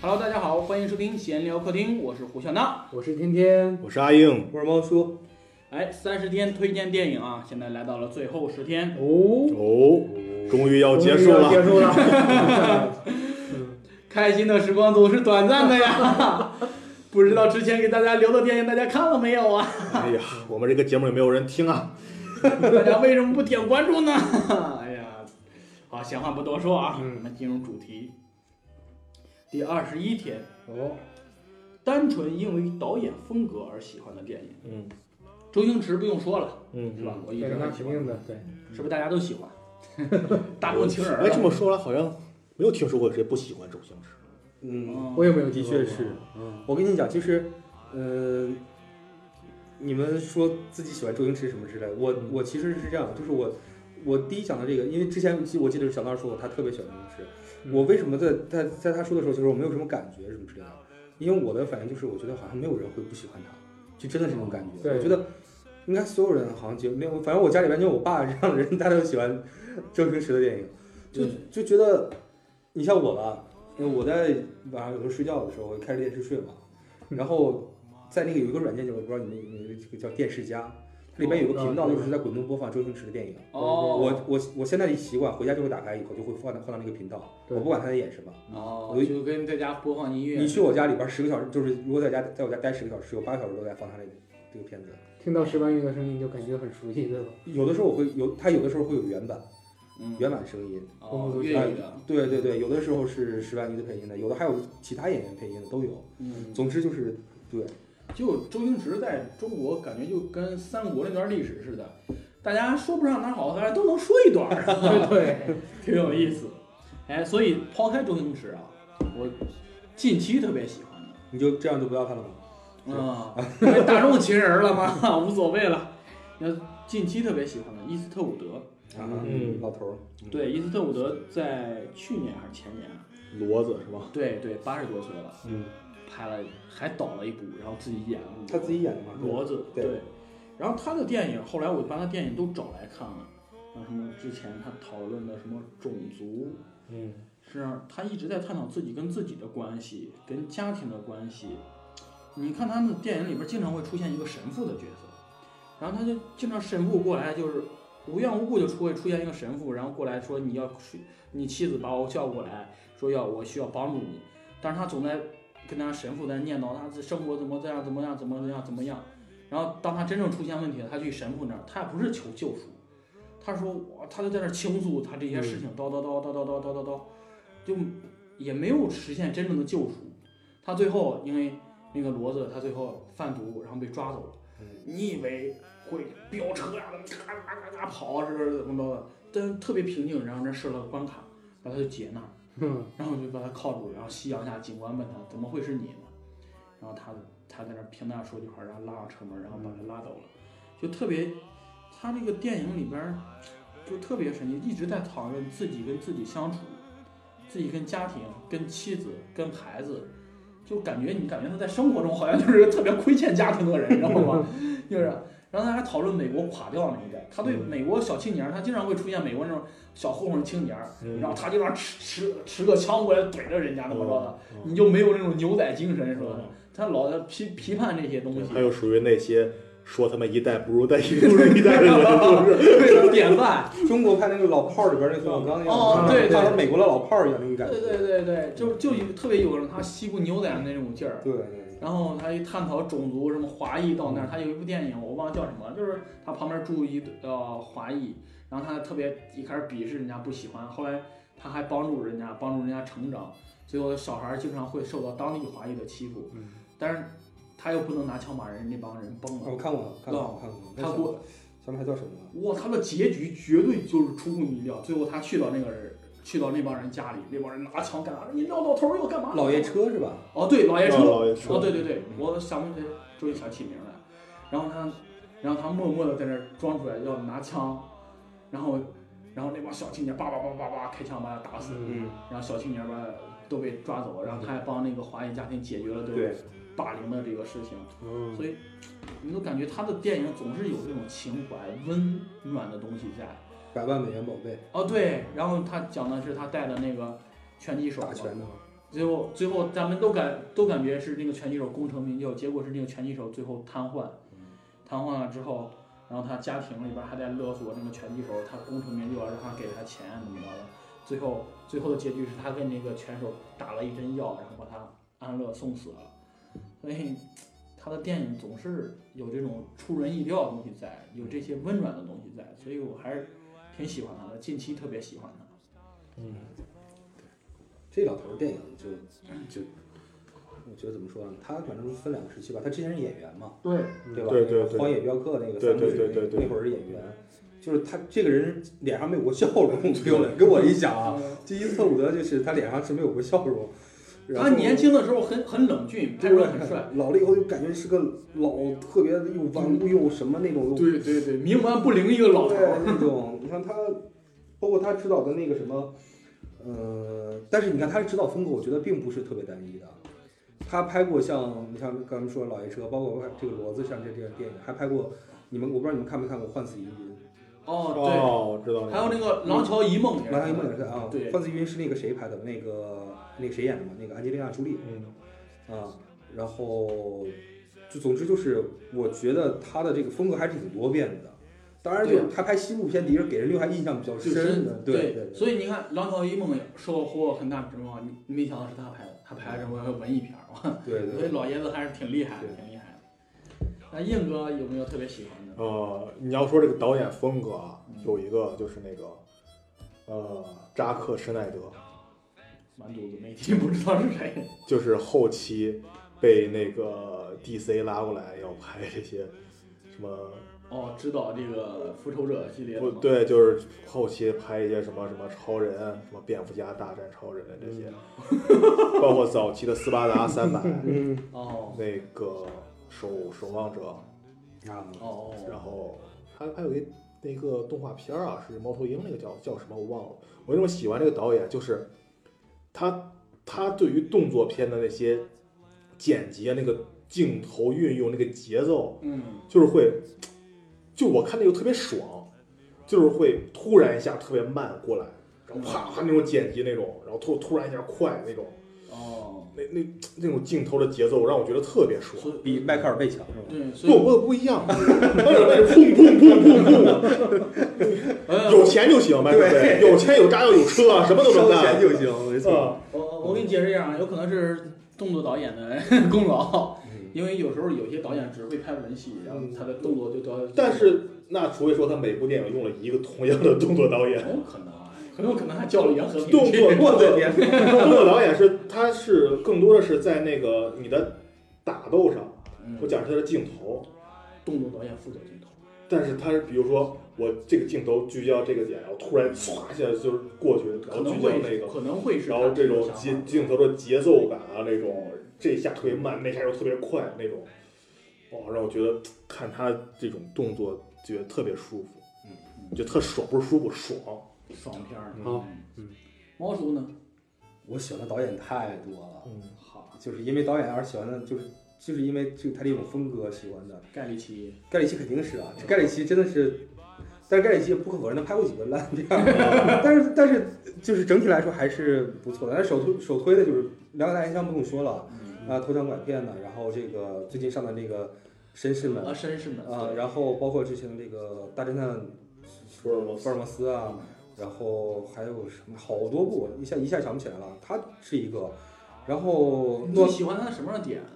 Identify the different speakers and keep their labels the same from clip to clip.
Speaker 1: Hello，大家好，欢迎收听闲聊客厅，我是胡小闹。
Speaker 2: 我是天天，
Speaker 3: 我是阿英，
Speaker 2: 我是猫叔。
Speaker 1: 哎，三十天推荐电影啊，现在来到了最后十天。
Speaker 2: 哦，
Speaker 3: 哦，终于要结束
Speaker 2: 终于要结
Speaker 3: 了，
Speaker 2: 束了。
Speaker 1: 开心的时光总是短暂的呀， 不知道之前给大家留的电影大家看了没有 啊？
Speaker 3: 哎呀，我们这个节目也没有人听啊，
Speaker 1: 大家为什么不点关注呢？ 哎呀，好，闲话不多说啊，
Speaker 2: 嗯
Speaker 1: 我们进入主题。第二十一天，
Speaker 2: 哦，
Speaker 1: 单纯因为导演风格而喜欢的电影，
Speaker 3: 嗯
Speaker 1: 周星驰不用说了，是
Speaker 3: 嗯，
Speaker 1: 吧？我一
Speaker 2: 对，
Speaker 1: 直
Speaker 2: 那
Speaker 1: 很喜
Speaker 2: 肯
Speaker 1: 欢，
Speaker 2: 定的，对，
Speaker 1: 是不是大家都喜欢？ 大众情人啊
Speaker 3: 哎，这么说来好像没有听说过谁不喜欢周星驰，
Speaker 4: 嗯，
Speaker 1: 嗯
Speaker 2: 我也没有
Speaker 4: 的
Speaker 2: 听
Speaker 4: 确
Speaker 2: 说过
Speaker 4: 是。我跟你讲，其实，嗯、你们说自己喜欢周星驰什么之类的，我我其实是这样，就是我我第一想到这个，因为之前记我记得小闹说过他特别喜欢周星
Speaker 2: 嗯
Speaker 4: 驰，我为什么在在在他说的时候，就是我没有什么感觉什么之类的，因为我的反应就是我觉得好像没有人会不喜欢他，就真的是这种感觉。
Speaker 2: 对
Speaker 4: 我觉得应该所有人好像就没有，反正我家里边就我爸这样的人，大家都喜欢周星驰的电影，就就觉得你像我吧，因为我在晚上有时候睡觉的时候，我开着电视睡嘛，然后在那个有一个软件里面，我不知道你们你们这个叫电视家，它里边有个频道就是在滚动播放周星驰的电影。
Speaker 1: 哦，
Speaker 4: 我我我现在的习惯，回家就会打开以后就会放到放到那个频道，
Speaker 2: 对
Speaker 4: 我不管他在演什么。
Speaker 1: 哦
Speaker 4: 我，
Speaker 1: 就跟在家播放音乐。
Speaker 4: 你去我家里边十个小时，就是如果在家在我家待十个小时，有八个小时都在放他那个这个片子。
Speaker 2: 听到石斑鱼的声音就感觉很熟悉，对吧？
Speaker 4: 有的时候我会有，他有的时候会有原版
Speaker 1: 嗯，
Speaker 4: 原版声音，
Speaker 1: 哦，粤语的，
Speaker 4: 对对对，有的时候是石斑鱼的配音的，有的还有其他演员配音的都有。
Speaker 1: 嗯，
Speaker 4: 总之就是对，
Speaker 1: 就周星驰在中国感觉就跟三国那段历史似的，大家说不上哪儿好，但是都能说一段 儿，啊
Speaker 2: 对对，
Speaker 1: 挺有意思。哎，所以抛开周星驰啊，我近期特别喜欢的，
Speaker 4: 你就这样就不要他了吗？
Speaker 1: 啊，被打中情人了嘛， 无所谓了。那近期特别喜欢的伊斯特伍德，
Speaker 4: 啊，
Speaker 3: 嗯
Speaker 4: 老头儿，
Speaker 1: 对，伊斯特伍德在去年还是前年啊，
Speaker 3: 骡子是吧？
Speaker 1: 对对，八十多岁了，
Speaker 4: 嗯，
Speaker 1: 拍了还导了一部，然后自己演了一部，
Speaker 4: 他自己演的嘛，
Speaker 1: 骡子，
Speaker 4: 对
Speaker 1: 然后他的电影，后来我把他电影都找来看了，像什么之前他讨论的什么种族，
Speaker 3: 嗯，
Speaker 1: 是让他一直在探讨自己跟自己的关系，跟家庭的关系。你看他们的电影里边经常会出现一个神父的角色，然后他就经常神父过来就是无缘无故就出会出现一个神父，然后过来说你要去你妻子把我叫过来，说要我需要帮助你，但是他总在跟他神父在念叨他的生活怎么这样怎么样怎么样怎么样，然后当他真正出现问题了，他去神父那儿，他也不是求救赎，他说我他就在那儿倾诉他这些事情，叨叨叨叨叨叨叨叨叨，就也没有实现真正的救赎，他最后因为那个骡子他最后贩毒然后被抓走了，你以为会飙车呀、咔咔咔咔跑啊，是怎么着的，但是特别平静，然后那设了个关卡，把他就解那儿。
Speaker 2: 嗯，
Speaker 1: 然后我就把他铐住，然后夕阳下警官问他怎么会是你呢？然后他他在那儿平淡说句话，然后拉上车门，然后把他拉走了，就特别，他这个电影里边儿就特别神奇，一直在讨论自己跟自己相处，自己跟家庭、跟妻子、跟孩子，就感觉你感觉他在生活中好像就是个特别亏欠家庭的人，你知道吗？就是。然后他还讨论美国垮掉那一代，他对美国小青年儿，他经常会出现美国那种小混混青年儿，然后他就让持持持个枪过来怼着人家那么着的，
Speaker 3: 嗯
Speaker 1: 你就没有那种牛仔精神是吧？他老在批批判这些东西
Speaker 3: 他，又属于那些说他们一代不如代不如一代的人， 是不哦是？
Speaker 1: 对典 范，
Speaker 4: 中国拍那个老炮儿里边那个冯小刚那样，
Speaker 1: 哦对对
Speaker 4: 像美国的老炮儿一样那种感
Speaker 1: 对
Speaker 4: 觉。
Speaker 1: 对对对，就就有特别有他西部牛仔那种劲儿。
Speaker 4: 对对
Speaker 1: 然后他一探讨种族什么华裔到那儿，他有一部电影我忘了叫什么，就是他旁边住一呃华裔，然后他特别一开始鄙视人家不喜欢，后来他还帮助人家帮助人家成长，最后小孩儿经常会受到当地华裔的欺负，
Speaker 4: 嗯
Speaker 1: 但是他又不能拿枪把人那帮人崩
Speaker 4: 啊
Speaker 1: 了，
Speaker 4: 我看过了，看过了，看过了。那
Speaker 1: 他
Speaker 4: 小
Speaker 1: 给我
Speaker 4: 小妹还叫什么呢？
Speaker 1: 哇，他的结局绝对就是出乎你意料。最后他去到那个人，去到那帮人家里，那帮人拿枪干啥？你绕到头儿要干嘛？
Speaker 4: 老爷车是吧？
Speaker 1: 哦，对，老爷车。
Speaker 3: 老爷
Speaker 1: 哦，
Speaker 3: 说，
Speaker 1: 对对对，我想不起来，终于想起名来。然后他，然后他默默的在那儿装出来要拿枪，然后，然后那帮小青年叭叭叭叭叭开枪把他打死，
Speaker 4: 嗯，
Speaker 1: 然后小青年吧都被抓走，然后他还帮那个华裔家庭解决了对
Speaker 4: 对，
Speaker 1: 霸凌的这个事情。
Speaker 2: 嗯
Speaker 1: 所以你都感觉他的电影总是有这种情怀、温暖的东西在。
Speaker 4: 百万美元宝贝，
Speaker 1: 哦，对，然后他讲的是他带的那个拳击手嘛
Speaker 4: 打拳的，
Speaker 1: 最后最后咱们都感都感觉是那个拳击手功成名就，结果是那个拳击手最后瘫痪，瘫痪了之后，然后他家庭里边还在勒索那个拳击手，他功成名就了，让他给他钱怎么着的，最后最后的结局是他跟那个拳手打了一针药，然后把他安乐送死了，所以。他的电影总是有这种出人意料的东西在，有这些温暖的东西在，所以我还是挺喜欢他的，近期特别喜欢他。
Speaker 3: 嗯，
Speaker 4: 这老头儿电影就就，我觉得怎么说呢？他反正分两个时期吧。他之前是演员嘛，
Speaker 1: 对，
Speaker 4: 对吧？
Speaker 3: 嗯对对对
Speaker 4: 荒野镖客那个
Speaker 3: 对
Speaker 4: 三部曲
Speaker 3: 对对对对
Speaker 4: 那会儿是演员，就是他这个人脸上没有过笑容，给我给我一想啊，基因特伍德就是他脸上是没有过笑容。然后
Speaker 1: 他年轻的时候很很冷峻，拍出来很帅。
Speaker 4: 老了以后就感觉是个老特别又顽固又什么那种又
Speaker 1: 对对对，冥顽不灵一个老头
Speaker 4: 对
Speaker 1: 儿。
Speaker 4: 那种，你看他，包括他指导的那个什么，呃，但是你看他的指导风格，我觉得并不是特别单一的。他拍过像你像刚才说的《老爷车》，包括这个骡子上这这个电影，还拍过你们我不知道你们看没看过《幻死疑云
Speaker 1: 哦，
Speaker 3: 哦，知道
Speaker 1: 对，
Speaker 3: 了。
Speaker 1: 还有那个《廊桥遗梦》也》，是。
Speaker 4: 马上一梦也是啊，
Speaker 1: 对
Speaker 4: 《幻死疑云》是那个谁拍的？那个那个谁演的嘛？那个安吉丽娜·朱莉
Speaker 3: 嗯，
Speaker 4: 啊。然后就总之就是，我觉得他的这个风格还是挺多变的。当然，就是
Speaker 1: 对
Speaker 4: 他拍西部片，的确给人留下印象比较
Speaker 1: 就
Speaker 4: 深的
Speaker 1: 是。
Speaker 4: 对对，
Speaker 1: 所以你看《廊桥遗梦》也收获很大指望，你没想到是他拍的，他拍的什么文艺片儿哇
Speaker 4: 对
Speaker 1: 所以
Speaker 4: 对，
Speaker 1: 老爷子还是挺厉害的，
Speaker 4: 对
Speaker 1: 挺厉害的。那硬哥有没有特别喜欢的？
Speaker 3: 呃，你要说这个导演风格啊
Speaker 1: 嗯，
Speaker 3: 有一个就是那个，呃，扎克施耐德，
Speaker 1: 满肚子没听，不知道是谁。
Speaker 3: 就是后期被那个 DC 拉过来要拍这些什么，
Speaker 1: 哦，知道这个《复仇者》系列的
Speaker 3: 不
Speaker 1: 吗？
Speaker 3: 对，就是后期拍一些什么什么超人、啊什么蝙蝠侠大战超人啊这些，
Speaker 1: 嗯
Speaker 3: 包括早期的斯巴达 三百，
Speaker 4: 嗯
Speaker 1: 哦
Speaker 3: 那个守守望者，
Speaker 4: 啊
Speaker 1: 哦，哦，
Speaker 3: 然后还还有一那个动画片儿啊，是猫头鹰那个叫叫什么我忘了。我为什么喜欢这个导演，就是他他对于动作片的那些剪辑啊，那个镜头运用，那个节奏，
Speaker 1: 嗯，
Speaker 3: 就是会，就我看那个特别爽，就是会突然一下特别慢过来，然后啪啪那种剪辑那种，然后突突然一下快那种，
Speaker 1: 哦，
Speaker 3: 那那那种镜头的节奏让我觉得特别爽。
Speaker 1: 所以
Speaker 4: 比迈克尔贝强是吧？
Speaker 1: 对，所以
Speaker 3: 不不不一 样，砰砰砰砰砰。
Speaker 1: 呃，
Speaker 3: 有钱就行呗，对不对？有钱有炸药有车啊，什么都能
Speaker 4: 收
Speaker 3: 干。
Speaker 4: 钱就行，没错。
Speaker 3: 啊
Speaker 1: 我我给你解释一下，啊，有可能是动作导演的 功劳，
Speaker 3: 嗯
Speaker 1: 因为有时候有些导演只会拍文戏，然后他的动作就都要，
Speaker 3: 但是那除非说他每部电影用了一个同样的动作导演，
Speaker 1: 很有可能啊，很有可能还叫了袁和平
Speaker 3: 动作
Speaker 4: 我的天，
Speaker 3: 动作导演是他是更多的是在那个你的打斗上，
Speaker 1: 嗯
Speaker 3: 我讲是他的镜头，
Speaker 1: 动作导演负责镜头，
Speaker 3: 但是他是比如说我这个镜头聚焦这个点，然后突然唰一下就是过去，然
Speaker 1: 可
Speaker 3: 后聚
Speaker 1: 能
Speaker 3: 焦
Speaker 1: 会
Speaker 3: 那个，
Speaker 1: 可能会是
Speaker 3: 然后
Speaker 1: 他
Speaker 3: 这种
Speaker 1: 想法
Speaker 3: 镜镜头的节奏感啊，那种这一下特别慢，那下又特别快那种，哇，让我觉得看他这种动作觉得特别舒服，
Speaker 1: 嗯
Speaker 3: 就特爽，不是舒服，爽。
Speaker 1: 爽片儿。
Speaker 2: 好，
Speaker 1: 嗯
Speaker 2: 嗯，
Speaker 1: 猫叔呢？
Speaker 4: 我喜欢的导演太多了，
Speaker 3: 嗯，
Speaker 1: 好，
Speaker 4: 就是因为导演而喜欢的，就是就是因为这个他这种风格喜欢的。
Speaker 1: 盖里奇，
Speaker 4: 盖里奇肯定是啊，这盖里奇真的是，但是盖里奇也不可否认，他拍过几个烂片 儿，但是但是就是整体来说还是不错的。但是手推手推的就是《两个大烟枪》不用说了，
Speaker 1: 嗯，
Speaker 4: 啊，偷抢拐骗的，然后这个最近上的那个绅士们
Speaker 1: 啊，绅士们，
Speaker 4: 啊，
Speaker 1: 对
Speaker 4: 然后包括之前的这个大侦探
Speaker 3: 福尔摩
Speaker 4: 福
Speaker 3: 斯
Speaker 4: 尔摩斯啊，然后还有什么好多部，一下一下想不起来了。他是一个，然后
Speaker 3: 嗯
Speaker 1: 你最
Speaker 4: 诺
Speaker 1: 喜欢他什么样的点？啊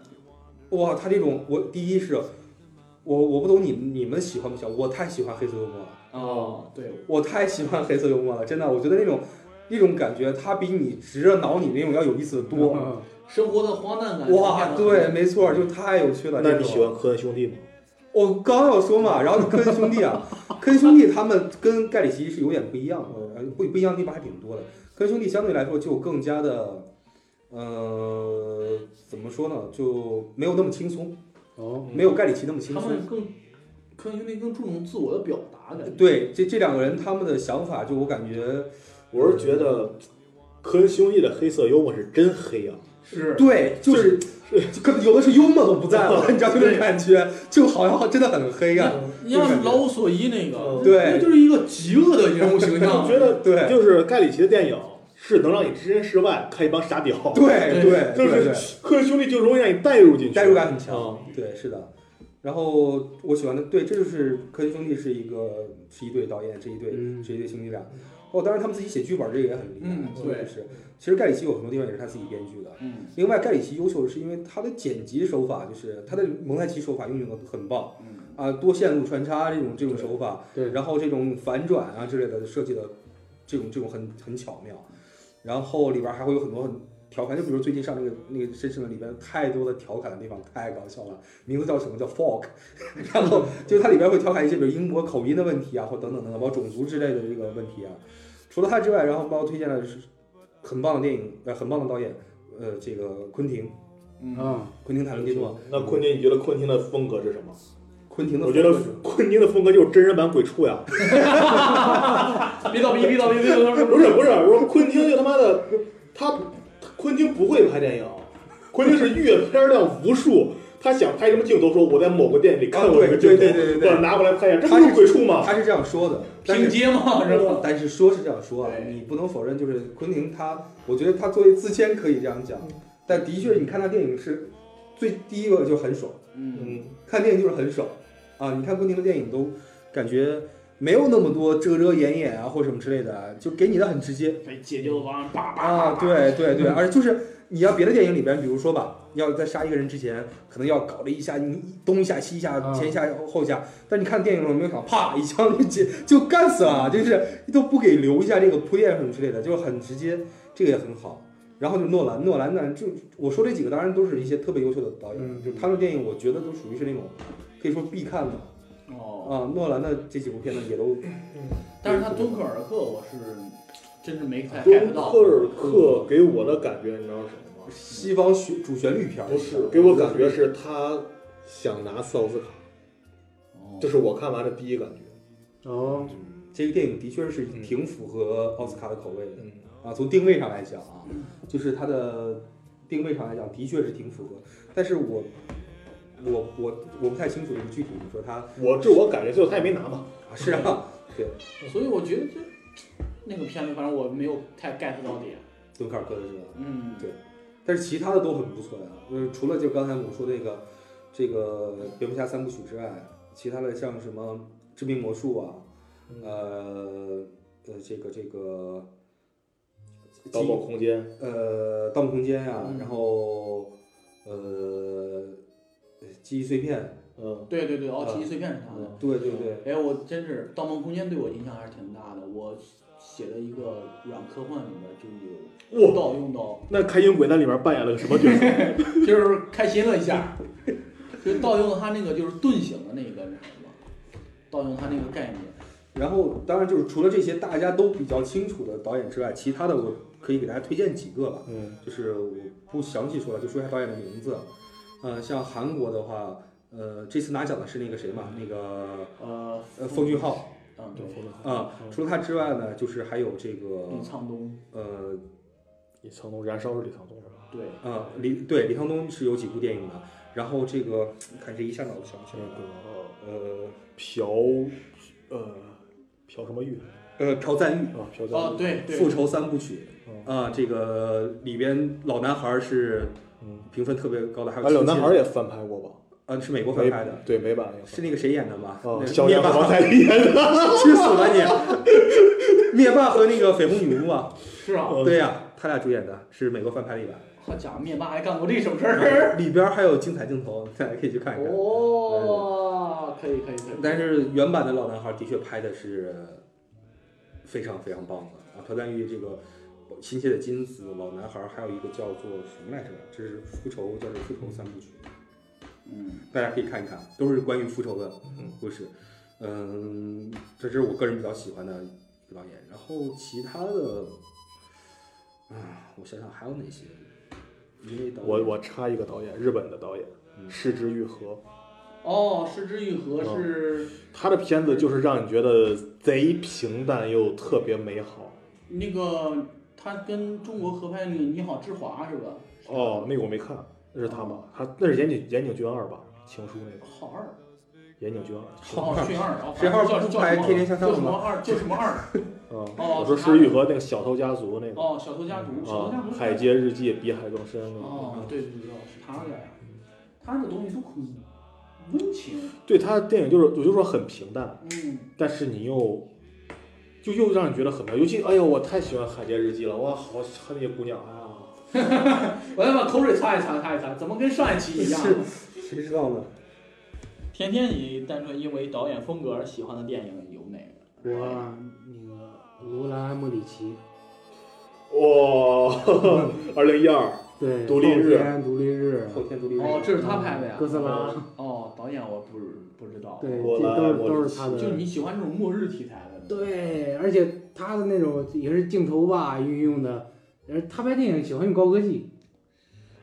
Speaker 4: 哇，他这种我第一是，我我不懂你们你们喜欢不喜欢，我太喜欢黑色幽默了，
Speaker 1: 哦，对，
Speaker 4: 我太喜欢黑色幽默了，真的，我觉得那种那种感觉，它比你直着挠你那种要有意思的多。
Speaker 2: 嗯
Speaker 1: 生活的荒诞感。
Speaker 4: 哇，对，，没错，就太有趣了。
Speaker 3: 嗯那
Speaker 4: 这
Speaker 3: 你
Speaker 4: 种
Speaker 3: 喜欢科恩兄弟吗？
Speaker 4: 我哦刚要说嘛，然后就坑兄弟啊，坑兄弟他们跟盖里奇是有点不一样的，呃不不一样的地方还挺多的。坑兄弟相对来说就更加的，呃，怎么说呢，就没有那么轻松，
Speaker 2: 哦，
Speaker 4: 没有盖里奇那么轻
Speaker 1: 他
Speaker 4: 松。
Speaker 1: 们更，科恩兄弟更注重自我的表达，感觉。
Speaker 4: 对，这这两个人他们的想法，就我感觉，
Speaker 3: 我是觉得科恩兄弟的黑色幽默是真黑啊，
Speaker 1: 是
Speaker 4: 对，就是就可能有的是幽默都不在了，你知道就那种感觉，就好像真的很黑啊暗。
Speaker 1: 你像老无所依那个，
Speaker 3: 嗯
Speaker 1: 那就是一个极恶的人物形象。
Speaker 3: 觉得
Speaker 4: 对
Speaker 3: 就是盖里奇的电影是能让你置身事外，看一帮傻屌，
Speaker 4: 对对
Speaker 3: 就
Speaker 4: 对
Speaker 3: 是
Speaker 4: 对，
Speaker 3: 科学兄弟就容易让你代入进去，
Speaker 4: 代入感很强。
Speaker 3: 嗯
Speaker 4: 对，是的。然后我喜欢的，对，这就是科学兄弟是一个是一对导演，是一对、
Speaker 2: 嗯
Speaker 4: 是一对兄弟俩。哦，当然他们自己写剧本这个也很厉害，
Speaker 1: 嗯
Speaker 4: 所以
Speaker 1: 对
Speaker 4: 是。其实盖里奇有很多地方也是他自己编剧的。
Speaker 1: 嗯
Speaker 4: 另外，盖里奇优秀的是因为他的剪辑手法，就是他的蒙太奇手法运用的很棒
Speaker 1: 嗯
Speaker 4: 啊，多线路穿插这种这种手法，
Speaker 2: 对，
Speaker 4: 然后这种反转啊之类的设计的，这种这种很很巧妙，然后里边还会有很多很调侃，就比如最近上那个那个绅士们里边太多的调侃的地方太搞笑了，名字叫什么叫 fog，然 后就是它里边会调侃一些比如英国口音的问题啊，或等等等等，包括种族之类的这个问题啊。除了他之外，然后包括推荐了是很棒的电影，呃，很棒的导演，呃，这个昆汀，
Speaker 1: 嗯，
Speaker 2: 啊，
Speaker 4: 昆汀塔伦蒂诺，
Speaker 3: 那昆汀，你觉得昆汀的风格是什么？
Speaker 4: 昆汀的
Speaker 3: 我
Speaker 4: 风
Speaker 3: 觉
Speaker 4: 格是，
Speaker 3: 得昆汀的风格就是真人版鬼畜呀！
Speaker 1: 别倒逼，别倒逼，别倒逼，
Speaker 3: 不 是不是，我说昆汀就他妈的，他昆汀不会拍电影，昆汀是阅片量无数，他想拍什么镜头，说我在某个电影里看过
Speaker 4: 啊
Speaker 3: 这个
Speaker 4: 对
Speaker 3: 镜
Speaker 4: 对
Speaker 3: 头，
Speaker 4: 对对对对
Speaker 3: 我拿过来拍一下，这不
Speaker 4: 他
Speaker 3: 就是
Speaker 4: 是
Speaker 3: 鬼畜吗？
Speaker 4: 他是这样说的，但是
Speaker 1: 拼接嘛，是吧？
Speaker 4: 但是说是这样说啊，
Speaker 1: 对
Speaker 4: 你不能否认，就是昆汀他，我觉得他作为自谦可以这样讲，但的确你看他电影是最第一个就很爽，
Speaker 1: 嗯，
Speaker 3: 嗯，
Speaker 4: 看电影就是很爽啊！你看昆汀的电影都感觉没有那么多遮遮掩掩啊或什么之类的啊，就给你的很直接
Speaker 1: 被解救完，叭叭
Speaker 4: 啊！对对对，而且就是你要别的电影里边，比如说吧，要在杀一个人之前，可能要搞了一下你东一下西一下
Speaker 2: 啊
Speaker 4: 前一下后一下，但你看电影的时候没有想啪一枪就结就干死了，就是都不给留一下这个铺垫什么之类的，就是很直接，这个也很好。然后就诺兰，诺兰呢，就我说这几个当然都是一些特别优秀的导演，
Speaker 2: 嗯
Speaker 4: 就是他们的电影，我觉得都属于是那种可以说必看的
Speaker 1: 哦，
Speaker 4: 啊。诺兰的这几部片呢，也都
Speaker 1: 但是他敦刻尔克，我是真是没太 get
Speaker 3: 敦
Speaker 1: 到。
Speaker 3: 刻尔克给我的感觉，你知道是什么吗？
Speaker 4: 西方旋主旋律片儿，
Speaker 3: 不是，给我感觉是他想拿奥斯卡，
Speaker 1: 哦
Speaker 3: 这是我看完的第一感觉。
Speaker 2: 哦，
Speaker 4: 这个电影的确是挺符合奥斯卡的口味的
Speaker 3: 嗯，
Speaker 4: 啊，从定位上来讲啊，就是它的定位上来讲的确是挺符合，但是我我我我不太清楚这个具体，你说它
Speaker 3: 我这我感觉最后他也没拿嘛。
Speaker 4: 啊是啊，对，
Speaker 1: 哦所以我觉得这那个片子，反正我没有太 get 到点。
Speaker 4: 敦刻尔克的是吧？
Speaker 1: 嗯，
Speaker 4: 但是其他的都很不错呀、嗯，除了就刚才我们说那个这个蝙蝠侠三部曲之外，其他的像什么致命魔术啊，呃呃这个这个，
Speaker 3: 盗梦空间，
Speaker 4: 呃《盗梦空间》呀，
Speaker 1: 嗯
Speaker 4: 然后呃《记忆碎片
Speaker 3: 嗯，
Speaker 1: 对对对，哦，记忆碎片是他的。》，
Speaker 4: 对对对，
Speaker 1: 哎，我真是《盗梦空间》对我影响还是挺大的。我写的一个软科幻里边就有盗用到，
Speaker 3: 那开心鬼那里面扮演了个什么角色？
Speaker 1: 就是开心了一下，就盗用他那个就是遁形的那个那什么，盗用他那个概念。
Speaker 4: 然后当然就是除了这些大家都比较清楚的导演之外，其他的我可以给大家推荐几个吧。
Speaker 3: 嗯，
Speaker 4: 就是我不详细说了，就说一下导演的名字。呃，像韩国的话，呃，这次拿奖的是那个谁嘛，那个
Speaker 1: 呃，
Speaker 4: 呃奉俊昊
Speaker 1: 嗯，嗯对，
Speaker 4: 啊、除了他之外呢，就是还有这个
Speaker 1: 李沧东，
Speaker 4: 呃
Speaker 3: 李沧东，燃烧是李沧东是吧？
Speaker 1: 对，
Speaker 4: 呃李对李沧东是有几部电影的。然后这个看这一下脑子想不起来了，
Speaker 3: 个
Speaker 4: 呃
Speaker 3: 朴，呃，朴什么玉
Speaker 4: 呃朴赞
Speaker 3: 啊？朴赞
Speaker 1: 哦，
Speaker 3: 玉。
Speaker 1: 对
Speaker 4: 郁《
Speaker 1: 对，
Speaker 4: 复仇三部曲》啊、这个里边老男孩是
Speaker 3: 嗯，
Speaker 4: 评分特别高的，还有
Speaker 3: 哎，
Speaker 4: 亲
Speaker 3: 老
Speaker 4: 亲
Speaker 3: 男孩也翻拍过吧？
Speaker 4: 呃是美国翻拍的，
Speaker 3: 对，美版也
Speaker 4: 是那个谁演的嘛？
Speaker 3: 哦，
Speaker 4: 那
Speaker 3: 肖
Speaker 4: 灭
Speaker 3: 央
Speaker 4: 霸
Speaker 3: 和王彩丽演的。
Speaker 4: 去 死吧你！ 灭霸和那个绯红女巫啊，
Speaker 1: 是啊，
Speaker 3: 嗯哦
Speaker 4: 对呀、他俩主演的是美国翻拍里边，
Speaker 1: 好家伙，灭霸还干过这种事儿。
Speaker 4: 里边还有精彩镜头，大家可以去看一看。
Speaker 1: 哦，可以可以可以。
Speaker 4: 但是原版的老男孩的确拍的是非常非常棒的啊！朴赞郁这个亲切的金子老男孩，还有一个叫做什么来着？这是复仇，叫做复仇三部曲，
Speaker 1: 嗯，
Speaker 4: 大家可以看一看，都是关于复仇的
Speaker 3: 嗯
Speaker 4: 故事。嗯，这是我个人比较喜欢的一个导演。然后其他的，啊，我想想还有哪些？因为导演
Speaker 3: 我我插一个导演，日本的导演
Speaker 4: 嗯
Speaker 3: 市之愈合，
Speaker 1: 哦，失之愈合是
Speaker 3: 他的片子就是让你觉得贼平淡又特别美好。
Speaker 1: 那个他跟中国合拍那个《你好，之华》是吧？
Speaker 3: 哦
Speaker 4: 哦
Speaker 3: 哦，那个我没看，那是他吗？他那是岩井岩井俊二吧？情书那个
Speaker 1: 好二，
Speaker 3: 岩井俊二。
Speaker 1: 好，俊二，哦，
Speaker 4: 谁号
Speaker 1: 叫叫什
Speaker 4: 拍
Speaker 1: 么？
Speaker 4: 天天向上
Speaker 1: 叫什
Speaker 4: 吗
Speaker 1: 么二？叫什么二？
Speaker 3: 嗯，
Speaker 1: 哦
Speaker 3: 我说
Speaker 1: 他
Speaker 3: 石玉和那个小偷家族那个
Speaker 1: 哦，小偷家族，小偷家
Speaker 3: 啊
Speaker 1: 族，是
Speaker 3: 海街日记比海更深啊。
Speaker 1: 哦，对对对，是他的呀，
Speaker 2: 嗯
Speaker 1: 他的东西都很温情，
Speaker 3: 对他的电影就是，我就说很平淡，
Speaker 1: 嗯，
Speaker 3: 但是你又就又让你觉得很妙。尤其哎呦，我太喜欢《海街日记》了，哇，好恨那些姑娘啊！
Speaker 1: 我要把口水擦一擦，擦一擦，怎么跟上一期一样？
Speaker 4: 是 谁知道呢？
Speaker 1: 天天，你单纯因为导演风格而喜欢的电影有哪个？
Speaker 2: 我那个罗兰·莫里奇，
Speaker 3: 哇， 二零一二，
Speaker 2: 对，
Speaker 3: 独立日
Speaker 2: 后天独立日，
Speaker 4: 后天独立日，
Speaker 1: 哦，这是他拍的呀
Speaker 2: 哥。斯拉，
Speaker 1: 哦，导演我不是不知道。
Speaker 2: 对，
Speaker 3: 罗
Speaker 2: 这
Speaker 3: 兰
Speaker 2: 都是都是
Speaker 3: 莫里奇
Speaker 2: 他的。
Speaker 1: 就你喜欢这种末日题材的。，
Speaker 2: 对，而且他的那种也是镜头吧运用的，而他拍电影喜欢用高科技，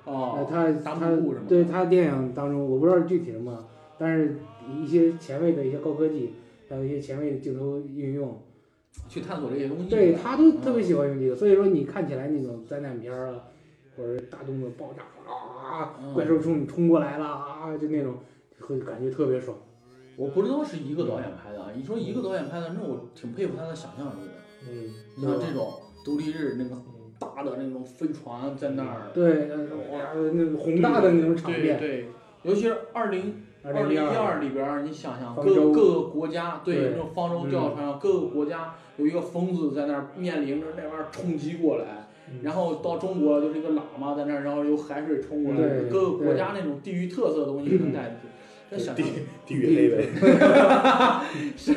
Speaker 2: 呃，
Speaker 1: 哦，
Speaker 2: 他
Speaker 1: 达
Speaker 2: 他
Speaker 1: 布布什么的
Speaker 2: 对他电影当中我不知道具体什么，但是一些前卫的一些高科技，还有一些前卫的镜头运用，
Speaker 1: 去探索这些东西。
Speaker 2: 对他都特别喜欢用
Speaker 1: 嗯
Speaker 2: 这个，所以说你看起来那种灾难片儿啊，或者大动作爆炸啊，
Speaker 1: 嗯
Speaker 2: 怪兽冲你冲过来了啊，就那种会感觉特别爽。
Speaker 1: 我不知道是一个导演拍的啊。你说一个导演拍的，那我挺佩服他的想象力的。
Speaker 3: 嗯，
Speaker 1: 你看这种独立日那个大的那种飞船在那儿，
Speaker 2: 对，呃哇，那种宏大的那种场
Speaker 1: 对
Speaker 2: 面，
Speaker 1: 对，尤其是二零
Speaker 2: 二
Speaker 1: 零
Speaker 2: 零
Speaker 1: 一
Speaker 2: 一二，
Speaker 1: 二里边儿，你想想
Speaker 2: 方
Speaker 1: 各
Speaker 2: 舟
Speaker 1: 各个国家对
Speaker 2: 对嗯
Speaker 1: 那种方舟吊船啊上，各个国家有一个疯子在那儿面临着那玩意儿冲击过来，
Speaker 3: 嗯
Speaker 1: 然后到中国就是一个喇嘛在那儿，然后有海水冲过来，
Speaker 2: 对
Speaker 1: 各个国家那种地域特色的东西能带进 去，这想
Speaker 3: 地
Speaker 1: 象
Speaker 3: 地狱黑呗。
Speaker 1: 是，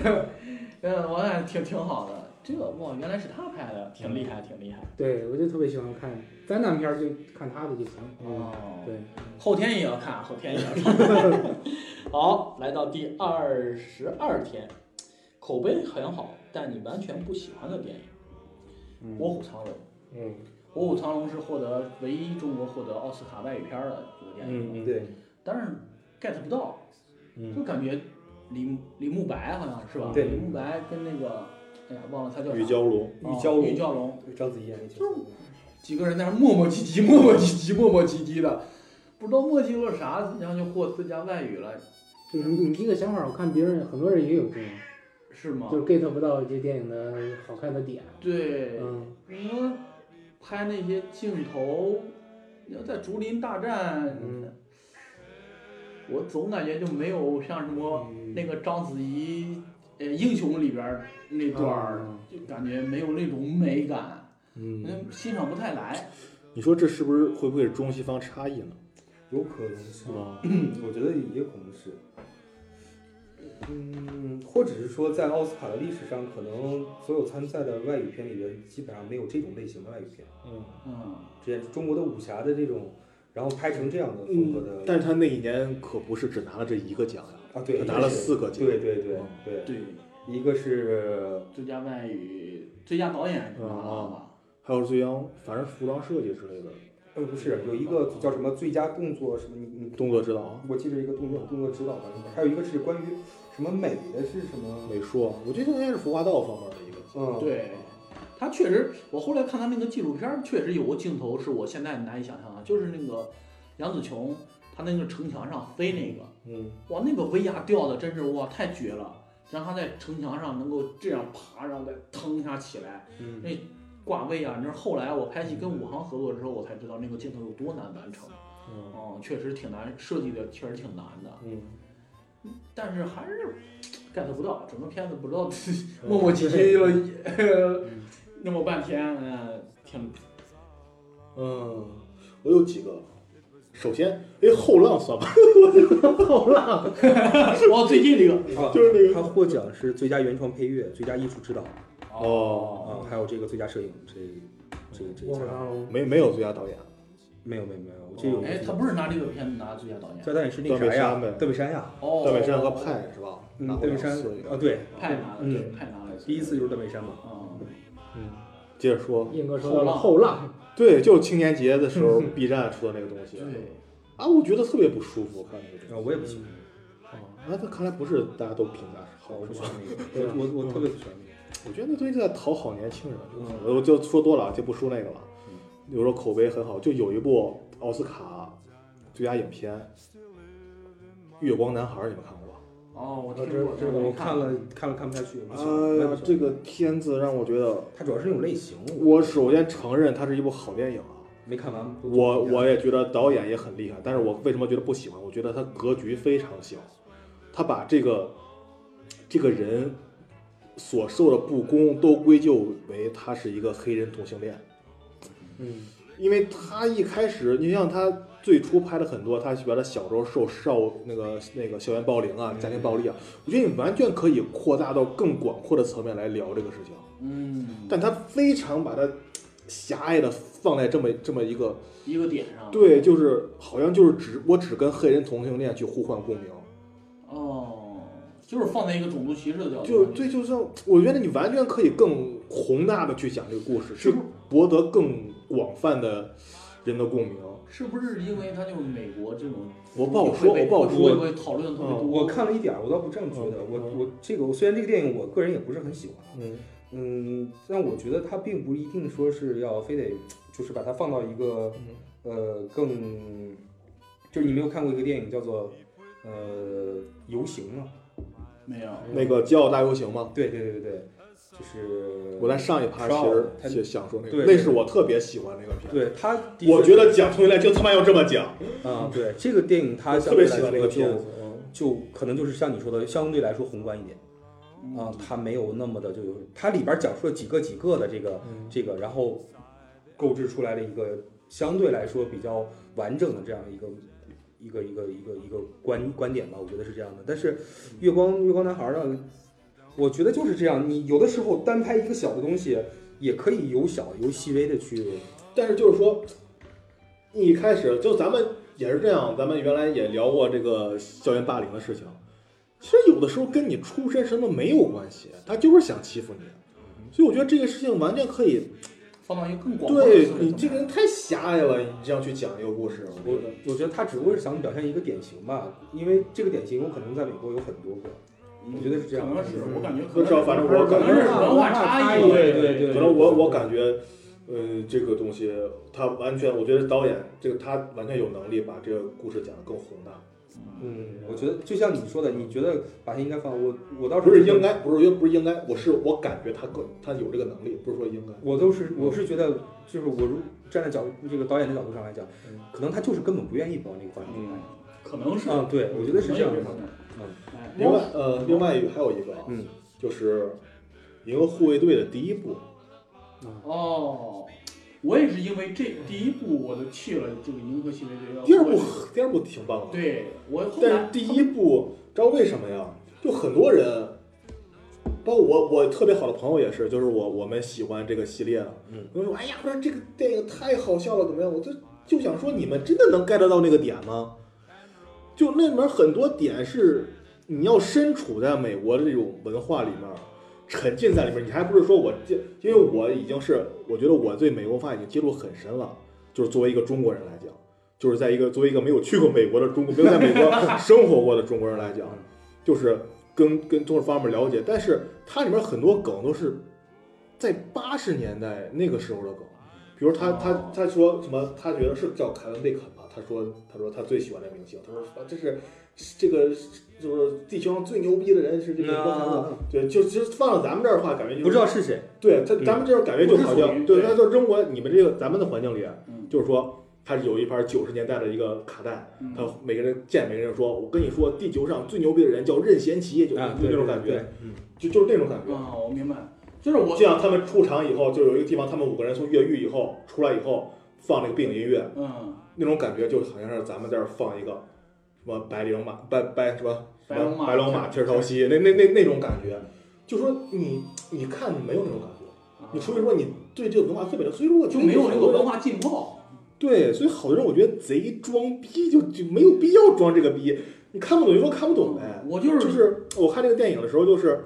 Speaker 1: 嗯，我感觉挺挺好的。这个哇，原来是他拍的，挺厉害，挺厉害。
Speaker 2: 对我就特别喜欢看灾难片儿，就看他的就行。
Speaker 3: 嗯
Speaker 1: 哦，
Speaker 2: 对，
Speaker 1: 后天也要看，后天也要看。 好，来到第二十二天，口碑很好，但你完全不喜欢的电影《
Speaker 4: 嗯
Speaker 1: 卧虎藏龙》。
Speaker 3: 嗯
Speaker 1: 《卧虎藏龙》是获得唯一中国获得奥斯卡外语片儿的一个电影，
Speaker 3: 嗯
Speaker 4: 对，
Speaker 1: 但是 get 不到，
Speaker 3: 嗯，
Speaker 1: 就感觉李李慕白好像是吧？
Speaker 4: 对
Speaker 1: 李慕白跟那个，哎呀，忘了他叫啥
Speaker 3: 玉嗯娇龙，
Speaker 1: 哦
Speaker 4: 玉娇龙
Speaker 1: 玉娇龙
Speaker 4: 就是章子怡演的角色。
Speaker 1: 就几个人在那儿磨磨唧唧、磨磨唧唧、磨磨唧唧的，不知道磨叽了啥，然后就获最佳外语了，
Speaker 2: 就是你你这个想法，我看别人很多人也有这样，
Speaker 1: 是吗
Speaker 2: 就？是 get 不到这电影的好看的点。
Speaker 1: 对，
Speaker 2: 嗯，
Speaker 1: 你说拍那些镜头，你要在竹林大战，
Speaker 2: 嗯
Speaker 1: 我总感觉就没有像什么
Speaker 3: 嗯
Speaker 1: 那个章子怡呃英雄里边儿那段儿，
Speaker 2: 嗯
Speaker 1: 就感觉没有那种美感，
Speaker 3: 嗯，
Speaker 1: 嗯，欣赏不太来。
Speaker 3: 你说这是不是会不会是中西方差异呢？
Speaker 4: 有可能是，
Speaker 3: 啊，
Speaker 4: 我觉得也可能是。嗯，或者是说，在奥斯卡的历史上，可能所有参赛的外语片里边，基本上没有这种类型的外语片。
Speaker 3: 嗯，
Speaker 1: 嗯，
Speaker 4: 这中国的武侠的这种，然后拍成这样的风格的、
Speaker 3: 嗯但是他那一年可不是只拿了这一个奖呀，
Speaker 4: 啊，对，
Speaker 3: 他拿了
Speaker 4: 是
Speaker 3: 四个奖。
Speaker 4: 对对
Speaker 3: 哦
Speaker 4: 对对，
Speaker 1: 对，
Speaker 4: 一个是
Speaker 1: 最佳外语、最佳导演
Speaker 2: 啊
Speaker 1: 啊拿了吧？
Speaker 3: 还有最佳，反正服装设计之类的
Speaker 4: 呃不是有一个叫什么最佳动作什么你你
Speaker 3: 动作指导啊、
Speaker 4: 我记得一个动作动作指导吧，还有一个是关于什么美的是什么，
Speaker 3: 美术啊，我觉得应该是服化道方面的一个。
Speaker 4: 嗯，
Speaker 1: 对，他确实，我后来看他那个纪录片儿，确实有个镜头是我现在难以想象的，就是那个杨紫琼，她那个城墙上飞那个，
Speaker 3: 嗯，
Speaker 1: 哇，那个威亚吊的真是哇太绝了，让她在城墙上能够这样爬，然后再腾一下起来，
Speaker 3: 嗯
Speaker 1: 那挂威亚，你知道后来我拍戏跟武行合作之后，我才知道那个镜头有多难完成，
Speaker 3: 嗯
Speaker 1: 哦、确实挺难，设计的确实挺难的，
Speaker 3: 嗯，
Speaker 1: 但是还是 get 不到，整个片子不知道
Speaker 3: 嗯
Speaker 1: 磨磨唧唧了 那么半天，呃，挺
Speaker 3: 嗯，我有几个。首先，哎，后浪算吧，
Speaker 1: 哦，最近这个
Speaker 4: 啊
Speaker 3: 就是那个
Speaker 4: 他获奖是最佳原创配乐、最佳艺术指导啊、
Speaker 3: 哦
Speaker 4: 嗯还有这个最佳摄影，这这这
Speaker 2: 卧
Speaker 4: 这
Speaker 2: 虎藏龙，
Speaker 3: 没没有最佳导演，
Speaker 4: 没有没有没有，这有
Speaker 1: 哎，他不是拿这个片子拿最佳导演
Speaker 4: 最佳导演是那
Speaker 3: 段
Speaker 4: 个啥
Speaker 3: 北山
Speaker 4: 呀
Speaker 3: 呗？
Speaker 4: 段北山呀，
Speaker 1: 哦，
Speaker 3: 段北山和派是吧？
Speaker 4: 嗯，
Speaker 3: 拿
Speaker 4: 段
Speaker 3: 过
Speaker 4: 北
Speaker 3: 两
Speaker 4: 山
Speaker 3: 次应该
Speaker 4: 啊，对，
Speaker 1: 派拿的，
Speaker 4: 嗯
Speaker 1: 对，派拿的
Speaker 4: 第一次就是段北山嘛。
Speaker 1: 嗯，
Speaker 3: 嗯，接着说，
Speaker 2: 硬哥说到了后浪，
Speaker 3: 对，就是青年节的时候，B 站出的那个东西
Speaker 1: 对，
Speaker 3: 啊，我觉得特别不舒服，看那个
Speaker 4: 啊，
Speaker 3: 东西。
Speaker 4: 我也不喜欢，
Speaker 3: 啊，那看来不是大家都评价是好
Speaker 4: 我不
Speaker 3: 是
Speaker 4: 喜
Speaker 3: 吧？
Speaker 4: 欢那个，
Speaker 3: 啊
Speaker 4: 我我
Speaker 3: 嗯
Speaker 4: 我特别不喜欢那个。
Speaker 3: 我觉得那东西在讨好年轻人，就
Speaker 4: 嗯
Speaker 3: 我我就说多了，就不说那个了。有时候口碑很好，就有一部奥斯卡最佳影片《月光男孩》，你们看过吧？
Speaker 1: 哦，我
Speaker 2: 我
Speaker 1: 听
Speaker 2: 知
Speaker 1: 过，
Speaker 2: 知
Speaker 1: 但
Speaker 2: 道
Speaker 1: 是
Speaker 4: 我
Speaker 1: 没
Speaker 4: 看
Speaker 1: 过
Speaker 4: 了看了看不下去，没喜欢我也不
Speaker 3: 呃
Speaker 4: 喜，欢
Speaker 3: 这个片子让我觉得，
Speaker 4: 它主要是那种类型，
Speaker 3: 我首先承认它是一部好电影啊。
Speaker 4: 没看完。不
Speaker 3: 我我也觉得导演也很厉害，但是我为什么觉得不喜欢？我觉得他格局非常小，他把这个这个人所受的不公都归咎为他是一个黑人同性恋，
Speaker 2: 嗯，
Speaker 3: 因为他一开始，你像他最初拍的很多，他原来小时候受少那个那个校园霸凌啊、家庭暴力
Speaker 1: 嗯
Speaker 3: 啊，我觉得你完全可以扩大到更广阔的层面来聊这个事情，
Speaker 1: 嗯，
Speaker 3: 但他非常把它狭隘的放在这么这么一个。
Speaker 1: 一个点上，
Speaker 3: 对，就是好像就是只我只跟黑人同性恋去互换共鸣，
Speaker 1: 啊哦，就是放在一个种族歧视的角度
Speaker 3: 就
Speaker 1: 上去，
Speaker 3: 对，就是我觉得你完全可以更宏大的去讲这个故事，
Speaker 1: 是
Speaker 3: 去
Speaker 1: 不是
Speaker 3: 博得更广泛的人的共鸣。
Speaker 1: 是不是因为他就是美国这种？
Speaker 3: 我不好说，
Speaker 1: 会
Speaker 3: 我
Speaker 1: 被
Speaker 3: 不好
Speaker 1: 会
Speaker 3: 说。
Speaker 1: 会讨论得特别多。
Speaker 3: 嗯
Speaker 4: 我看了一点儿，我倒不这么觉得。
Speaker 3: 嗯
Speaker 4: 我
Speaker 3: 嗯
Speaker 4: 我这个，我虽然这个电影我个人也不是很喜欢啊，
Speaker 3: 嗯
Speaker 4: 嗯，但我觉得它并不一定说是要非得就是把它放到一个
Speaker 3: 嗯
Speaker 4: 呃更，就是你没有看过一个电影叫做呃游行吗？
Speaker 1: 没有，
Speaker 3: 那个《骄傲大游行》吗？
Speaker 4: 对对对对对，就是
Speaker 3: 我在上一趴其
Speaker 4: Shaw，
Speaker 3: 实
Speaker 4: 他
Speaker 3: 也想说那个，
Speaker 4: 对
Speaker 3: 那
Speaker 4: 对
Speaker 3: 是我特别喜欢那个片。
Speaker 4: 对他的确，
Speaker 3: 我觉得讲同性恋就他妈要这么讲，
Speaker 4: 啊、对这个电影它
Speaker 3: 我
Speaker 4: 相
Speaker 3: 特
Speaker 4: 对
Speaker 3: 别
Speaker 4: 来
Speaker 3: 喜欢那
Speaker 4: 说
Speaker 3: 个片
Speaker 4: 就
Speaker 3: 子。嗯
Speaker 4: 就可能就是像你说的，相对来说宏观一点
Speaker 1: 嗯
Speaker 4: 啊、它没有那么的就有，它里边讲述了几个几个的这个
Speaker 3: 嗯
Speaker 4: 这个，然后构制出来了一个相对来说比较完整的这样一个一个一个一个一个观观点吧，我觉得是这样的。但是月光月光男孩呢，我觉得就是这样，你有的时候单拍一个小的东西，也可以由小由细微的去，
Speaker 3: 但是就是说，一开始就咱们也是这样，咱们原来也聊过这个校园霸凌的事情。其实有的时候跟你出身什么没有关系，他就是想欺负你。所以我觉得这个事情完全可以，
Speaker 1: 放到一个更广阔的
Speaker 3: 对
Speaker 1: 思维
Speaker 3: 你
Speaker 1: 层
Speaker 3: 这个人
Speaker 1: 面
Speaker 3: 太狭隘了，你这样去讲一个故事，我
Speaker 4: 我
Speaker 3: 觉得
Speaker 4: 我觉得他只不过是想表现一个典型吧，因为这个典型有可能在美国有很多个，我觉得是这样
Speaker 1: 可能是
Speaker 4: 嗯
Speaker 1: 我感觉
Speaker 3: 不
Speaker 1: 可
Speaker 3: 知道，
Speaker 1: 能
Speaker 3: 反正我
Speaker 1: 可
Speaker 3: 感
Speaker 1: 能是
Speaker 3: 觉，
Speaker 1: 文化差异。
Speaker 4: 对对对，
Speaker 3: 可能我我感觉，呃，这个东西他完全，我觉得导演这个他完全有能力把这个故事讲得更宏大。
Speaker 4: 嗯，我觉得就像你说的，你觉得把它应该放我，我倒是
Speaker 3: 不是
Speaker 4: 觉得
Speaker 3: 应，该，不是又不是应该，我是我感觉他更他有这个能力，不是说应该。
Speaker 4: 我都是我是觉得，就是我如站在角度这个导演的角度上来讲
Speaker 3: 嗯，
Speaker 4: 可能他就是根本不愿意往那个方向去
Speaker 3: 嗯
Speaker 1: 可能是
Speaker 4: 拍。啊，对，我觉得是这样的。嗯
Speaker 1: 的。
Speaker 3: 另外，呃，另外还有一个，
Speaker 4: 嗯，
Speaker 3: 就是《银河护卫队》的第一部，
Speaker 1: 哦，我也是因为这第一部我就去了这个银河系列队。
Speaker 3: 第二部第二部挺棒的，
Speaker 1: 对我后
Speaker 3: 但
Speaker 1: 来
Speaker 3: 是第一部知道为什么呀？就很多人，包括我，我特别好的朋友也是，就是我我们喜欢这个系列的，
Speaker 4: 嗯，
Speaker 3: 我说哎呀，不是这个电影太好笑了，怎么样？我就就想说，你们真的能 get 到那个点吗？就那里面很多点是你要身处在美国的这种文化里面，沉浸在里面，你还不是说我这，因为我已经是我觉得我对美国文化已经接触很深了，就是作为一个中国人来讲，就是在一个作为一个没有去过美国的中国，没有在美国生活过的中国人来讲，就是跟跟中国方面了解，但是它里面很多梗都是在八十年代那个时候的梗，比如
Speaker 4: 哦
Speaker 3: 他他他说什么，他觉得是叫凯文贝肯吧，他说他说他最喜欢的明星，他说啊这是这个就是地球上最牛逼的人是这个
Speaker 4: 嗯
Speaker 3: 包含了对，就其实放到咱们这儿的话，感觉就是
Speaker 4: 不知道是谁，
Speaker 3: 对他，咱们这种感觉就好
Speaker 1: 不知所
Speaker 3: 像，
Speaker 1: 云
Speaker 3: 对，
Speaker 1: 对
Speaker 3: 他就扔过来你们这个咱们的环境里，啊
Speaker 1: 嗯
Speaker 3: 就是说他有一盘九十年代的一个卡带，
Speaker 1: 嗯
Speaker 3: 他每个人见每个人说，我跟你说，地球上最牛逼的人叫任贤齐，就就
Speaker 4: 啊，
Speaker 3: 就
Speaker 4: 对
Speaker 3: 那种
Speaker 4: 对
Speaker 3: 感
Speaker 4: 对
Speaker 3: 觉，，
Speaker 4: 嗯，
Speaker 3: 就就是那种感觉。
Speaker 1: 啊，我明白，就是我
Speaker 3: 就像他们出场以后，就有一个地方，他们五个人从越狱以后出来以后放那个背景音乐，
Speaker 1: 嗯，
Speaker 3: 那种感觉就好像是咱们这儿放一个什么白龙马白白什么
Speaker 1: 白龙马
Speaker 3: 白龙马蹄儿朝西那那那那种感觉，就说你你看你没有那种感觉。你所以说你对这个文化特别的，所以说我觉
Speaker 1: 啊就
Speaker 3: 得
Speaker 1: 没有这个文
Speaker 3: 化。
Speaker 1: 化浸泡。
Speaker 3: 对，所以好多人我觉得贼装逼，就就没有必要装这个逼。你看不懂就说看不懂呗。
Speaker 1: 嗯我就是
Speaker 3: 就是我看这个电影的时候，就是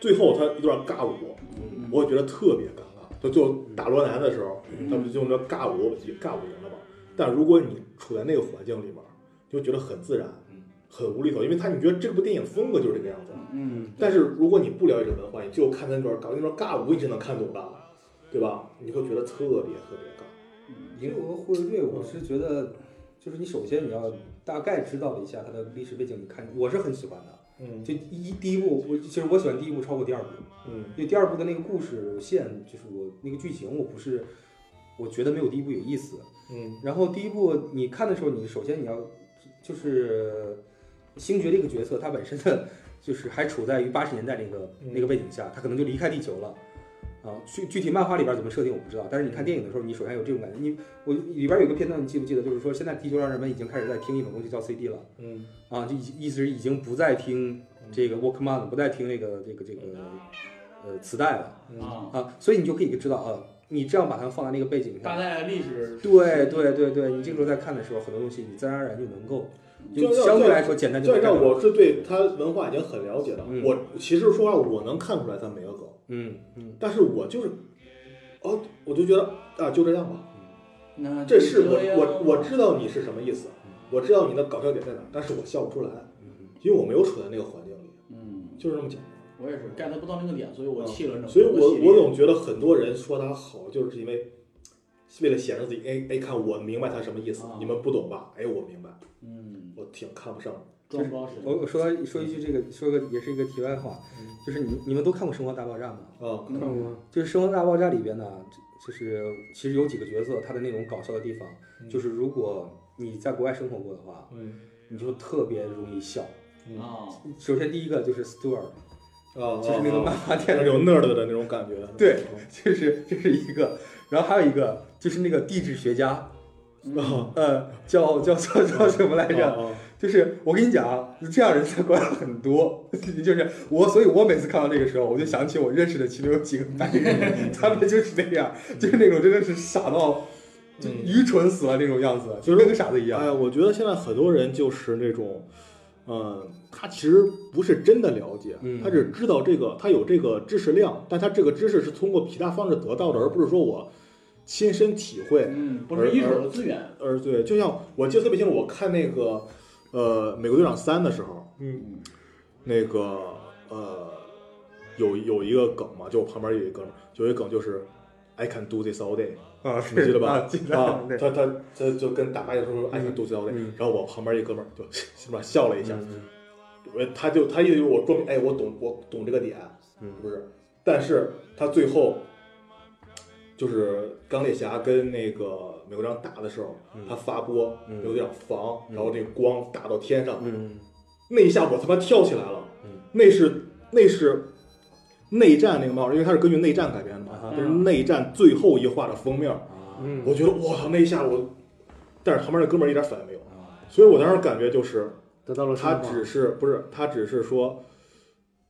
Speaker 3: 最后他一段尬舞，
Speaker 1: 嗯
Speaker 3: 我觉得特别尴尬。就最后打罗南的时候，他们就用这尬舞也尬舞赢了嘛。但如果你处在那个环境里面，就觉得很自然，很无厘头，因为他你觉得这部电影风格就是这个样子。
Speaker 1: 嗯，
Speaker 3: 但是如果你不了解这文化，你就看他那段尬那段尬舞，你是能看懂的，对吧？你会觉得特别特别尬。
Speaker 4: 银河护卫队，我是觉得就是你首先你要大概知道一下它的历史背景，你看我是很喜欢的。
Speaker 3: 嗯
Speaker 4: 就一第一部，我其实我喜欢第一部超过第二部，
Speaker 3: 嗯
Speaker 4: 因为第二部的那个故事线，就是我那个剧情，我不是我觉得没有第一部有意思。
Speaker 3: 嗯
Speaker 4: 然后第一部你看的时候，你首先你要就是星爵这个角色，他本身的就是还处在于八十年代那个、
Speaker 3: 嗯
Speaker 4: 那个背景下，他可能就离开地球了。啊，具具体漫画里边怎么设定我不知道，但是你看电影的时候，你首先有这种感觉。你我里边有一个片段，你记不记得？就是说现在地球上人们已经开始在听一种东西叫 CD 了，
Speaker 3: 嗯
Speaker 4: 啊，就已意思是已经不再听这个 Walkman 了，不再听那个这个这个呃磁带了
Speaker 3: 嗯
Speaker 1: 啊，
Speaker 4: 啊，所以你就可以知道啊，你这样把它放在那个背景
Speaker 1: 大
Speaker 4: 下，
Speaker 1: 概历史
Speaker 4: 对对对对，你这个时候在看的时候，很多东西你自然而然就能够，
Speaker 3: 就
Speaker 4: 就
Speaker 3: 让
Speaker 4: 相对来说简单就
Speaker 3: 这
Speaker 4: 能
Speaker 3: 一让
Speaker 4: 看到
Speaker 3: 我是对他文化已经很了解了。
Speaker 4: 嗯
Speaker 3: 我其实说实话，啊我能看出来他没有梗，
Speaker 4: 嗯嗯，
Speaker 3: 但是啊我就是，哦，我就觉得啊，就这样吧。
Speaker 1: 那
Speaker 3: 这是我
Speaker 1: 样
Speaker 3: 我我知道你是什么意思
Speaker 4: 嗯，
Speaker 3: 我知道你的搞笑点在哪，但是我笑不出来，
Speaker 4: 嗯
Speaker 3: 因为我没有处在那个环境里，
Speaker 1: 嗯，
Speaker 3: 就是这么简单。
Speaker 1: 我也是 get 不到那个点，所以我弃了整个
Speaker 3: 嗯所以我
Speaker 1: 系列
Speaker 3: 我总觉得很多人说他好，就是因为为了显示自己，哎哎，看我明白他什么意思
Speaker 1: 啊，
Speaker 3: 你们不懂吧？哎，我明白，
Speaker 1: 嗯
Speaker 3: 我挺看不上的。
Speaker 1: 装不着神，
Speaker 4: 我我说到说一句这个，说个也是一个题外话
Speaker 3: 嗯，
Speaker 4: 就是你你们都看过《生活大爆炸》吗？
Speaker 3: 啊，
Speaker 2: 看
Speaker 1: 嗯
Speaker 2: 过吗？
Speaker 4: 就是《生活大爆炸》里边呢，就是其实有几个角色他的那种搞笑的地方，就是如果你在国外生活过的话，
Speaker 3: 嗯
Speaker 4: 你就特别容易笑。
Speaker 3: 嗯啊
Speaker 1: 啊，
Speaker 4: 首先第一个就是 Stuart，
Speaker 3: 啊，
Speaker 4: 就是那个漫画店
Speaker 3: 那
Speaker 4: 的，
Speaker 3: 种 nerd 的那种感觉。
Speaker 4: 对就是这是一个，然后还有一个就是那个地质学家，
Speaker 1: 嗯
Speaker 4: 呃，叫叫叫叫什么来
Speaker 3: 啊，
Speaker 4: 着？
Speaker 3: 啊
Speaker 4: 就是我跟你讲啊，这样人在国外很多， 就是我，所以我每次看到这个时候，我就想起我认识的其中有几个 白人，他们就是那样，就是那种真的是傻到就
Speaker 3: 嗯
Speaker 4: 愚蠢死了那种样子，
Speaker 3: 就
Speaker 4: 就
Speaker 3: 是
Speaker 4: 跟个傻子一样
Speaker 3: 哎。呀，我觉得现在很多人就是那种，嗯，他其实不是真的了解，
Speaker 4: 嗯
Speaker 3: 他只知道这个，他有这个知识量，但他这个知识是通过其他方式得到的，而不是说我亲身体会。
Speaker 1: 嗯，不是一手的资源，
Speaker 3: 而对，就像我记得特别清楚，我看那个呃《美国队长三》的时候，
Speaker 4: 嗯
Speaker 1: 嗯
Speaker 3: 那个呃有有一个梗嘛，就我旁边有一个梗，有一个梗就是 I can do this all day。
Speaker 4: 啊，
Speaker 3: 你记得吧
Speaker 4: 啊记得
Speaker 3: 啊，
Speaker 4: 对
Speaker 3: 他他他就跟打麻将说爱看肚子腰的，
Speaker 4: 嗯
Speaker 3: 然后我旁边一哥们儿就 是吧笑了一下，
Speaker 4: 嗯
Speaker 3: 我他就他意思就是我装哎我懂我懂这个点，
Speaker 4: 嗯
Speaker 3: 是不是？但是他最后就是钢铁侠跟那个美国队长打的时候，
Speaker 4: 嗯
Speaker 3: 他发波，
Speaker 4: 嗯
Speaker 3: 美国队长防，
Speaker 4: 嗯
Speaker 3: 然后那光打到天上，
Speaker 4: 嗯
Speaker 3: 那一下我他妈跳起来了，
Speaker 4: 嗯
Speaker 3: 那是那是。内战那个漫画，因为它是根据内战改编的
Speaker 4: 啊
Speaker 3: 嘛
Speaker 4: 哈，
Speaker 3: 这是内战最后一话的封面，
Speaker 4: 啊
Speaker 2: 嗯，
Speaker 3: 我觉得我操那一下我，但是旁边那哥们儿一点反应没有，
Speaker 4: 啊，
Speaker 3: 所以我当时感觉就是
Speaker 2: 得到了
Speaker 3: 他
Speaker 2: 升华
Speaker 3: 只是不是他只是说，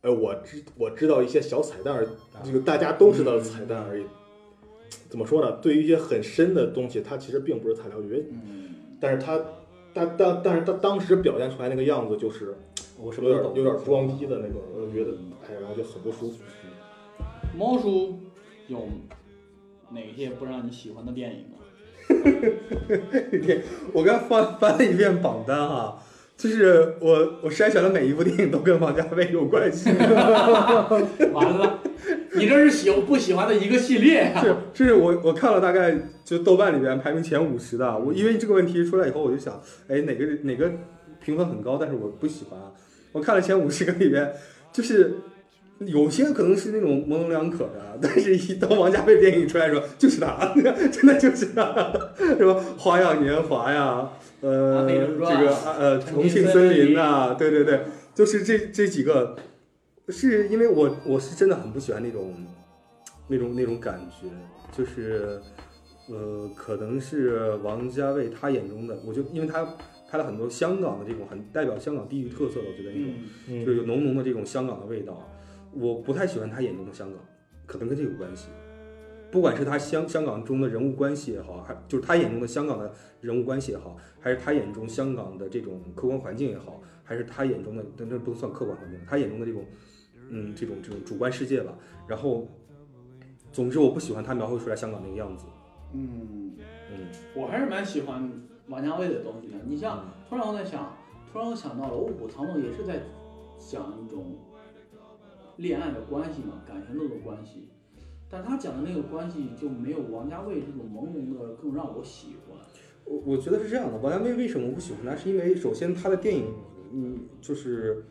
Speaker 3: 哎，我知我知道一些小彩蛋儿，这个大家都知道的彩蛋而已。怎么说呢？对于一些很深的东西，他其实并不是太了解，
Speaker 1: 嗯，
Speaker 3: 但是他。但但但是他当时表现出来那个样子，就是
Speaker 4: 我什么
Speaker 3: 有
Speaker 4: 都
Speaker 3: 点有
Speaker 4: 懂，
Speaker 3: 点装逼的那种，我觉得哎，然后就很不舒服。
Speaker 1: 猫叔有哪些不让你喜欢的电 影吗？
Speaker 4: 我刚翻翻了一遍榜单啊，就是我我筛选的每一部电影都跟王家卫有关系，
Speaker 1: 完了，你这是喜不喜欢的一个系列呀、
Speaker 4: 是就是我我看了大概就豆瓣里边排名前五十的，我因为这个问题出来以后，我就想，哎哪个哪个评分很高，但是我不喜欢啊，我看了前五十个里边，就是。有些可能是那种模棱两可的，啊但是一到王家卫电影出来说，就是他， 真的就是他， 什么《花样年华》呀，呃，
Speaker 1: 啊黑
Speaker 4: 这
Speaker 1: 龙江
Speaker 4: 个啊呃《
Speaker 1: 重
Speaker 4: 重
Speaker 1: 庆
Speaker 4: 庆
Speaker 1: 森
Speaker 4: 森林》
Speaker 1: 林
Speaker 4: 呐，对对对，就是这这几个，是因为我我是真的很不喜欢那种那种那种感觉，就是呃，可能是王家卫他眼中的，我觉得因为他拍了很多香港的这种很代表香港地域特色的，我觉得那种、
Speaker 1: 嗯，
Speaker 4: 就是有浓浓的这种香港的味道，啊我不太喜欢他眼中的香港，可能跟这有关系。不管是他香香港中的人物关系也好，还就是他眼中的香港的人物关系也好，还是他眼中香港的这种客观环境也好，还是他眼中的那那不能算客观环境，他眼中的这种嗯这种这种主观世界吧。然后，总之我不喜欢他描绘出来香港那个样子。
Speaker 1: 嗯，
Speaker 4: 嗯，
Speaker 1: 我还是蛮喜欢王家卫的东西的。你像，突然我在想，突然我想到了《卧虎藏龙》也是在讲一种恋爱的关系嘛，感情那种关系，但他讲的那个关系就没有王家卫这种朦胧的更让我喜欢。
Speaker 4: 我我觉得是这样的，王家卫为什么我不喜欢他，是因为首先他的电影，嗯，就是，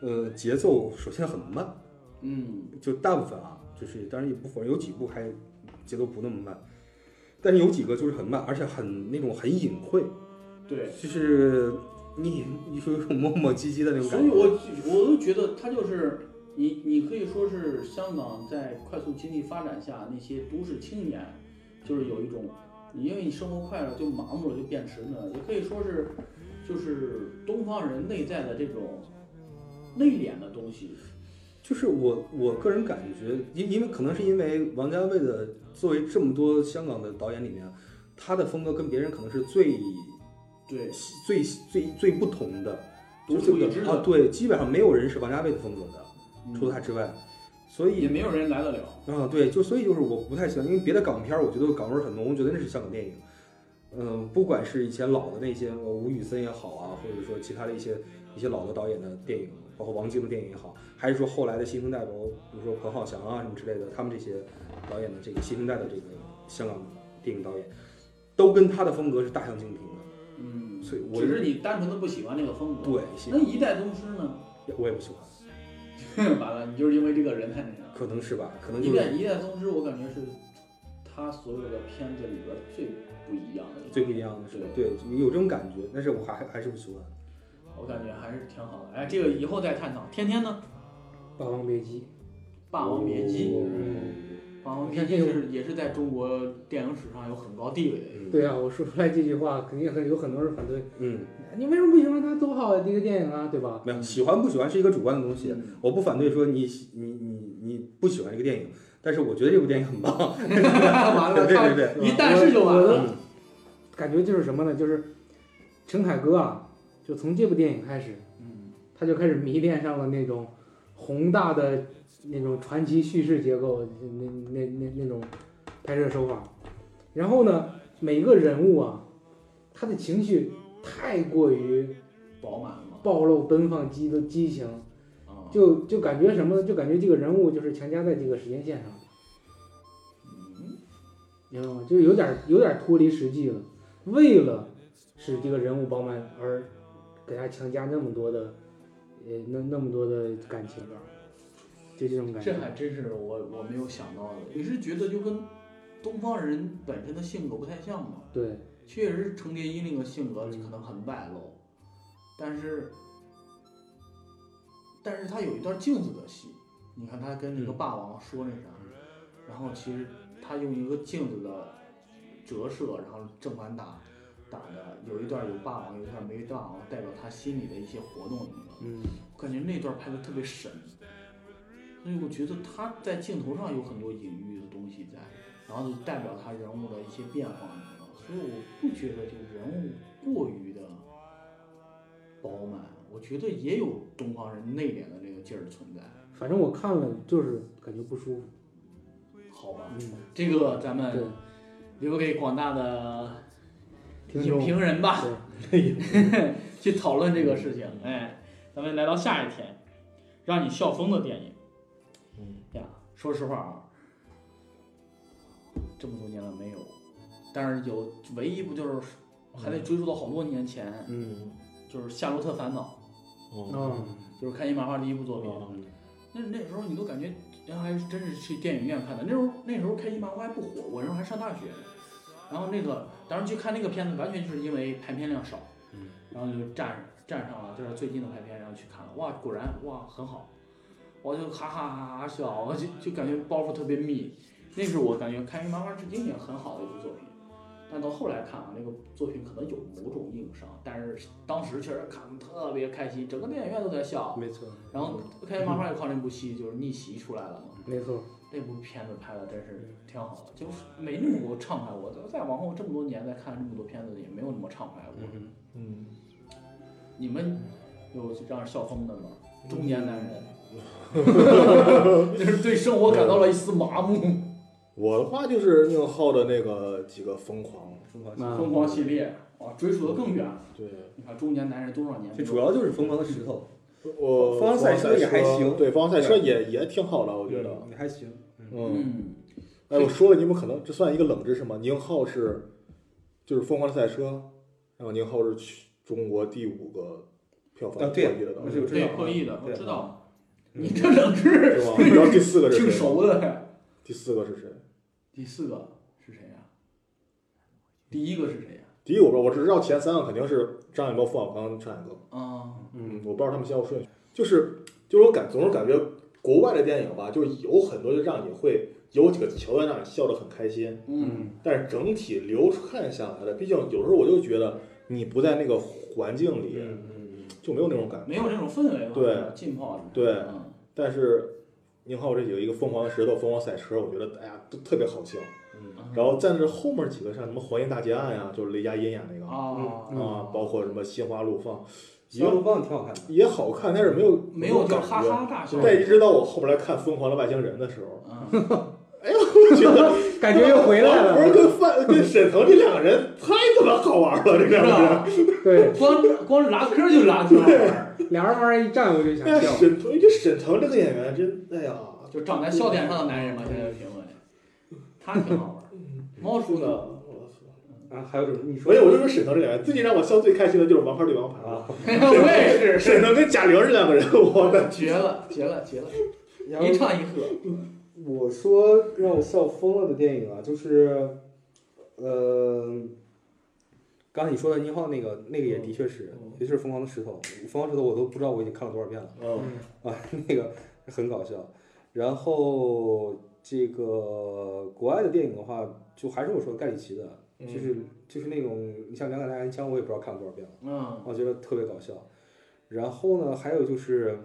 Speaker 4: 呃，节奏首先很慢，
Speaker 1: 嗯，
Speaker 4: 就大部分啊，就是当然也不否认有几部还节奏不那么慢，但是有几个就是很慢，而且很那种很隐晦，
Speaker 1: 对。
Speaker 4: 就是你你说有种磨磨唧唧的那种
Speaker 1: 所
Speaker 4: 感
Speaker 1: 以
Speaker 4: 觉。
Speaker 1: 我我都觉得他就是你，你可以说是香港在快速经济发展下，那些都市青年就是有一种，你因为你生活快了就麻木了，就变沉了，也可以说是就是东方人内在的这种内敛的东西。
Speaker 4: 就是我我个人感觉，因因为可能是因为王家卫的作为这么多香港的导演里面，他的风格跟别人可能是最
Speaker 1: 对，
Speaker 4: 最最最不同的，
Speaker 1: 独
Speaker 4: 这
Speaker 1: 树
Speaker 4: 个
Speaker 1: 一帜的
Speaker 4: 啊，对，基本上没有人是王家卫的风格的，
Speaker 1: 嗯
Speaker 4: 除了他之外，所以
Speaker 1: 也没有人来得了。
Speaker 4: 啊，对，就所以就是我不太喜欢，因为别的港片儿我觉得港味儿很浓，我觉得那是香港电影。嗯，不管是以前老的那些呃吴宇森也好啊，或者说其他的一些一些老的导演的电影，包括王晶的电影也好，还是说后来的新生代，包括比如说彭浩翔啊什么之类的，他们这些导演的这个新生代的这个香港电影导演，都跟他的风格是大相径庭的。
Speaker 1: 嗯，
Speaker 4: 所以我
Speaker 1: 只是你单纯的不喜欢这个风格。
Speaker 4: 对，
Speaker 1: 那一代宗师 呢？
Speaker 4: 我也不喜欢，
Speaker 1: 完了，你就是因为这个人太那啥。
Speaker 4: 可能是吧，可能
Speaker 1: 一
Speaker 4: 就
Speaker 1: 代
Speaker 4: 是
Speaker 1: 一代宗师，我感觉是他所有的片子里边最不一样的一个。
Speaker 4: 最不一样的是，对，有这种感觉，但是我还还是不喜欢。
Speaker 1: 我感觉还是挺好的。哎，这个以后再探讨。天天呢，
Speaker 2: 霸王别姬》。
Speaker 1: 《霸王别姬》
Speaker 4: 嗯
Speaker 1: 霸王别姬》是也是在中国电影史上有很高地位的。
Speaker 4: 嗯
Speaker 2: 对啊，我说出来这句话，肯定很有很多人反对。
Speaker 4: 嗯，
Speaker 2: 你为什么不喜欢他？多好的一个电影啊，对吧？
Speaker 4: 没有喜欢不喜欢是一个主观的东西，
Speaker 1: 嗯
Speaker 4: 我不反对说你喜你你你不喜欢这个电影，但是我觉得这部电影很棒。
Speaker 1: 嗯
Speaker 2: 完了，
Speaker 4: 对
Speaker 2: 他
Speaker 4: 对对，
Speaker 1: 一但是就完了
Speaker 2: 我我的
Speaker 4: 嗯
Speaker 2: 感觉就是什么呢？就是陈凯歌啊，就从这部电影开始，
Speaker 1: 嗯，
Speaker 2: 他就开始迷恋上了那种宏大的那种传奇叙事结构，那那那那种拍摄手法。然后呢，每个人物啊，他的情绪太过于
Speaker 1: 饱满了嘛。
Speaker 2: 暴露、奔放、激的激情，
Speaker 1: 啊，
Speaker 2: 就就感觉什么呢？就感觉这个人物就是强加在这个时间线上，
Speaker 1: 嗯
Speaker 2: 你知道吗？啊就是有点有点脱离实际了。为了使这个人物饱满而给他强加那么多的，呃，那那么多的感情，啊就这种感觉
Speaker 1: 这。还真是我我没有想到的。你是觉得就跟东方人本身的性格不太像吗？
Speaker 2: 对，
Speaker 1: 确实，程蝶衣那个性格可能很外露，但是，但是他有一段镜子的戏，你看他跟那个霸王说那啥，然后其实他用一个镜子的折射，然后正反打打的，有一段有霸王，有一段没霸王，代表他心里的一些活动什么的。
Speaker 2: 嗯，
Speaker 1: 我感觉那段拍的特别神，所以我觉得他在镜头上有很多隐喻的东西在，然后就代表他人物的一些变化什么的，所以我不觉得就人物过于的饱满，我觉得也有东方人内敛的那个劲儿存在，
Speaker 2: 反正我看了就是感觉不舒服。
Speaker 1: 好吧？
Speaker 2: 嗯，
Speaker 1: 这个咱
Speaker 2: 对
Speaker 1: 们，留给广大的
Speaker 2: 挺
Speaker 1: 影评啊人吧。
Speaker 2: 对，
Speaker 1: 去讨论
Speaker 3: 嗯
Speaker 1: 这个事情。哎，咱们来到下一天，让你笑疯的电影。嗯呀，说实话啊，这么多年了没有，但是有唯一不就是还得追溯到好多年前，
Speaker 3: 嗯
Speaker 1: 就是《夏洛特烦恼
Speaker 4: 哦
Speaker 2: 嗯，》，
Speaker 1: 就是开心麻花第一部作品。
Speaker 3: 哦
Speaker 1: 那那时候你都感觉，然后还真是去电影院看的。那时候那时候开心麻花还不火，我那时候还上大学。然后那个当时去看那个片子，完全就是因为排片量少，
Speaker 4: 嗯
Speaker 1: 然后就站站上了，就是最近的排片，然后去看了。哇，果然哇很好，我就哈哈哈哈笑，我就就感觉包袱特别密。那是我感觉开心麻花至今也很好的一部作品。但到后来看啊，那个作品可能有某种硬伤，但是当时确实看的特别开心，整个电影院都在
Speaker 2: 嗯
Speaker 1: 笑。
Speaker 4: 没错。
Speaker 1: 然后开心麻花也靠那部戏就是逆袭出来了嘛，
Speaker 2: 没错。
Speaker 1: 那部片子拍的真是挺好的，就是没那么畅快过。再往后这么多年再看这么多片子，也没有那么畅快过。
Speaker 4: 嗯
Speaker 3: 嗯，
Speaker 1: 你们有让人笑疯的吗？中年男人，就是对生活感到了一丝麻木。
Speaker 3: 我的话就是宁浩的那个几个疯狂，
Speaker 4: 疯狂，
Speaker 2: 嗯
Speaker 1: 疯狂系列啊，追溯的更远。
Speaker 3: 对，
Speaker 1: 你看中年男人多少年没
Speaker 4: 这
Speaker 1: 有？
Speaker 4: 主要就是疯狂的石头，
Speaker 3: 我
Speaker 4: 方赛车也还行
Speaker 3: 对，方赛车也也挺好的，我觉得，
Speaker 4: 嗯还行。嗯
Speaker 3: 嗯，
Speaker 1: 嗯，
Speaker 3: 哎，我说了，你们可能这算一个冷知识吗？宁浩是就是《疯狂的赛车》，然后宁浩是去中国第五个票
Speaker 4: 啊
Speaker 3: 房
Speaker 4: 对
Speaker 3: 破亿的导
Speaker 4: 那是
Speaker 3: 演，
Speaker 4: 我知
Speaker 1: 对
Speaker 4: 道，
Speaker 1: 破亿的，我
Speaker 4: 对
Speaker 1: 知道。
Speaker 4: 嗯
Speaker 1: 你这冷知
Speaker 3: 是吧？然后第四个
Speaker 1: 识
Speaker 3: 是
Speaker 1: 挺
Speaker 3: 谁？
Speaker 1: 熟的还。
Speaker 3: 第四个是谁？
Speaker 1: 第四个是谁呀、第一个是谁呀、
Speaker 3: 第一个我不知道，我只知道前三个肯定是张艺谋、冯小刚、陈凯歌。
Speaker 1: 啊？
Speaker 3: 嗯，我不知道他们先后顺序，就是就是我感总是感觉国外的电影吧，就是有很多就让你会有几个桥段让你笑得很开心，
Speaker 1: 嗯，
Speaker 3: 但是整体流看下来的，毕竟有时候我就觉得你不在那个环境里，
Speaker 4: 嗯嗯
Speaker 3: 就没有那种感觉。
Speaker 1: 没有这种氛围吧？
Speaker 3: 对，
Speaker 1: 浸泡着。
Speaker 3: 对
Speaker 1: 嗯，
Speaker 3: 但是宁浩这有一个疯狂的石头、疯狂赛车，我觉得哎呀都特别好笑。
Speaker 4: 嗯
Speaker 3: 然后在这后面几个像什么《黄金大劫案》呀，就是雷佳音演那个
Speaker 1: 啊，
Speaker 2: 嗯
Speaker 3: 啊，包括什么《心花怒放》
Speaker 4: 嗯，小鲁棒挺好看的，
Speaker 3: 也也好看，但是没有
Speaker 1: 没有
Speaker 3: 感
Speaker 1: 叫
Speaker 3: 觉。
Speaker 1: 哈哈大笑。
Speaker 3: 但一直到我后边来看《疯狂的外星人》的时候，
Speaker 1: 嗯，
Speaker 3: 我觉得
Speaker 2: 感觉又回来
Speaker 3: 不是
Speaker 2: 了。
Speaker 3: 跟范跟沈腾这两个人太他妈好玩了，这两个人。
Speaker 1: 是
Speaker 2: 对
Speaker 1: 吧？，光光拉嗑就拉嗑玩，
Speaker 2: 俩人往那一站，我就想
Speaker 3: 哎呀，
Speaker 2: 笑。
Speaker 3: 沈腾，这沈腾这个演员真，哎呀，
Speaker 1: 就长在笑点上的男人嘛，现在的评论，他挺好玩。
Speaker 4: 嗯
Speaker 1: 猫叔
Speaker 3: 真的，
Speaker 1: 呢？
Speaker 3: 我操！
Speaker 4: 啊，还有什么？你说
Speaker 3: 所以我就说沈腾这两个人，最近让我笑最开心的就是《王牌对王牌》了。
Speaker 4: 啊，
Speaker 1: 我也是，
Speaker 3: 沈腾跟贾玲这两个人，嗯我的
Speaker 1: 绝了，绝了，绝了，
Speaker 4: 然
Speaker 1: 一
Speaker 4: 后
Speaker 1: 唱一和。
Speaker 4: 我说让我笑疯了的电影啊，就是，呃，刚才你说的宁浩那个那个也的确是，也就是《疯狂的石头》，《疯狂石头》我都不知道我已经看了多少遍了。
Speaker 3: 嗯，
Speaker 4: 那个很搞笑。然后这个国外的电影的话，就还是我说的盖里奇的，就是就是那种你像《两杆大烟枪》，我也不知道看了多少遍了，
Speaker 1: 嗯，
Speaker 4: 我觉得特别搞笑。然后呢，还有就是，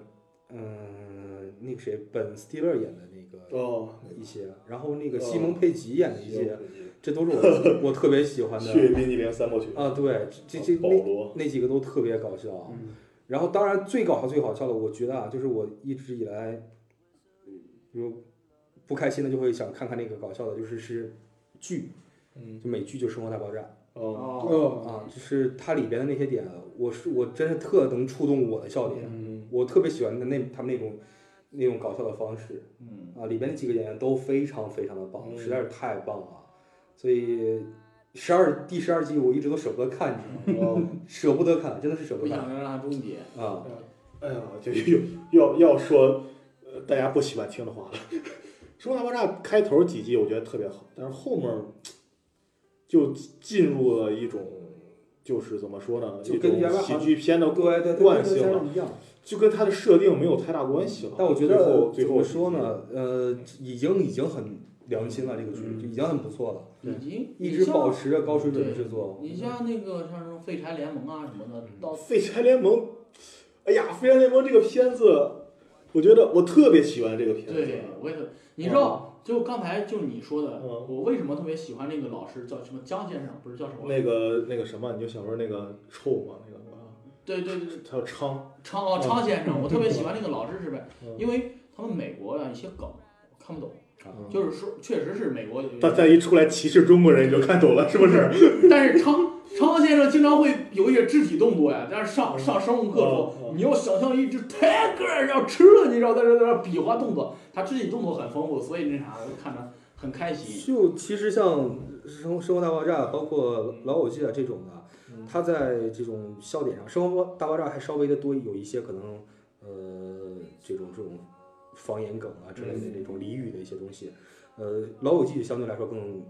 Speaker 4: 嗯，那个谁，本·斯蒂勒演的那个
Speaker 3: 哦，
Speaker 4: 一些，然后那个
Speaker 3: 哦
Speaker 4: 西蒙·佩吉演的一些，这都是我我特别喜欢
Speaker 3: 血
Speaker 4: 的
Speaker 3: 雨冰激凌三部曲，
Speaker 4: 啊。对，这这
Speaker 3: 保
Speaker 4: 那
Speaker 3: 罗，
Speaker 4: 那几个都特别搞笑。啊
Speaker 2: 嗯
Speaker 4: 然后当然最搞笑最好笑的，我觉得啊，就是我一直以来，
Speaker 3: 嗯
Speaker 4: 比如不开心的就会想看看那个搞笑的，就是是剧，
Speaker 3: 嗯，
Speaker 4: 就美剧就《生活大爆炸》
Speaker 3: 哦，
Speaker 1: 哦，
Speaker 2: 哦，
Speaker 4: 啊，就是它里边的那些点，我是我真是特能触动我的笑点，
Speaker 3: 嗯，
Speaker 4: 我特别喜欢的那他们那种那种搞笑的方式
Speaker 1: 嗯，
Speaker 4: 啊，里边那几个演员都非常非常的棒，
Speaker 3: 嗯
Speaker 4: 实在是太棒了，所以十二第十二季我一直都舍不得看，你知道吗？
Speaker 3: 哦，
Speaker 4: 舍不得看，真的是舍不
Speaker 1: 不
Speaker 4: 得看
Speaker 1: 想让它终结。
Speaker 4: 啊。
Speaker 3: 哎呀，就又要要说，呃，大家不喜欢听的话了。 《生活大爆炸》开头几集我觉得特别好，但是后面儿就进入了一种，就是怎么说呢，
Speaker 4: 就
Speaker 3: 一
Speaker 4: 跟原
Speaker 3: 种
Speaker 4: 来
Speaker 3: 喜
Speaker 4: 好
Speaker 3: 剧片的，
Speaker 4: 对对对，
Speaker 3: 惯
Speaker 4: 跟
Speaker 3: 性
Speaker 4: 咱
Speaker 3: 了
Speaker 4: 们一样。
Speaker 3: 就跟它的设定没有太大关系了。
Speaker 4: 但我
Speaker 3: 最
Speaker 4: 觉得
Speaker 3: 后
Speaker 4: 怎
Speaker 3: 最后
Speaker 4: 么
Speaker 3: 几
Speaker 4: 说
Speaker 3: 集？嗯
Speaker 4: 呢？呃，已经已经很良心了，这个剧就已经很不错了，
Speaker 1: 已经
Speaker 4: 一直保
Speaker 1: 像
Speaker 4: 持着高水准的制作。嗯
Speaker 1: 你像那个像什么废柴联盟啊什么的，到
Speaker 3: 废柴联盟，哎呀，废柴联盟这个片子，我觉得我特别喜欢这个片子。
Speaker 1: 对我也是，你知道，就刚才就你说的，
Speaker 3: 嗯
Speaker 1: 我为什么特别喜欢那个老师叫什么江先生，不是叫什么？
Speaker 3: 那个那个什么，你就想说那个臭嘛，那个啊
Speaker 1: 对对对，
Speaker 3: 他叫昌，
Speaker 1: 昌
Speaker 4: 嗯
Speaker 1: 哦昌先生，我特别喜欢那个老师是呗，
Speaker 3: 嗯
Speaker 1: 因为他们美国啊的一些梗我看不懂，
Speaker 4: 啊
Speaker 3: 嗯
Speaker 1: 就是说确实是美国有，
Speaker 3: 他再一出来歧视中国人，你就看懂了，是不是？
Speaker 1: 但是昌昌先生经常会有一些肢体动作呀，但是上上生物课的时候，
Speaker 3: 嗯嗯
Speaker 1: 你要想象一只 tiger 要吃了你，然后在这在这比划动作，他肢体动作很丰富，所以那啥我看着很开心。
Speaker 4: 就其实像《生生活大爆炸》，包括《老友记》啊这种的，它在这种笑点上，《生活大爆炸》还稍微的多有一些可能，呃，这种这种方言梗啊之类
Speaker 1: 嗯
Speaker 4: 的这种俚语的一些东西。呃，《老友记》相对来说更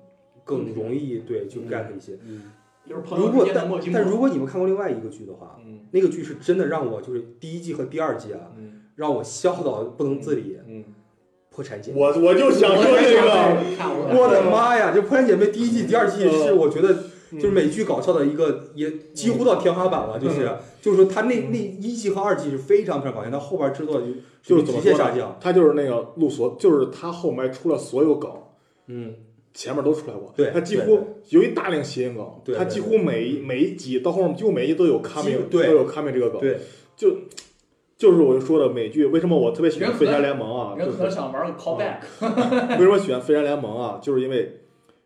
Speaker 4: 更容易对去
Speaker 3: 嗯
Speaker 4: get 一些。
Speaker 3: 嗯
Speaker 1: 就是朋
Speaker 4: 如
Speaker 1: 友之
Speaker 4: 果
Speaker 1: 间的
Speaker 4: 但
Speaker 1: 默契默
Speaker 4: 但
Speaker 1: 契
Speaker 4: 如果你们看过另外一个剧的话，
Speaker 3: 嗯
Speaker 4: 那个剧是真的让我就是第一季和第二季啊，
Speaker 3: 嗯
Speaker 4: 让我笑到不能自理。
Speaker 3: 嗯，
Speaker 4: 破产姐妹，
Speaker 3: 我我就想说这个，
Speaker 1: 看我
Speaker 4: 我的妈呀！就破产姐妹第一季、第二季也是
Speaker 3: 嗯
Speaker 4: 我觉得就是美剧搞笑的一个，也几乎到天花板了。就是就是说，它那那一季和二季是非常非常搞笑，但后边制作
Speaker 3: 就
Speaker 4: 就是
Speaker 3: 怎
Speaker 4: 直
Speaker 3: 么
Speaker 4: 接
Speaker 3: 说呢
Speaker 4: 下降。
Speaker 3: 他就是那个陆索，就是他后面出了所有梗，
Speaker 4: 嗯，
Speaker 3: 前面都出来过，
Speaker 4: 对
Speaker 3: 他几
Speaker 4: 对
Speaker 3: 乎由于大量谐音梗
Speaker 4: 对，
Speaker 3: 他
Speaker 4: 对
Speaker 3: 几乎
Speaker 4: 对
Speaker 3: 每一每一集到后面几乎每一集都有 coming，都
Speaker 4: 对
Speaker 3: 有 coming 这个梗，
Speaker 4: 对，
Speaker 3: 就是我就说的美剧，为什么我特别喜欢《
Speaker 1: 人
Speaker 3: 飞
Speaker 1: 和
Speaker 3: 侠联盟》啊？
Speaker 1: 人
Speaker 3: 就
Speaker 1: 可能
Speaker 3: 是
Speaker 1: 想玩个 callback，
Speaker 3: 为什么喜欢《飞侠联盟》啊？就是因为《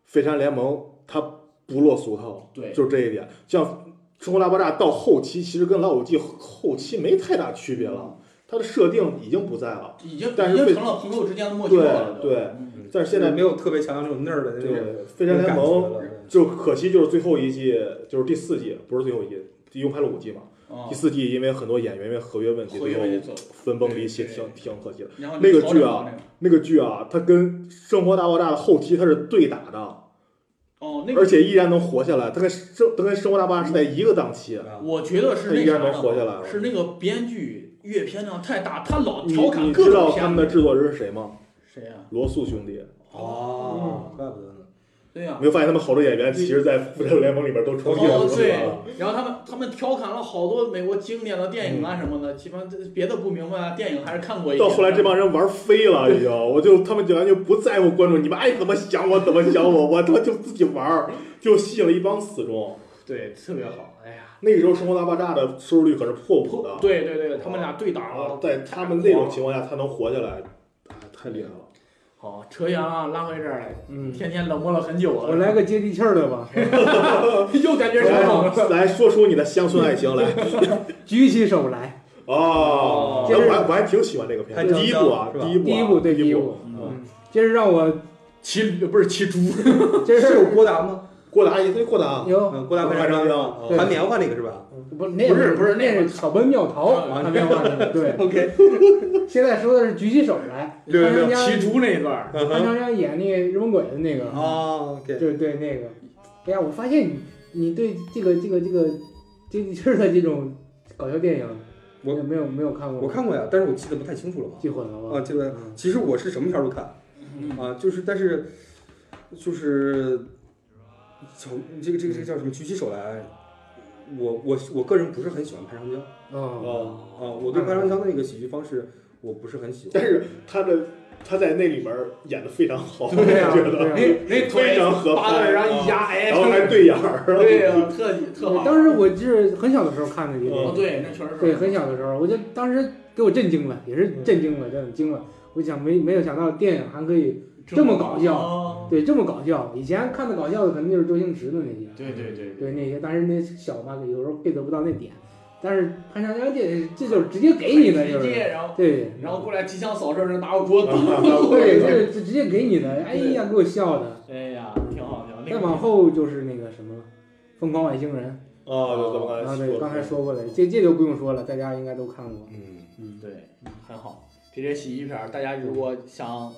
Speaker 3: 飞侠联盟》它不落俗套，
Speaker 1: 对
Speaker 3: 就是这一点。像《生活大爆炸》到后期，其实跟《老友记》后期没太大区别了，它的设定已经不在了。
Speaker 1: 已经已
Speaker 3: 但是
Speaker 1: 经
Speaker 3: 被
Speaker 1: 成了朋友之间的默契
Speaker 3: 对
Speaker 1: 了。
Speaker 3: 对
Speaker 1: 嗯
Speaker 3: 但是现在
Speaker 4: 没有特别强调这种那儿的那
Speaker 3: 对
Speaker 4: 种
Speaker 3: 《飞侠联
Speaker 4: 那
Speaker 3: 盟
Speaker 4: 种感觉》了
Speaker 3: 就可惜就是最后一季，就是第四季，不是最后一季，一共拍了五季嘛。
Speaker 1: 啊
Speaker 3: 第，四季因为很多演员因为合约问题，
Speaker 1: 合
Speaker 3: 最
Speaker 1: 约
Speaker 3: 后
Speaker 1: 没得走，
Speaker 3: 分崩离析，
Speaker 1: 对
Speaker 3: 挺挺可惜的。
Speaker 1: 然后
Speaker 3: 那个
Speaker 1: 朝
Speaker 3: 剧
Speaker 1: 着
Speaker 3: 啊
Speaker 1: 那个，
Speaker 3: 那个剧啊，它跟《生活大爆炸》的后期它是对打的，
Speaker 1: 哦，那
Speaker 3: 而
Speaker 1: 个
Speaker 3: 且依然能活下来。它跟生它跟《生活大爆炸》是在一个档期，
Speaker 4: 啊
Speaker 1: 我觉得是
Speaker 3: 它
Speaker 1: 那
Speaker 3: 依
Speaker 1: 啥
Speaker 3: 然
Speaker 1: 的
Speaker 3: 能活下来了。
Speaker 1: 是那个编剧阅片量太大，他老
Speaker 3: 你
Speaker 1: 调侃
Speaker 3: 你
Speaker 1: 各
Speaker 3: 知道
Speaker 1: 种
Speaker 3: 他
Speaker 1: 片
Speaker 3: 们的
Speaker 1: 子。
Speaker 3: 制作人是谁吗？
Speaker 1: 谁呀？
Speaker 3: 罗素兄弟。
Speaker 4: 哦，怪不得呢。
Speaker 1: 对呀
Speaker 3: 没。有发现他们好多演员其实，在《复仇者联盟》里面都重
Speaker 4: 都
Speaker 3: 现
Speaker 4: 有
Speaker 3: 了
Speaker 1: 哦，
Speaker 3: 是
Speaker 1: 对
Speaker 3: 吧，
Speaker 1: 然后他们他们调侃了好多美国经典的电影啊什么的，基本上这别的不明白啊，电影还是看过一
Speaker 3: 到
Speaker 1: 点
Speaker 3: 后来这帮人玩飞 了，已经，我就他们简直就不在乎观众，你们爱怎么想我怎么想我， 我他妈就自己玩儿，就吸引了一帮死忠。
Speaker 1: 对特别好，哎呀，
Speaker 3: 那个时候《生活大爆炸》的收视率可是破五的，
Speaker 1: 对对对，他们俩哦对打
Speaker 3: 啊
Speaker 1: 了，，
Speaker 3: 在他们那种情况下，他能活下来，啊，太厉害了。
Speaker 1: 好扯远了，拉回这儿来，
Speaker 2: 嗯，
Speaker 1: 天天冷漠了很久了，
Speaker 2: 我来个接地气儿的吧，
Speaker 1: 又感觉上了，
Speaker 3: 来，来说出你的乡村爱情来。
Speaker 2: 举起手来。
Speaker 3: 哦，
Speaker 2: 就是
Speaker 3: 我还我还挺喜欢这个片
Speaker 4: 潘
Speaker 3: 子，
Speaker 4: 长
Speaker 3: 第一
Speaker 4: 江
Speaker 3: 部啊，
Speaker 4: 是吧
Speaker 3: 第一部啊，
Speaker 2: 第一部对第
Speaker 3: 一
Speaker 2: 一
Speaker 3: 部
Speaker 2: 部，
Speaker 1: 嗯
Speaker 2: 嗯，这是让我，
Speaker 1: 骑驴不是骑猪，
Speaker 2: 这
Speaker 4: 是
Speaker 2: 是
Speaker 4: 有郭达吗？
Speaker 3: 郭达也对郭达，
Speaker 2: 有
Speaker 4: 嗯，郭达
Speaker 3: 潘
Speaker 4: 潘
Speaker 3: 长江
Speaker 4: 长江，
Speaker 2: 对
Speaker 4: 弹棉花那个是吧
Speaker 2: 不那
Speaker 1: 不是不是那
Speaker 2: 那
Speaker 1: 是
Speaker 2: 是草根妙桃，
Speaker 1: 啊
Speaker 2: 他没有画那个 对。
Speaker 4: ？OK，
Speaker 2: 现在说的是举起手来，
Speaker 4: 对对对
Speaker 2: 潘长
Speaker 1: 骑
Speaker 2: 江
Speaker 1: 猪那一段儿，
Speaker 2: 潘长江演那个日本鬼的那个，
Speaker 4: 哦，OK，
Speaker 2: 对对那个。哎呀，我发现你你对这个这个这个这地气儿的这种搞笑电影，
Speaker 4: 我
Speaker 2: 没有没有看过，
Speaker 4: 我看过呀，但是我记得不太清楚了吧？
Speaker 2: 记混了
Speaker 4: 啊，
Speaker 2: 吧？
Speaker 4: 这个
Speaker 2: 嗯
Speaker 4: 其实我是什么片儿都看
Speaker 1: 嗯
Speaker 4: 啊，就是但是就是叫这个这个这个叫什么？举起手来，我我我个人不是很喜欢潘长江
Speaker 2: 哦，
Speaker 3: 哦，
Speaker 1: 嗯
Speaker 4: 啊，我对潘长江的那个喜剧方式我不是很喜欢
Speaker 3: 但。是他的他在那里面演的非常好，
Speaker 2: 对呀
Speaker 3: 我觉得，
Speaker 2: 对呀。啊
Speaker 1: 那那
Speaker 3: 非
Speaker 1: 腿
Speaker 3: 常合
Speaker 1: 扒在
Speaker 3: 拍，
Speaker 1: 然后一
Speaker 3: 啊
Speaker 1: 压，哎，
Speaker 3: 然后还对眼儿，
Speaker 1: 对呀，特特好，
Speaker 2: 当时我就是很小的时候看的一
Speaker 1: 哦
Speaker 2: 遍，
Speaker 1: 对，那确实是
Speaker 2: 对，很小的时候，我就当时给我震惊了，也是震惊了，真的惊了。我想没没有想到电影还可以这么搞笑
Speaker 1: 哦
Speaker 2: 对这么搞笑，以前看的搞笑的可能就是周星驰的那些，
Speaker 1: 对对对对，
Speaker 2: 对那些，但是那小嘛，有时候 get 不到那点。但是潘长江这这就是直接给你的，就
Speaker 1: 直
Speaker 2: 是
Speaker 1: 接然后
Speaker 2: 对，
Speaker 1: 然后过来吉祥扫射，就拿我锅打，
Speaker 2: 对，这这直接给你的，哎呀，给我笑的。
Speaker 1: 哎呀，挺好挺好，那个
Speaker 2: 再往后就是那个什么了，疯狂外星人
Speaker 3: 啊，就这么
Speaker 2: 啊，
Speaker 3: 刚才
Speaker 2: 对，刚才说过了，这这就不用说了，大家应该都看过。
Speaker 4: 嗯，
Speaker 2: 嗯，
Speaker 1: 对，很好。这些喜剧片儿，大家如果想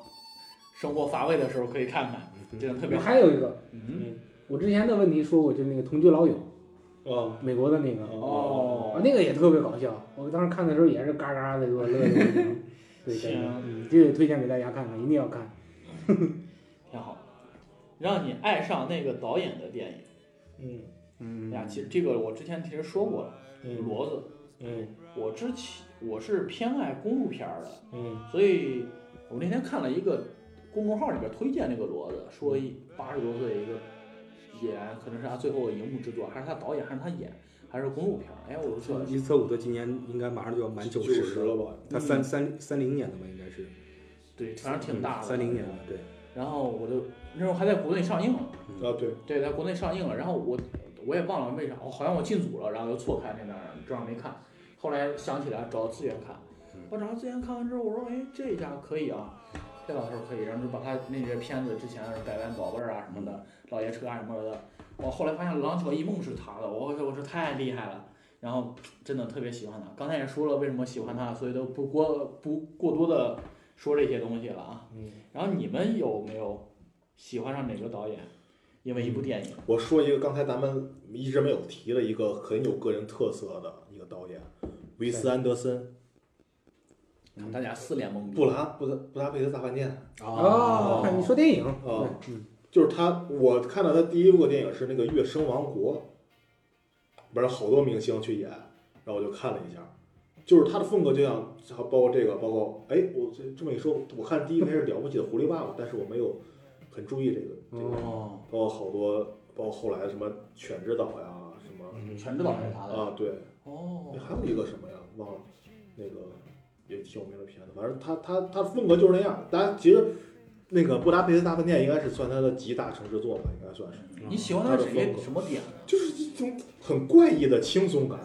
Speaker 1: 生活乏味的时候可以看看，真的特别
Speaker 2: 我
Speaker 1: 好。
Speaker 2: 还有一个，
Speaker 1: 嗯，
Speaker 2: 我之前的问题说过，就那个《同居老友》，
Speaker 3: 啊，
Speaker 2: 美国的那个，啊
Speaker 1: 哦，
Speaker 2: 那个也特别搞笑。我当时看的时候也是嘎嘎的，给我乐的不行。对，真的，
Speaker 1: 行，
Speaker 2: 嗯，这个推荐给大家看看，一定要看。
Speaker 1: 挺好，让你爱上那个导演的电影。
Speaker 3: 嗯
Speaker 1: 哎
Speaker 2: 嗯，
Speaker 1: 呀，其实这个我之前其实说过了，
Speaker 3: 嗯
Speaker 1: 骡子，
Speaker 3: 嗯
Speaker 1: 我之前我是偏爱公路片儿的，
Speaker 3: 嗯
Speaker 1: 所以我那天看了一个公众号里边推荐那个骡子，说八十多岁一个演员，可能是他最后的荧幕之作，还是他导演，还是他演，还是公路片儿。哎，我说
Speaker 4: 伊斯特伍德今年应该马上就要满九
Speaker 3: 十
Speaker 4: 了，
Speaker 3: 了吧？
Speaker 4: 他三三三零年的吧，应该是，
Speaker 1: 对，反正挺大的，
Speaker 4: 嗯三零年的，对，
Speaker 1: 然后我就那时候还在国内上映了，
Speaker 3: 啊，对，
Speaker 1: 对，在国内上映了。然后我我也忘了为啥，我好像我进组了，然后就错开那边儿，正好没看。后来想起来找资源看
Speaker 4: 嗯，
Speaker 1: 我找资源看完之后，我说哎，这一下可以啊，这老头儿可以，然后就把他那些片子之前的《百万宝贝》儿啊什么的，《老爷车》啊什么的，我后来发现《廊桥遗梦》是他的，我说我说太厉害了。然后真的特别喜欢他，刚才也说了为什么喜欢他，所以都不过不过多的说这些东西了啊。
Speaker 3: 嗯，
Speaker 1: 然后你们有没有喜欢上哪个导演？因为一部电影，
Speaker 3: 我说一个刚才咱们一直没有提的一个很有个人特色的一个导演，维斯安德森，
Speaker 1: 看大家四脸懵逼。
Speaker 3: 布拉布达布达佩斯大饭店
Speaker 2: 哦，你说电影
Speaker 3: 啊，
Speaker 2: 对嗯
Speaker 3: 就是他，我看到他第一部电影是那个《月升王国》，里边有好多明星去演，然后我就看了一下，就是他的风格就像，包括这个，包括哎，我这这么一说，我看第一排是了不起的狐狸爸爸，但是我没有很注意这个这个，
Speaker 1: 哦，
Speaker 3: 包括好多，包括后来的什么《犬之岛》呀，什么
Speaker 1: 嗯全知道是啥
Speaker 2: 嗯
Speaker 1: 的。
Speaker 3: 啊，对，
Speaker 1: 哦，
Speaker 3: 还有一个什么呀，忘了，那个也挺有名的片子，反正他他他风格就是那样，但其实。那个布达佩斯大饭店应该是算他的集大成之作吧，应该算是。
Speaker 1: 你喜欢他谁？什么点？啊
Speaker 3: 就是一种很怪异的轻松感，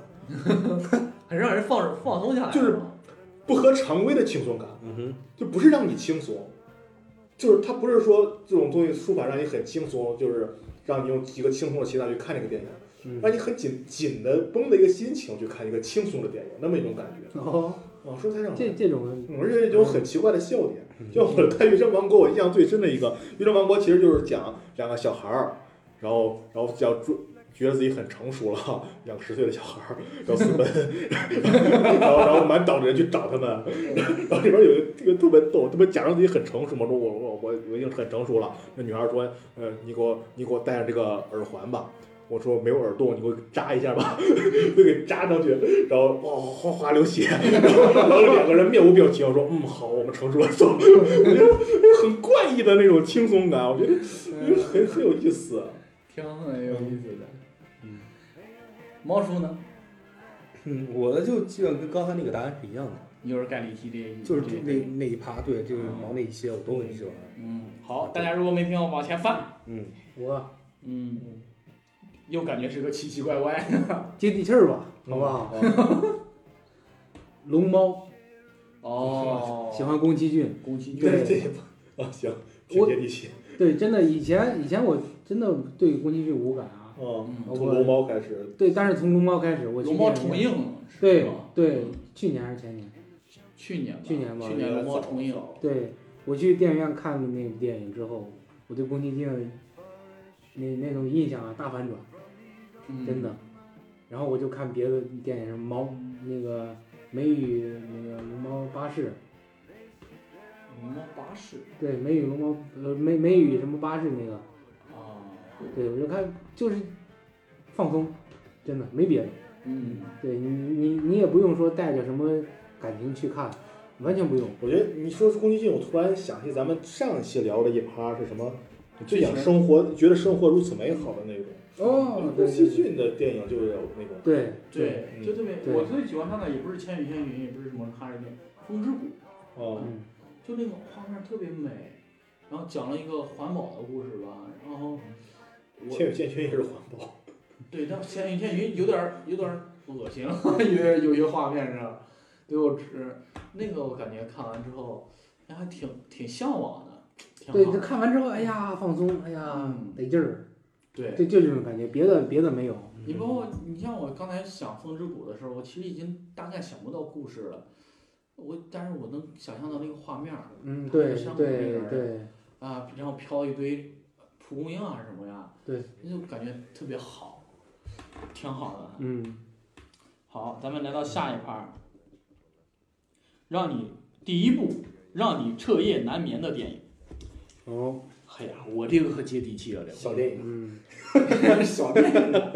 Speaker 1: 很让人放放松下来。
Speaker 3: 就是不合常规的轻松感，
Speaker 4: 嗯哼，
Speaker 3: 就不是让你轻松，就是它不是说这种东西书法让你很轻松，就是让你用一个轻松的期待去看这个电影，
Speaker 4: 嗯
Speaker 3: 让你很紧紧的绷的一个心情去看一个轻松的电影，那么一种感觉。
Speaker 2: 哦，
Speaker 3: 哦，说太让我
Speaker 2: 这这种
Speaker 3: 嗯，而且是一种很奇怪的笑点。就我看《月升王国》，我印象最深的一个《月升王国》，其实就是讲两个小孩儿，然后然后叫追，觉得自己很成熟了，两个十岁的小孩儿要私奔，然后然后满岛的人去找他们，然后里边有一个这个特别逗，他们假装自己很成熟嘛，说我我我我已经很成熟了。那女孩说，呃，你给我你给我戴上这个耳环吧。我说没有耳洞，你给我扎一下吧， 就给扎上去，然后哇哗哗流血， 然后两个人面无表情，我说嗯好，我们成熟了，走。 我觉得很怪异的那种轻松感，我觉得
Speaker 1: 嗯
Speaker 3: 很很有意思。
Speaker 1: 挺很有意思的。嗯，猫叔呢？
Speaker 4: 嗯，我的就基本跟刚才那个答案是一样的，
Speaker 1: 一会儿盖里提这一
Speaker 4: 就是
Speaker 1: 这
Speaker 4: 那那一趴，对，就是毛那一些我都很喜欢。
Speaker 1: 嗯，好，大家如果没听，往前翻。
Speaker 4: 嗯，
Speaker 2: 我
Speaker 1: 嗯，又感觉是个奇奇怪怪。
Speaker 2: 接地气儿吧，
Speaker 3: 嗯
Speaker 2: 好不好？龙猫
Speaker 1: 哦
Speaker 2: 喜欢宫崎骏，
Speaker 1: 宫崎骏
Speaker 3: 但是嗯这也不啊行，挺接地气。嗯
Speaker 2: 对，真的以前以前我真的对宫崎骏无感啊，
Speaker 3: 哦，
Speaker 1: 嗯
Speaker 3: 从龙猫开始，
Speaker 2: 对，但是从龙猫开始，我去
Speaker 1: 龙猫
Speaker 2: 电影
Speaker 1: 重
Speaker 2: 院，
Speaker 1: 映了是
Speaker 2: 对
Speaker 1: 吧
Speaker 2: 对，去年还是前年，
Speaker 1: 去年吧
Speaker 2: 去年吧
Speaker 1: 去年龙猫重映，
Speaker 2: 对我去电影院看的那部电影之后，我对宫崎骏的那那种印象啊大反转，
Speaker 1: 嗯
Speaker 2: 真的。然后我就看别的电影，什么毛那个美与那个龙猫巴士，
Speaker 1: 龙猫巴士
Speaker 2: 对，美与龙猫呃美美与什么巴士那个，
Speaker 1: 啊，
Speaker 2: 对我就看就是放松，真的没别的。
Speaker 1: 嗯，
Speaker 2: 对你你你也不用说带着什么感情去看，完全不用。
Speaker 3: 我觉得你说宫崎骏，我突然想起咱们上一期聊的一趴是什么？你最想生活，觉得生活如此美好的那种。
Speaker 2: 哦
Speaker 3: 宫
Speaker 2: 对
Speaker 3: 崎
Speaker 2: 对
Speaker 3: 骏的电影就是有那种，
Speaker 2: 对
Speaker 1: 对，
Speaker 3: 嗯
Speaker 1: 就特别，
Speaker 2: 对
Speaker 1: 我最喜欢看的也不是《千与千寻》，也不是什么《哈利波特》，《风之谷》，
Speaker 3: 哦，
Speaker 2: 嗯，
Speaker 1: 就那个画面特别美，然后讲了一个环保的故事吧，然后我
Speaker 3: 千与千寻也是环保。
Speaker 1: 对，但《千与千寻》有点儿有点儿恶心了， 有有些画面上，对我只那个我感觉看完之后，哎还挺挺向往的，挺
Speaker 2: 对，
Speaker 1: 好
Speaker 2: 这
Speaker 1: 的。
Speaker 2: 看完之后，哎呀放松，哎呀
Speaker 1: 嗯
Speaker 2: 得劲儿，
Speaker 1: 对，
Speaker 2: 就就这种感觉，别的别的没有。
Speaker 1: 你包括你像我刚才想《风之谷》的时候，我其实已经大概想不到故事了，我但是我能想象到那个画面儿
Speaker 2: 嗯，
Speaker 1: 它
Speaker 2: 对
Speaker 1: 是像那
Speaker 2: 对
Speaker 1: 个
Speaker 2: 对，
Speaker 1: 啊，然后飘一堆蒲公英啊什么呀，
Speaker 2: 对，
Speaker 1: 那就感觉特别好，挺好的。
Speaker 2: 嗯，
Speaker 1: 好，咱们来到下一趴儿，让你第一部让你彻夜难眠的电影。
Speaker 2: 哦，
Speaker 1: 哎呀，我这个可接地气了，
Speaker 3: 小电影
Speaker 2: 嗯，
Speaker 1: 影，小电影啊，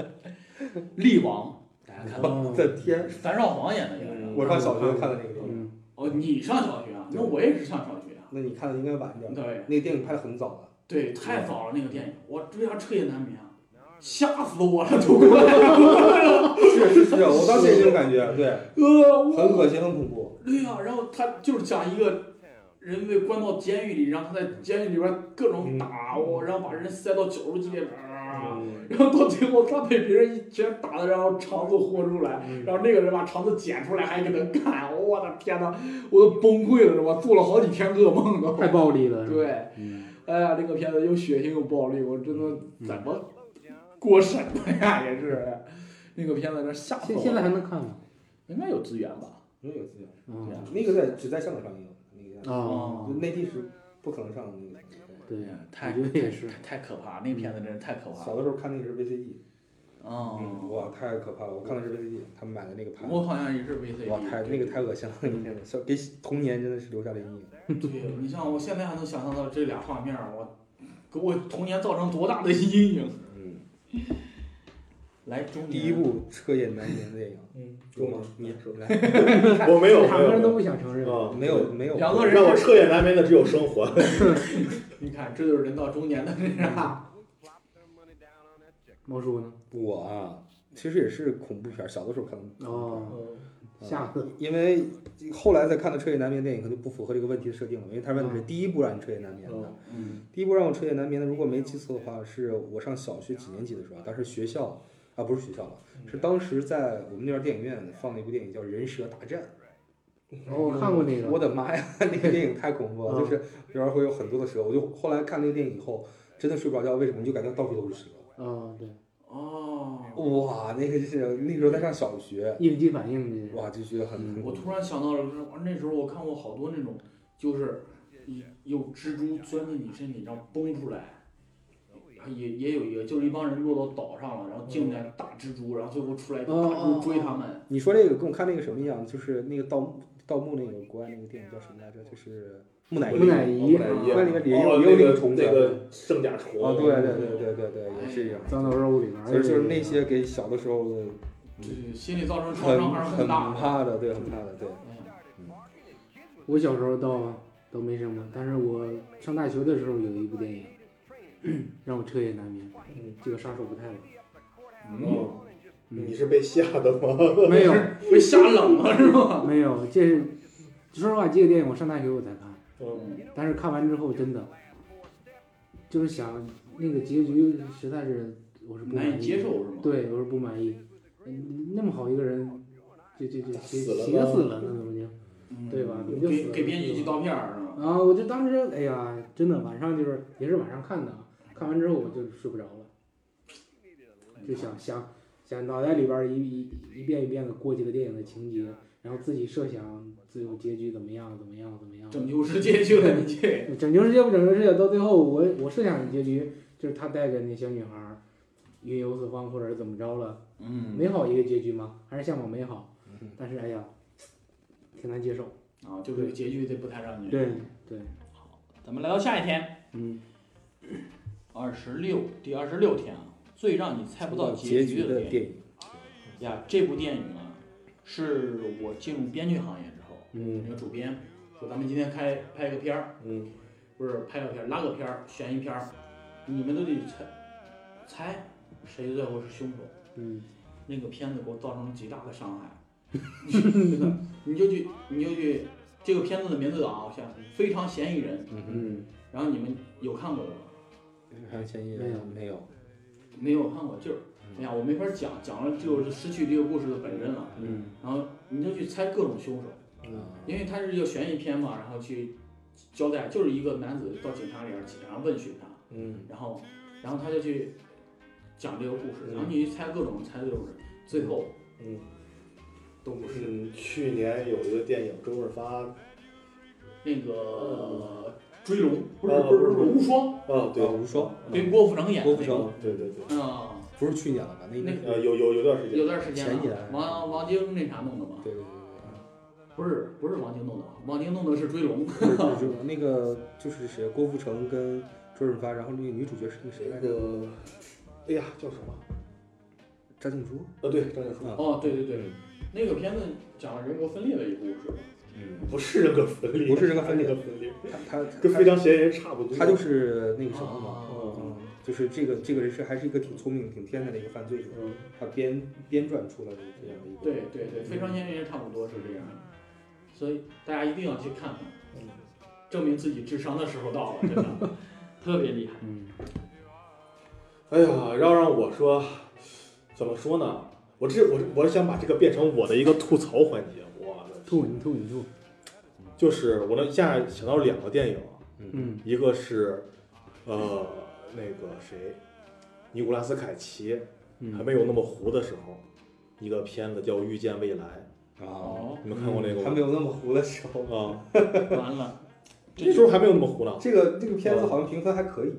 Speaker 1: 《 力王》，大家看过？嗯
Speaker 2: 哦
Speaker 4: 我的天，
Speaker 1: 樊少皇演的也是。
Speaker 4: 我上小学看的那个电影，
Speaker 2: 嗯，
Speaker 1: 哦，你上小学啊？那我也是上小学啊。
Speaker 4: 那你看的应该晚一点。
Speaker 1: 对
Speaker 4: 那个电影拍的很早了，
Speaker 1: 对，太早了那个电影，我为啥彻夜难眠啊？吓死我了，都快！
Speaker 4: 是是是，我当时也这种感觉，对，
Speaker 1: 呃，我
Speaker 4: 很恶心，很恐怖。
Speaker 1: 对呀、然后他就是讲一个人被关到监狱里，然后他在监狱里边儿各种打
Speaker 2: 嗯
Speaker 1: 我，然后把人塞到九十几里边儿，然后到最后他被别人一拳打的，然后肠子豁出来，
Speaker 2: 嗯
Speaker 1: 然后那个人把肠子剪出来还给他干，我的天哪，我都崩溃了是吧？做了好几天噩梦
Speaker 2: 太
Speaker 1: 都。
Speaker 2: 暴力了，是吧，
Speaker 1: 对，
Speaker 2: 嗯
Speaker 1: 哎呀，这个片子又血腥又暴力，我真的怎么过审的呀？也是，那个片子真吓死
Speaker 2: 现
Speaker 1: 我了。
Speaker 2: 现在还能看吗？
Speaker 1: 应该有资源吧？
Speaker 4: 没有资源，
Speaker 1: 对
Speaker 2: 嗯
Speaker 1: 啊
Speaker 4: 那个在只在香港上映，那个
Speaker 2: 哦，
Speaker 4: 就内地是不可能上的那个。
Speaker 2: 对，
Speaker 1: 太
Speaker 2: 我觉得也是，
Speaker 1: 太可怕，那个片子真是太可怕
Speaker 4: 小
Speaker 1: 了。
Speaker 4: 的时候看那个是 VCD，嗯，
Speaker 1: 哦，
Speaker 4: 哇，太可怕了！我看的是 VCD，他们买的那个盘，
Speaker 1: 我好像也是 VCD。
Speaker 4: 哇，太那个太恶心了，那天小给童年真的是留下了阴影。
Speaker 1: 对，你像我现在还能想象到这俩画面儿，我给我童年造成多大的阴影。
Speaker 4: 嗯，
Speaker 1: 来，中
Speaker 4: 第一部彻夜难眠的电影，
Speaker 3: 嗯，
Speaker 4: 中吗？你
Speaker 3: 说。
Speaker 4: 来，
Speaker 3: 我没有，
Speaker 2: 两个人都
Speaker 3: 没
Speaker 2: 不想承认
Speaker 3: 有。啊，
Speaker 4: 没有没有，
Speaker 1: 两个人
Speaker 3: 让我彻夜难眠的只有生活。
Speaker 1: 你看，这就是人到中年的那 啥。
Speaker 2: 毛叔呢？
Speaker 4: 我啊，其实也是恐怖片儿，小的时候看的。
Speaker 2: 哦，
Speaker 4: 嗯
Speaker 2: 吓死，
Speaker 4: 因为后来再看的《彻夜难眠》电影，可就不符合这个问题的设定了，因为他问的是第一部让你彻夜难眠的，
Speaker 1: 嗯
Speaker 4: 第一部让我彻夜难眠的，如果没记错的话，是我上小学几年级的时候啊，当时学校啊不是学校了，是当时在我们那边电影院放了一部电影叫《人蛇大战》。
Speaker 2: 哦，我看过那
Speaker 4: 我
Speaker 2: 个，
Speaker 4: 的妈呀，那个电影太恐怖了，
Speaker 2: 嗯
Speaker 4: 就是里边会有很多的蛇。我就后来看那个电影以后，真的睡不着觉，为什么？你就感觉到处都是蛇，
Speaker 2: 哦，对，
Speaker 1: 哦，
Speaker 4: 哇，那个是那时候在上小学，
Speaker 2: 应激反应这是。
Speaker 4: 哇，就觉得很
Speaker 2: 嗯
Speaker 4: 很
Speaker 1: 我突然想到了，那时候我看过好多那种，就是有蜘蛛钻进你身体，然后崩出来。也也有一个，就是一帮人落到岛上了，然后进
Speaker 2: 嗯
Speaker 1: 来大蜘蛛，然后最后出
Speaker 2: 哦
Speaker 1: 来大蜘蛛追他们。
Speaker 4: 你说这个跟我看那个什么一样，就是那个盗墓盗墓那个国外那个电影叫什么来着？就是木乃伊。
Speaker 2: 木乃伊啊
Speaker 3: 木乃伊，
Speaker 4: 嗯关于那个里面
Speaker 3: 哦
Speaker 4: 也
Speaker 3: 那
Speaker 4: 有那
Speaker 3: 个
Speaker 4: 个虫子
Speaker 3: 那个圣甲虫
Speaker 4: 啊，对对对对对对，也是一样。
Speaker 2: 脏到肉里面，
Speaker 4: 所以就是那些给小的时候的
Speaker 2: 嗯
Speaker 1: 对，心理造成创
Speaker 4: 很
Speaker 1: 伤还是
Speaker 4: 很
Speaker 1: 大的。
Speaker 4: 怕的，对，很怕的，对。
Speaker 2: 我小时候倒倒没什么，但是我上大学的时候有一部电影， 让我彻夜难眠。
Speaker 3: 嗯
Speaker 2: 这个杀手不太冷，
Speaker 1: 嗯，
Speaker 3: 你是被吓的吗？
Speaker 2: 没有
Speaker 1: 被吓冷了是吧？
Speaker 2: 没有，这是说实话，这个电影我上大学我才看，
Speaker 3: 嗯，
Speaker 2: 但是看完之后真的就是想那个结局实在是我是不满
Speaker 1: 难以
Speaker 2: 意
Speaker 1: 接，受是吗？
Speaker 2: 对我是不满意。嗯，那么好一个人，就就就写
Speaker 3: 死了
Speaker 2: 写
Speaker 3: 吗
Speaker 2: 死了，那怎么就？
Speaker 1: 嗯
Speaker 2: 对吧你就死
Speaker 1: 给
Speaker 2: 了
Speaker 1: 给编辑寄刀片儿是吧？
Speaker 2: 啊，我就当时哎呀，真的晚上就是也是晚上看的，啊，看完之后我就睡不着了，就想想想脑袋里边儿一一一遍一遍的过这个电影的情节，然后自己设想最后结局怎么样怎么样怎么样。
Speaker 1: 拯救世界去了，你这
Speaker 2: 拯救世界不拯救世界，到最后我我设想的结局就是他带着那小女孩儿云游四方或者是怎么着了，
Speaker 1: 嗯
Speaker 2: 美好一个结局嘛，还是向往美好，但是哎呀，挺难接受。
Speaker 1: 啊，就这个结局得不太让你。
Speaker 2: 对对，
Speaker 1: 咱们来到下一天，
Speaker 2: 嗯，
Speaker 1: 二十六，第二十六天啊，最让你猜不到
Speaker 4: 结
Speaker 1: 局
Speaker 4: 的
Speaker 1: 电影
Speaker 4: 电影，
Speaker 1: 呀，这部电影啊，是我进入编剧行业之后，
Speaker 2: 嗯，
Speaker 1: 那个主编说咱们今天开拍一个片儿，
Speaker 3: 嗯，
Speaker 1: 不是拍个片儿，拉个片儿，悬疑片儿，你们都得猜，猜谁最后是凶手。
Speaker 2: 嗯，
Speaker 1: 那个片子给我造成了极大的伤害，真的，你就去，你就去，这个片子的名字啊，我想非常嫌疑人，
Speaker 2: 嗯，
Speaker 1: 然后你们有看过的吗？
Speaker 4: 嗯还有嫌疑
Speaker 2: 没有
Speaker 4: 人没有？
Speaker 1: 没有看过，就是，
Speaker 4: 嗯
Speaker 1: 哎呀，我没法讲，讲了就是失去这个故事的本身了。
Speaker 4: 嗯
Speaker 1: 然后你就去猜各种凶手，因为它是一个悬疑片嘛，然后去交代，就是一个男子到警察里边，警察问询他，
Speaker 3: 嗯，
Speaker 1: 然后，然后他就去讲这个故事，
Speaker 3: 嗯
Speaker 1: 然后你去猜各种猜各种人，最后，
Speaker 3: 嗯，
Speaker 1: 都不是
Speaker 3: 嗯，去年有一个电影周润发，
Speaker 1: 那个追龙，不是
Speaker 4: 哦
Speaker 3: 啊
Speaker 1: 不是不
Speaker 3: 不是
Speaker 1: 是无双，
Speaker 3: 啊，对
Speaker 4: 啊，无双，
Speaker 1: 跟郭富城演的
Speaker 4: 郭
Speaker 1: 那
Speaker 4: 富
Speaker 1: 个，
Speaker 4: 城
Speaker 3: 嗯对对对，
Speaker 1: 嗯，
Speaker 4: 不是去年了吧？那
Speaker 1: 那
Speaker 4: 对
Speaker 3: 呃，有有有段时间，
Speaker 1: 有段时间
Speaker 4: 前几
Speaker 1: 了，
Speaker 4: 年
Speaker 1: 王王晶那啥弄的嘛，
Speaker 4: 对对
Speaker 1: 不是不是王晶弄的，啊王晶弄的是追龙，
Speaker 4: 对，不是不是那个就是谁？郭富城跟周润发，然后那个女主角是那谁来
Speaker 3: 那
Speaker 4: 着？
Speaker 3: 个，哎呀，叫什么？
Speaker 4: 张静初。
Speaker 3: 呃，对，张静初，
Speaker 4: 啊
Speaker 1: 哦，对对对，那个片子讲了人格分裂的一个故事，
Speaker 4: 嗯，
Speaker 3: 不是人格分裂，
Speaker 4: 不是人格分裂
Speaker 3: 人格分裂，
Speaker 4: 他
Speaker 3: 跟非
Speaker 4: 他
Speaker 3: 常嫌疑人差不多。
Speaker 4: 他就是那个什么嘛。
Speaker 1: 哦
Speaker 4: 嗯，就是这个这个人是还是一个挺聪明、挺天才的一个犯罪者，
Speaker 3: 嗯，
Speaker 4: 他编编撰出来的这样的一个。
Speaker 1: 对对对，非常嫌疑人差不多是这样的，所以大家一定要去看看
Speaker 3: 嗯，
Speaker 1: 证明自己智商的时候到了，真的特别厉害。
Speaker 2: 嗯，
Speaker 3: 哎呀，要让我说，怎么说呢？我这我我想把这个变成我的一个吐槽环节，我的
Speaker 2: 吐你吐你吐，
Speaker 3: 就是我能一下想到两个电影，
Speaker 2: 嗯。
Speaker 3: 一个是呃那个谁，尼古拉斯凯奇还
Speaker 2: 嗯，
Speaker 3: 没有那么糊的时候，一个片子叫《遇见未来》，
Speaker 4: 啊，
Speaker 1: 哦，
Speaker 3: 你们看过那个
Speaker 2: 嗯
Speaker 4: 还
Speaker 3: 吗
Speaker 4: 没？有那么糊的时候。
Speaker 3: 啊，
Speaker 1: 完 了，
Speaker 3: 那时候还没有那么糊呢。
Speaker 4: 这个这个片子好像评分还可以，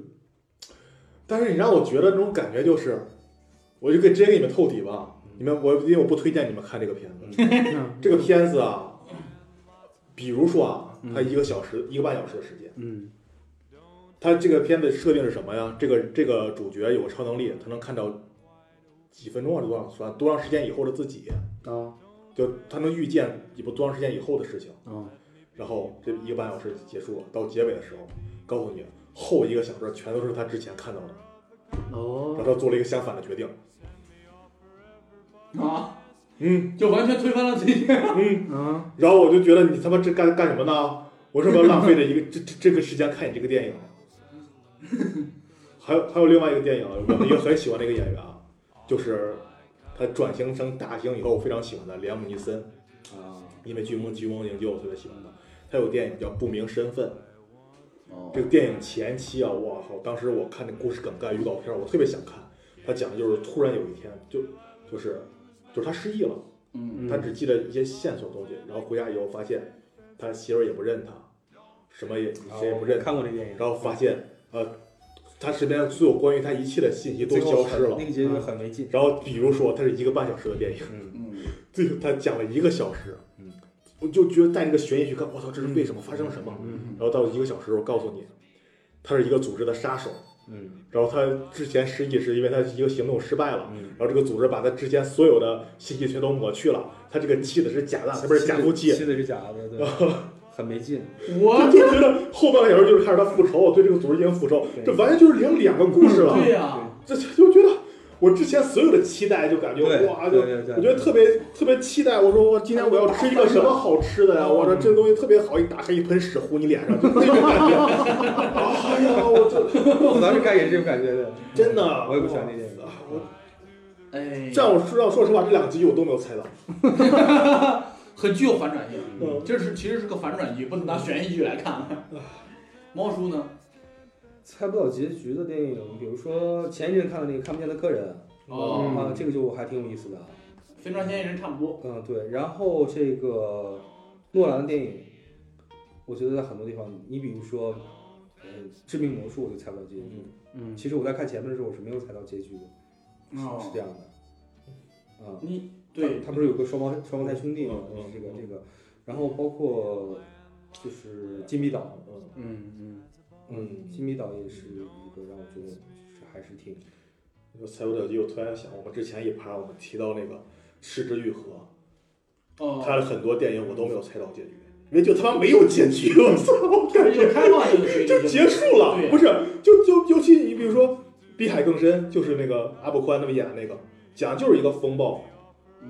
Speaker 3: 但是你让我觉得那种感觉就是，我就可以直接给你们透底吧。你们我因为我不推荐你们看这个片子，
Speaker 2: 嗯
Speaker 3: 这个片子啊，比如说啊，它一个小时、一个半小时的时间，
Speaker 2: 嗯
Speaker 3: 它这个片子设定是什么呀？这个这个主角有个超能力，他能看到几分钟啊，多少算多长时间以后的自己，
Speaker 2: 哦
Speaker 3: 就他能预见也不多长时间以后的事情。
Speaker 2: 哦，
Speaker 3: 然后这一个半小时结束了，到结尾的时候，告诉你后一个小时全都是他之前看到的，然后
Speaker 2: 哦，
Speaker 3: 他做了一个相反的决定。
Speaker 1: 啊，
Speaker 3: 嗯，
Speaker 1: 就完全推翻了自己。
Speaker 3: 嗯，
Speaker 2: 啊，
Speaker 3: 然后我就觉得你他妈这干干什么呢？我是不是浪费了一个这这这个时间看你这个电影？还有还有另外一个电影，我们也很喜欢的一个演员啊，就是他转型成大星以后，我非常喜欢的连姆尼森，
Speaker 4: 啊，
Speaker 3: 因为《飓风飓风营救》我特别喜欢他。他有电影叫《不明身份》，
Speaker 1: 哦
Speaker 3: 这个电影前期啊，我靠，当时我看那故事梗概预告片儿，我特别想看，他讲的就是突然有一天就就是就是他失忆了，
Speaker 1: 嗯，
Speaker 3: 他只记得一些线索的东西，然后回家以后发现他媳妇儿也不认他，什么也谁也不认，
Speaker 4: 看过这电影，
Speaker 3: 然后发现呃他身边所有关于他一切的信息都消失了
Speaker 4: 那。个结局很没劲。
Speaker 3: 然后比如说它是一个半小时的电影，
Speaker 4: 嗯，
Speaker 1: 嗯，
Speaker 3: 最后他讲了一个小时，
Speaker 4: 嗯，
Speaker 3: 我就觉得带着个悬疑去看，我操，这是为什么发生了什么？
Speaker 4: 嗯
Speaker 3: 然后到一个小时，我告诉你，他是一个组织的杀手，
Speaker 4: 嗯
Speaker 3: 然后他之前失忆是因为他一个行动失败了。
Speaker 4: 嗯，
Speaker 3: 然后这个组织把他之前所有的信息全都抹去了，他这个气的是假的，他不是假哭
Speaker 4: 妻
Speaker 3: 泣，
Speaker 4: 子是假的， 对，很没劲。
Speaker 1: 我
Speaker 3: 就觉得后半个小时就是开始他复仇，对这个组织进行复仇，
Speaker 4: 对
Speaker 3: 这完全就是两两个故事了。
Speaker 1: 对呀、
Speaker 3: 这这就觉得我之前所有的期待，就感觉
Speaker 4: 对
Speaker 3: 哇，就
Speaker 4: 对对对，
Speaker 3: 我觉得特别特别期待。我说我今天我要吃一个什么好吃的呀？
Speaker 4: 嗯
Speaker 3: 我说这个东西特别好，一打开一盆屎糊你脸上，就 那种感觉。哎呀，我就
Speaker 4: 我当时看也是这种感觉的。
Speaker 3: 真的，
Speaker 4: 我也不喜欢这电影
Speaker 3: 哇我
Speaker 1: 哎，
Speaker 3: 这样我说让我说实话，这两集我都没有猜到。
Speaker 1: 很具有反转性。
Speaker 3: 嗯
Speaker 1: 这是其实是个反转剧，不能当悬疑剧来看。猫叔呢？
Speaker 4: 猜不到结局的电影，比如说前一阵看的那个《看不见的客人》
Speaker 3: 嗯
Speaker 1: 哦，
Speaker 2: 嗯
Speaker 4: 啊，这个就还挺有意思的。啊
Speaker 1: 分装嫌疑人差不多。
Speaker 4: 嗯，对。然后这个诺兰的电影，我觉得在很多地方，你比如说，呃，《致命魔术》我就猜不到结局。
Speaker 2: 嗯，
Speaker 4: 其实我在看前面的时候，我是没有猜到结局的，是
Speaker 1: 哦
Speaker 4: 这，样的。啊、
Speaker 1: 你对
Speaker 4: 他，他不是有个双胞双胞胎兄弟吗？
Speaker 3: 嗯嗯
Speaker 4: 这个这个，然后包括就是金币岛，
Speaker 2: 嗯嗯，
Speaker 4: 嗯，金币岛也是一个让我觉得就是还是挺
Speaker 3: 我猜不到结局，我突然想，我们之前一趴我们提到那个《失之愈合》，
Speaker 1: 哦，
Speaker 3: 他的很多电影我都没有猜到结局，因为就他妈没有结局，我操，我感觉
Speaker 1: 就开放性的推理
Speaker 3: 就结束了
Speaker 1: 对，
Speaker 3: 不是？就就尤其你比如说《碧海更深》，就是那个阿布宽他们演的那个，讲的就是一个风暴，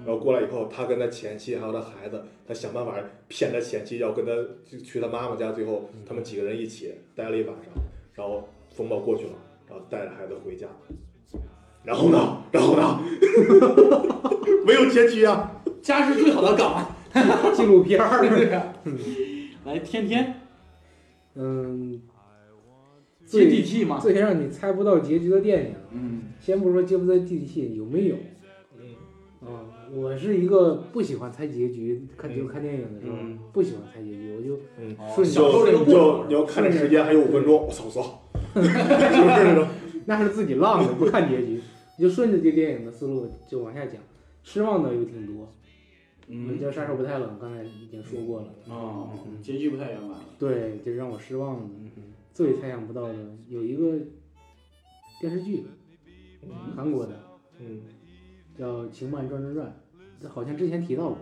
Speaker 3: 然后过来以后，他跟他前妻还有他孩子，他想办法骗他前妻要跟他去去他妈妈家，最后嗯他
Speaker 4: 嗯
Speaker 3: 们几个人一起待了一晚上，然后风暴过去了，然后带着孩子回家，然后呢？然后呢？ 没有结局啊！
Speaker 1: 家是最好的港。 啊
Speaker 2: 纪录片儿，
Speaker 1: 来，天天
Speaker 2: 嗯，
Speaker 1: 接
Speaker 2: 最
Speaker 1: 地气嘛。
Speaker 2: 最让你猜不到结局的电影，
Speaker 1: 嗯
Speaker 2: 先不说接不接地气有没有
Speaker 3: 嗯
Speaker 2: 啊，我是一个不喜欢猜结局，看就
Speaker 3: 嗯
Speaker 2: 看电影的时候
Speaker 4: 嗯
Speaker 2: 不喜欢猜结局，我就
Speaker 3: 嗯，
Speaker 2: 顺
Speaker 3: 你
Speaker 2: 小
Speaker 1: 哦受
Speaker 3: 就
Speaker 1: 这个过
Speaker 3: 你就
Speaker 1: 程
Speaker 3: 你要看这时间还有五分钟，我操我 操，是不是那种？
Speaker 2: 那是自己浪的，不看结局，你就顺着这电影的思路就往下讲。失望的有挺多，
Speaker 1: 嗯
Speaker 2: 叫《杀手不太冷》，刚才已经说过了。
Speaker 1: 哦，结局不太圆满了。
Speaker 2: 对，这让我失望的，
Speaker 4: 嗯嗯
Speaker 2: 最猜想不到的有一个电视剧，韩国的
Speaker 3: 嗯，
Speaker 2: 叫《情漫转转转》，这好像之前提到过，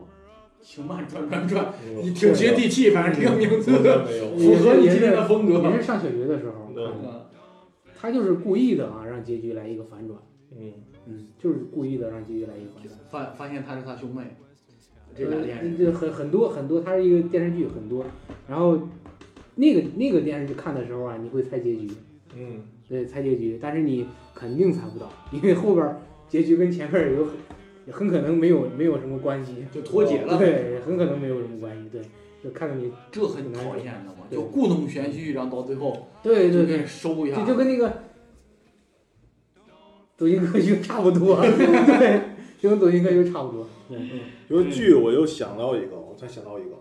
Speaker 1: 情漫转转转，你
Speaker 3: 嗯
Speaker 1: 挺接地气，反正这个名
Speaker 3: 我
Speaker 1: 字
Speaker 3: 看 没
Speaker 2: 嗯
Speaker 3: 有。
Speaker 1: 符合你今天的风
Speaker 2: 也
Speaker 1: 格。
Speaker 2: 是上小学的时候看的。
Speaker 1: 嗯
Speaker 2: 他就是故意的啊，让结局来一个反转，
Speaker 3: 嗯。
Speaker 2: 嗯，就是故意的让结局来一个反转。
Speaker 1: 发发现他是他兄妹，这俩恋
Speaker 2: 呃，
Speaker 1: 人。
Speaker 2: 这很很多很多，它是一个电视剧，很多。然后那个那个电视剧看的时候啊，你会猜结局，
Speaker 3: 嗯
Speaker 2: 对，猜结局，但是你肯定猜不到，因为后边儿结局跟前面儿有很很可能没有没有什么关系，
Speaker 1: 就脱节了
Speaker 2: 对，很可能没有什么关系，对，就看着你，
Speaker 1: 这很讨厌的嘛，
Speaker 2: 对
Speaker 1: 就故弄玄虚，然后到最后
Speaker 2: 对对
Speaker 1: 就
Speaker 2: 对
Speaker 1: 给，收一下
Speaker 2: 这，就跟那个抖音歌曲差不多， 对，就跟抖音歌曲差不多，对，
Speaker 3: 有个剧我又想到一个，我才想到一个，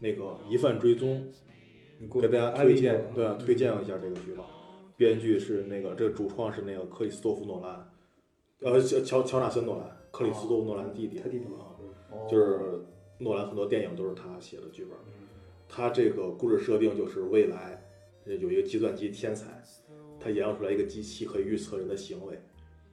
Speaker 3: 那个《疑犯追踪
Speaker 4: 你》，给
Speaker 3: 给大家推荐，对啊，推荐一下这个剧吧。编剧是那个，这个主创是那个克里斯多夫·诺兰，呃，乔乔乔纳森·诺兰，克里斯多夫·诺兰的弟弟，
Speaker 4: 他弟弟
Speaker 3: 啊，
Speaker 1: 哦
Speaker 3: 就是诺兰很多电影都是他写的剧本。
Speaker 4: 嗯
Speaker 3: 他这个故事设定就是未来呃有一个计算机天才，他研发出来一个机器可以预测人的行为，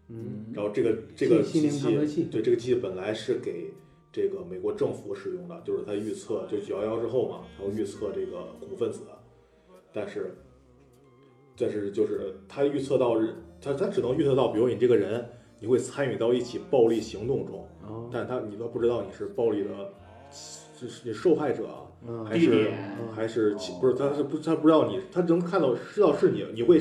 Speaker 2: 嗯，
Speaker 3: 然后这个这个
Speaker 2: 心
Speaker 3: 机
Speaker 2: 灵
Speaker 3: 器
Speaker 2: 探测器，
Speaker 3: 对，这个机器本来是给这个美国政府使用的，就是它预测就九幺幺之后嘛，然后预测这个恐怖分子，但是，但是就是它预测到人，它它只能预测到，比如你这个人，你会参与到一起暴力行动中，
Speaker 2: 哦，
Speaker 3: 但他你都不知道你是暴力的，是是受害者啊
Speaker 2: 嗯哦
Speaker 3: 还
Speaker 1: 地
Speaker 3: 是
Speaker 1: 点，
Speaker 3: 还是其不是？他是不他不知道你，他能看到知道是你，你会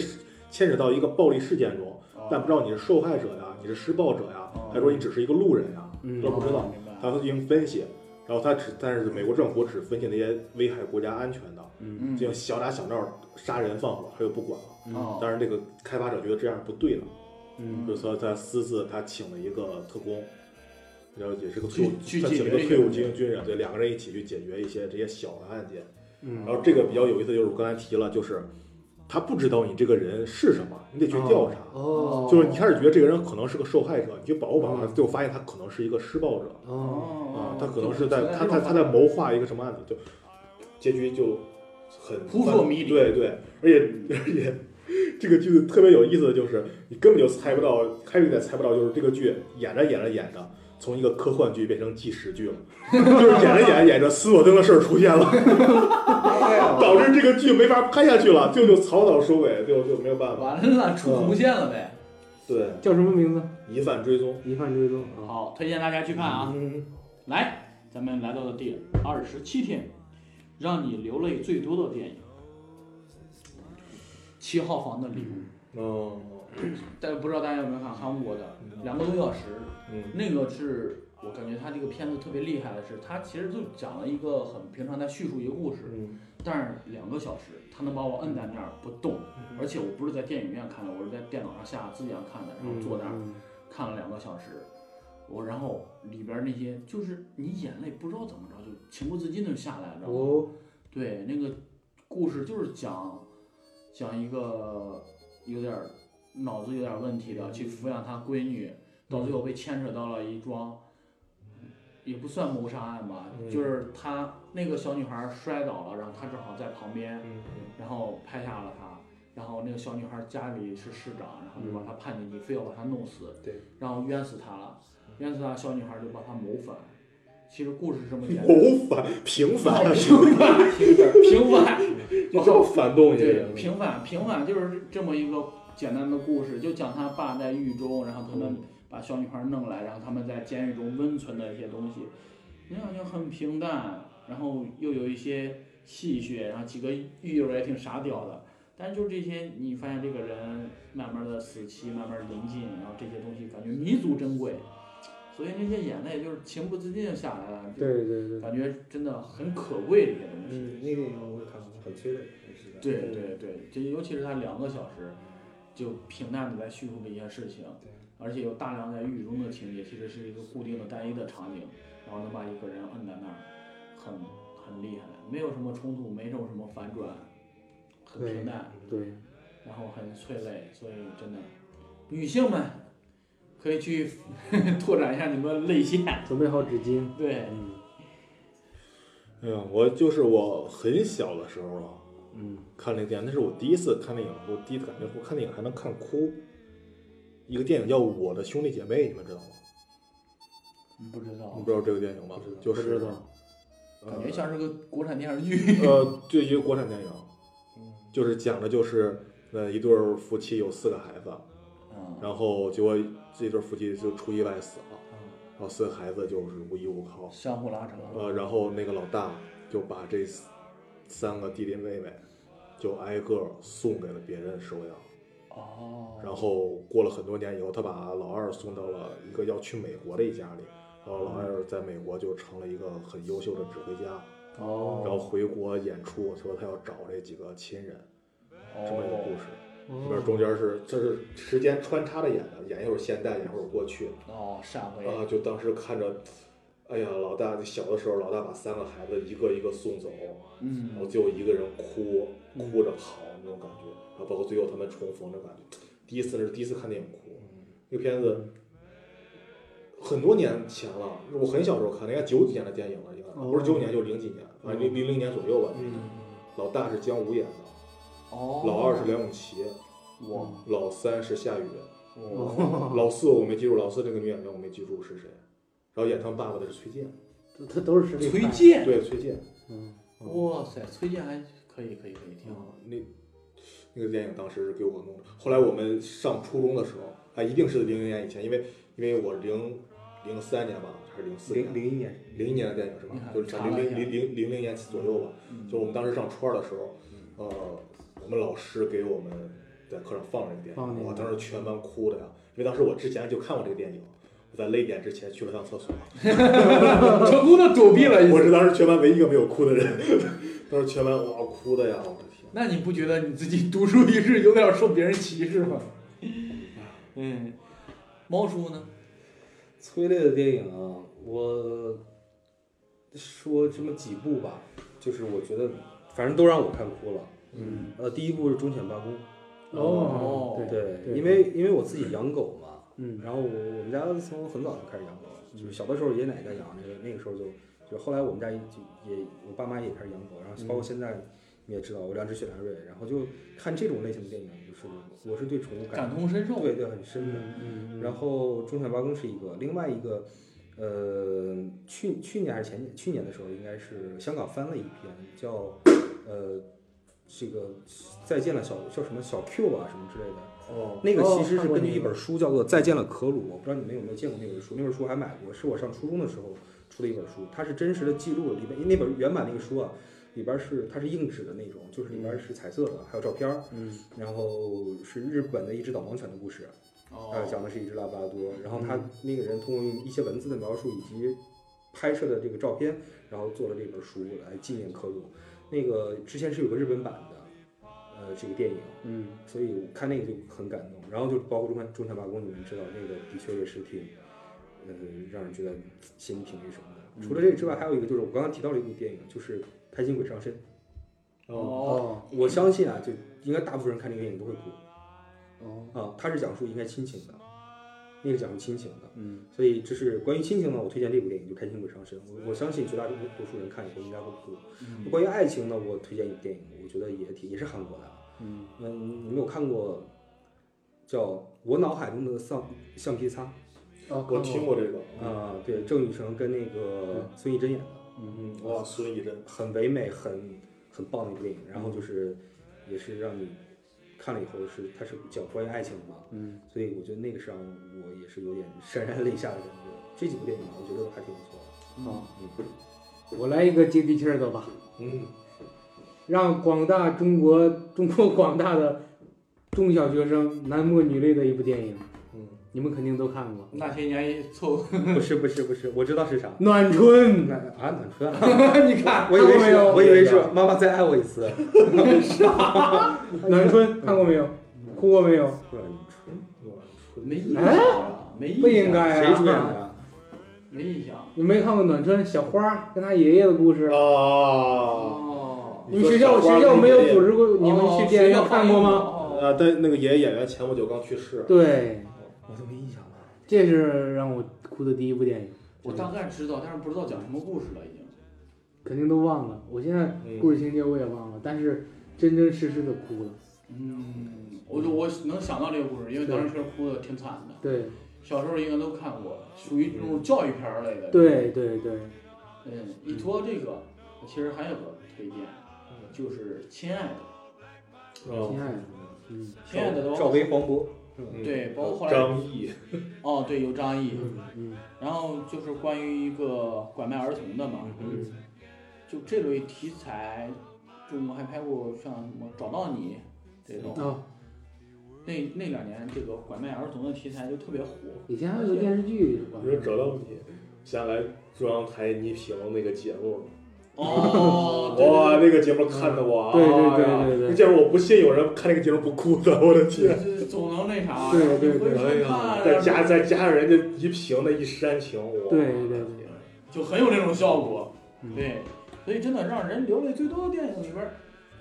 Speaker 3: 牵扯到一个暴力事件中，但不知道你是受害者呀，你是施暴者呀
Speaker 1: 哦，
Speaker 3: 还说你只是一个路人呀，
Speaker 2: 嗯
Speaker 3: 都不知道。
Speaker 1: 明白
Speaker 3: 他会进行分析，然后他只但是美国政府只分析那些危害国家安全的，
Speaker 2: 嗯
Speaker 1: 嗯
Speaker 3: 就小打小闹、杀人放火，他就不管了。
Speaker 1: 哦哦
Speaker 3: 当然，这个开发者觉得这样是不对的，
Speaker 4: 嗯
Speaker 3: 比如说在私自他请了一个特工，然后也是个
Speaker 1: 去
Speaker 3: 退伍，
Speaker 1: 去
Speaker 3: 他
Speaker 1: 解
Speaker 3: 请了
Speaker 1: 决
Speaker 3: 个
Speaker 1: 这
Speaker 3: 退
Speaker 1: 个
Speaker 3: 伍
Speaker 1: 问
Speaker 3: 军军人，对，两个人一起去解决一些这些小的案件。
Speaker 2: 嗯
Speaker 3: 然后这个比较有意思，就是我刚才提了，就是他不知道你这个人是什么，你得去调查。
Speaker 2: 哦，
Speaker 3: 就是你开始觉得这个人可能是个受害者，你去保护保护他，
Speaker 2: 嗯
Speaker 3: 最后发现他可能是一个施暴者
Speaker 2: 哦，
Speaker 1: 哦
Speaker 3: 啊，，他可能是在
Speaker 1: 就
Speaker 3: 他
Speaker 1: 这种
Speaker 3: 他他在谋划一个什么案子，就结局就很
Speaker 1: 扑朔迷离
Speaker 3: 对对，而且而且这个剧特别有意思的就是，你根本就猜不到，开始也猜不到，就是这个剧演着演着演着。从一个科幻剧变成纪实剧了， 就是演着演着演着，斯诺登的事儿出现了，
Speaker 1: 哦
Speaker 3: 导致这个剧没法拍下去了，就就草草收尾，就就没有办法。
Speaker 1: 完了出
Speaker 3: 嗯
Speaker 1: 红线了呗。
Speaker 3: 对，
Speaker 2: 叫什么名字？
Speaker 3: 疑犯追踪，
Speaker 2: 疑犯追踪啊，
Speaker 1: 好，推荐大家去看啊。
Speaker 3: 嗯，
Speaker 1: 来，咱们来到了第二十七天，让你流泪最多的电影，《七号房的礼物
Speaker 2: 嗯
Speaker 3: 哦，》，
Speaker 1: 但不知道大家有没有看韩国的两个多小时，
Speaker 3: 嗯，
Speaker 1: 那个是我感觉他这个片子特别厉害的是，他其实就讲了一个很平常在叙述一个故事，
Speaker 3: 嗯
Speaker 1: 但是两个小时他能把我摁在那儿不动，而且我不是在电影院看的，我是在电脑上下资源看的，然后坐那儿
Speaker 2: 嗯
Speaker 1: 看了两个小时，我然后里边那些就是你眼泪不知道怎么着就情不自禁的下来了，然后
Speaker 2: 哦，
Speaker 1: 对那个故事就是讲讲一个有点儿脑子有点儿问题的去抚养他闺女，到最后被牵扯到了一桩。也不算谋杀案吧，
Speaker 3: 嗯
Speaker 1: 就是他那个小女孩摔倒了，然后他正好在旁边，
Speaker 3: 嗯
Speaker 1: 然后拍下了她，然后那个小女孩家里是市长，然后就把
Speaker 3: 嗯
Speaker 1: 她判进去，非要把她弄死，
Speaker 4: 对，
Speaker 1: 然后冤死她了，
Speaker 3: 嗯
Speaker 1: 冤死她，小女孩就把她谋反。其实故事是这么简单，
Speaker 3: 谋反平 反，
Speaker 1: 平反，平反，
Speaker 3: 就要反动一些
Speaker 1: 对，
Speaker 3: 人，
Speaker 1: 平反，平反就是这么一个简单的故事，就讲他爸在狱中，然后他们把小女孩弄来，然后他们在监狱中温存的一些东西，你感觉很平淡，然后又有一些戏谑，然后几个狱友也挺傻屌的，但是就这些，你发现这个人慢慢的死期慢慢临近，然后这些东西感觉弥足珍贵，所以那些眼泪就是情不自禁地下来了，，
Speaker 2: 对对对，
Speaker 1: 感觉真的很可贵的一些东西。
Speaker 4: 嗯，那个影我也看过，很催泪，是的。
Speaker 1: 对对对，这尤其是他两个小时，就平淡的在叙述这些事情，
Speaker 4: 对
Speaker 1: 而且有大量在狱中的情节，其实是一个固定的单一的场景，然后能把一个人摁在那儿，很很厉害，没有什么冲突，没有什么反转，很
Speaker 2: 对
Speaker 1: 平淡，
Speaker 2: 对，
Speaker 1: 然后很催泪，所以真的，女性们可以去 拓展一下你们的泪腺，
Speaker 2: 准备好纸巾，
Speaker 1: 对，
Speaker 2: 嗯
Speaker 3: 哎呀，我就是我很小的时候啊，
Speaker 2: 嗯，
Speaker 3: 看那个电影，那是我第一次看电影，我第一次感觉我看电影还能看哭。一个电影叫《我的兄弟姐妹》，你们知道吗？
Speaker 1: 你不哦知
Speaker 3: 你
Speaker 1: 道，
Speaker 3: 不知道这个电影吗
Speaker 4: 不知道？
Speaker 3: 就
Speaker 2: 不知
Speaker 3: 是
Speaker 2: 道，
Speaker 1: 感觉像是个国产电视 剧，
Speaker 3: 呃，就一个国产电影，
Speaker 4: 嗯，
Speaker 3: 就是讲的就是呃一对儿夫妻有四个孩子，
Speaker 1: 嗯，
Speaker 3: 然后结果这对儿夫妻就出意外死了，
Speaker 1: 嗯
Speaker 3: 然后四个孩子就是无依无靠，
Speaker 1: 相互拉扯，
Speaker 3: 呃，然后那个老大就把这三个弟弟妹妹就挨个儿送给了别人收养。
Speaker 1: 哦，
Speaker 3: 然后过了很多年以后，他把老二送到了一个要去美国的一家里，然后老二在美国就成了一个很优秀的指挥家，
Speaker 1: 哦，
Speaker 3: 然后回国演出，说他要找这几个亲人，这么一个故事。
Speaker 2: 哦
Speaker 3: 里边中间是这是时间穿插着演的，演一会儿现代，演一会儿过去，
Speaker 1: 哦，闪回，
Speaker 3: 啊，就当时看着。哎呀，老大小的时候，老大把三个孩子一个一个送走，然后
Speaker 1: 嗯，
Speaker 3: 最后一个人哭，哭着跑那种感觉，然后包括最后他们重逢的感觉，第一次那是第一次看电影哭，
Speaker 2: 嗯
Speaker 3: 这个片子很多年前了，我很小时候看，应该九几年的电影了，应该
Speaker 2: 哦
Speaker 3: 不是九几年就零几年，反正零零零年左右吧。
Speaker 2: 嗯，
Speaker 3: 老大是姜武演的，
Speaker 1: 哦，
Speaker 3: 老二是梁咏琪，
Speaker 1: 我，
Speaker 3: 老三是夏雨，嗯
Speaker 2: 哦
Speaker 1: 我，
Speaker 3: 老四我没记住，老四那个女演员我没记住是谁，然后演他们爸爸的是崔健，
Speaker 2: 这这都是实力派
Speaker 1: 崔，健，
Speaker 3: 对崔健，
Speaker 2: 嗯，
Speaker 1: 哇塞，崔健还可以，可以，可以，挺好。
Speaker 3: 啊，那那个电影当时是给我弄的。后来我们上初中的时候，啊，一定是零零年以前，因为因为我零零三年吧，还是零四年
Speaker 4: 零，零一年，
Speaker 3: 零一年的电影是吧
Speaker 1: 你看？
Speaker 3: 就是
Speaker 1: 查了
Speaker 3: 零
Speaker 1: 一下
Speaker 3: 零零零零零年左右吧。
Speaker 1: 嗯
Speaker 3: 就我们当时上初二的时候，呃，我们老师给我们在课上放这个电
Speaker 2: 放那
Speaker 3: 影，
Speaker 2: 个
Speaker 3: 我当时全班哭的呀，因为当时我之前就看过这个电影。我在泪点之前去了趟厕所，
Speaker 4: 成功的躲避了一
Speaker 3: 我
Speaker 4: 次。
Speaker 3: 是当时全班唯一一个没有哭的人， 当时全班哇哭的呀，我的天！
Speaker 1: 那你不觉得你自己独树一帜，有点受别人歧视吗？嗯，猫叔呢？
Speaker 4: 催泪的电影啊，我说这么几部吧，就是我觉得反正都让我看哭了。
Speaker 1: 嗯，
Speaker 4: 呃，第一部是《忠犬八公》，
Speaker 1: 哦
Speaker 2: 对
Speaker 4: 对，
Speaker 2: 对
Speaker 4: 因为因为我自己养狗嘛，
Speaker 2: 嗯
Speaker 4: 然后我我们家从很早就开始养狗了，就是小的时候爷爷奶奶家养，那个那个时候就就后来我们家也就也我爸妈也开始养狗，然后包括现在你也知道我两只雪纳瑞，然后就看这种类型的电影，就是我是对宠物
Speaker 3: 哎
Speaker 1: 感
Speaker 4: 感
Speaker 1: 同身受。
Speaker 4: 对对很深的。
Speaker 2: 嗯，
Speaker 4: 然后忠犬八公是一个，另外一个，呃，去去年还是前年，去年的时候应该是香港翻了一篇叫，呃，这个再见了小叫什么小 Q 啊什么之类的，
Speaker 3: 哦，
Speaker 4: 那个
Speaker 2: 哦
Speaker 4: 其实
Speaker 2: 看
Speaker 4: 是
Speaker 2: 过
Speaker 4: 根
Speaker 2: 那
Speaker 4: 据一
Speaker 2: 个
Speaker 4: 本书叫做《再见了可鲁》，我不知道你们有没有见过那本书，那本书我还买过，是我上初中的时候出的一本书，它是真实的记录了里边，因为那本原版那个书啊，里边是它是硬纸的那种，就是里边是彩色的，还有照片，
Speaker 2: 嗯，
Speaker 4: 然后是日本的一只导盲犬的故事，
Speaker 3: 哎
Speaker 4: 呃，
Speaker 1: 哦，
Speaker 4: 讲的是一只拉布拉多，然后他那个人通过用一些文字的描述以及拍摄的这个照片，然后做了这本书来纪念科鲁。那个之前是有个日本版的，呃，这个电影，
Speaker 2: 嗯，
Speaker 4: 所以我看那个就很感动。然后就包括《中山中山八公》，你们知道那个的确也是挺，呃，让人觉得心里挺那什么的。除了这个之外，还有一个就是我刚刚提到了一部电影，就是《开心鬼上身》。
Speaker 1: 哦，
Speaker 2: 哦
Speaker 4: 我相信啊，就应该大部分人看这个电影都会哭。
Speaker 2: 哦，
Speaker 4: 啊，它是讲述应该亲情的，那个讲述亲情的，
Speaker 2: 嗯，
Speaker 4: 所以这是关于亲情呢，我推荐这部电影就《开心鬼上身》，我我相信绝大多数人看以后应该会哭。
Speaker 1: 嗯
Speaker 4: 关于爱情呢，我推荐一部电影，我觉得也挺也是韩国的，啊
Speaker 2: 嗯，
Speaker 4: 嗯，你们有看过叫《我脑海中的橡橡皮擦》
Speaker 2: 哦，
Speaker 3: 我听
Speaker 2: 过，
Speaker 3: 过这个，
Speaker 4: 啊、对，郑雨盛跟那个孙艺珍演的，
Speaker 3: 嗯，哇，孙艺珍，
Speaker 4: 很唯美，很很棒的一部电影，然后就是
Speaker 2: 嗯
Speaker 4: 也是让你看了以后是它是讲关于爱情的嘛，
Speaker 2: 嗯，
Speaker 4: 所以我觉得那个是让我也是有点潸然泪下的感觉。这几部电影我觉得都还挺不错的。
Speaker 2: 好，
Speaker 4: 嗯
Speaker 2: 我来一个接地气儿的吧，
Speaker 3: 嗯，
Speaker 2: 让广大中国 中国广大的中小学生男默女泪的一部电影，
Speaker 3: 嗯，
Speaker 2: 你们肯定都看过，
Speaker 1: 那些年错 过，
Speaker 4: 不是不是不是，我知道是啥。
Speaker 2: 《暖春
Speaker 4: 那啊，暖春啊！》，
Speaker 2: 你
Speaker 3: 嗯
Speaker 2: 看
Speaker 4: 我以为是，
Speaker 2: 看过
Speaker 4: 我
Speaker 2: 没
Speaker 4: 以
Speaker 2: 有？
Speaker 4: 为是妈妈再爱我一次。
Speaker 2: 暖春看过没有？哭过没有？
Speaker 4: 暖春，
Speaker 1: 没印象
Speaker 2: 哎
Speaker 1: 了，没印象，
Speaker 2: 不应该
Speaker 4: 谁
Speaker 2: 啊！
Speaker 4: 出演的哎呀？
Speaker 1: 没印象。
Speaker 2: 你没看过《暖春》小花跟她爷爷的故事？
Speaker 3: 哦啊，
Speaker 1: 哦，
Speaker 2: 你们学校学校没有组织过，你们去电影院看过吗？
Speaker 1: 吗？
Speaker 3: 啊，但那个爷爷演员前不久刚去世，
Speaker 2: 对，
Speaker 4: 我都没印象了。
Speaker 2: 这是让我哭的第一部电影，
Speaker 1: 我大概知道，但是不知道讲什么故事了，已经。
Speaker 2: 肯定都忘了。我现在
Speaker 3: 嗯
Speaker 2: 故事情节我也忘了，但是真真实实的哭了。
Speaker 1: 嗯，我就我能想到这个故事，因为当时确实哭的挺惨的。
Speaker 2: 对，
Speaker 1: 小时候应该都看过，属于那种教育片儿类的。，
Speaker 2: 对对对，
Speaker 1: 嗯，一说到这个，我其实还有个推荐，就是《亲爱的
Speaker 2: 亲
Speaker 3: 嗯，
Speaker 2: 爱的，嗯，》。
Speaker 1: 亲爱的的话，
Speaker 4: 赵薇、黄渤，
Speaker 1: 对，包括后来
Speaker 3: 张译，
Speaker 1: 哦，对，有张译，
Speaker 2: 嗯
Speaker 1: 然后就是关于一个拐卖儿童的嘛，
Speaker 2: 嗯
Speaker 1: 就这类题材，中国还拍过像什么《找到你》这种。
Speaker 2: 哦，
Speaker 1: 那那两年这个拐卖儿童的题材就特别火。
Speaker 2: 以前还有个电视剧是吧
Speaker 3: 比？如找到你，下来中央台倪萍那个节目，
Speaker 1: 哦，对
Speaker 3: 哇，那个节目看的我，
Speaker 2: 对对对
Speaker 3: 哎呀
Speaker 2: 对对
Speaker 3: 那节目我不信有人看那个节目不哭的，我的天！
Speaker 1: 对对，总能 那啥，
Speaker 2: 对对对
Speaker 1: 你回去看，
Speaker 3: 再加再加上人家倪萍那一煽情，我
Speaker 2: 对对对
Speaker 1: 就很有那种效果。
Speaker 2: 嗯
Speaker 1: 对，所以真的让人流泪最多的电影里边儿，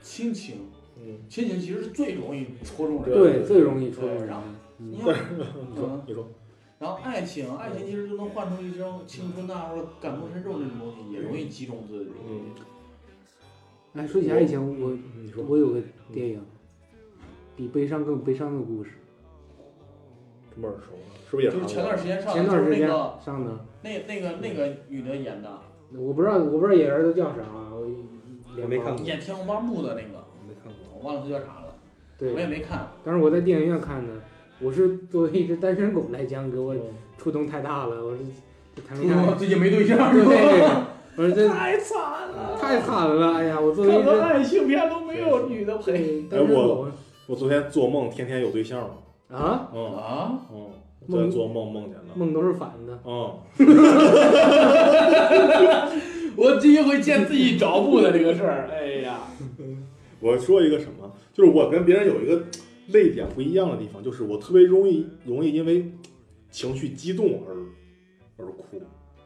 Speaker 1: 亲情，
Speaker 3: 嗯，
Speaker 1: 亲情其实是最容易戳中人。
Speaker 2: 对，最容易戳中
Speaker 1: 对
Speaker 2: 人
Speaker 1: 然后。
Speaker 2: 嗯
Speaker 1: 你看，
Speaker 3: 你说
Speaker 1: 嗯，
Speaker 3: 你说，
Speaker 1: 然后爱情，爱情其实就能唤出一种青春呐，或者感同身受那种东西，也容易击中自己。
Speaker 3: 嗯，
Speaker 2: 哎，说起爱情，我
Speaker 3: 你嗯说
Speaker 2: 我有个电影，比悲伤更悲伤的故事，
Speaker 3: 这么耳熟啊，是不是也
Speaker 1: 就是前
Speaker 3: 韩
Speaker 1: 段时间上的，
Speaker 2: 前
Speaker 1: 就
Speaker 2: 段
Speaker 1: 是
Speaker 2: 时
Speaker 1: 那
Speaker 2: 间
Speaker 1: 个
Speaker 2: 上的。
Speaker 1: 那那个那个女的演的，
Speaker 2: 我不知道，我不知道演员都叫啥啊，我
Speaker 4: 我没看过
Speaker 1: 演《天龙八部》的那个，
Speaker 4: 我没看过。
Speaker 1: 我忘了她叫啥了，我也
Speaker 2: 对，
Speaker 1: 没看。
Speaker 2: 当时我在电影院看的，我是作为一只单身狗来讲，给我
Speaker 3: 国？
Speaker 2: 触动太大了，我是这谈
Speaker 1: 初
Speaker 2: 恋 爱
Speaker 1: 中，最近没对象是吧？
Speaker 2: 对，我说这
Speaker 1: 太惨了，
Speaker 2: 太惨了，哎呀，我作为一
Speaker 1: 看个
Speaker 2: 只
Speaker 1: 爱情片都没有女的陪。
Speaker 2: 对单身狗
Speaker 3: 我昨天做梦，天天有对象了，
Speaker 2: 啊，
Speaker 3: 嗯
Speaker 1: 啊，
Speaker 3: 嗯，昨天做梦梦见了，
Speaker 2: 梦都是反的，
Speaker 3: 嗯，
Speaker 1: 我第一回见自己着步的这个事儿，哎呀，
Speaker 3: 我说一个什么，就是我跟别人有一个泪点不一样的地方，就是我特别容易容易因为情绪激动而而哭，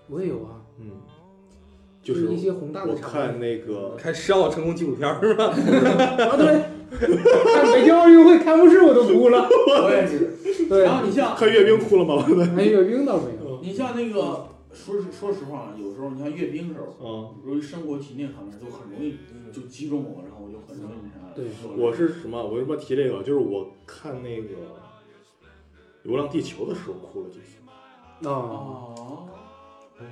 Speaker 2: 我也有啊，
Speaker 3: 嗯，就
Speaker 2: 一
Speaker 3: 是
Speaker 2: 些宏大
Speaker 3: 我
Speaker 2: 的场
Speaker 3: 看
Speaker 2: 面。
Speaker 3: 那个
Speaker 4: 看《奥成功纪录片儿是吧？
Speaker 2: 啊，对，看北京奥运会开幕式我都哭 了。
Speaker 1: 我也是。
Speaker 2: 对，
Speaker 1: 然后你像
Speaker 3: 看阅兵哭了吗？
Speaker 2: 韩阅兵倒没有。
Speaker 1: 你像那个，说实说实话啊，有时候你像阅兵的时候，
Speaker 3: 嗯，
Speaker 1: 由于生活体那场面就很容易就击中我，然后我就很容易那啥。
Speaker 2: 对
Speaker 3: 我是什么？我为什么提这个？就是我看那个《流浪地球》的时候哭了几
Speaker 2: 啊，
Speaker 3: 次。
Speaker 1: 哦，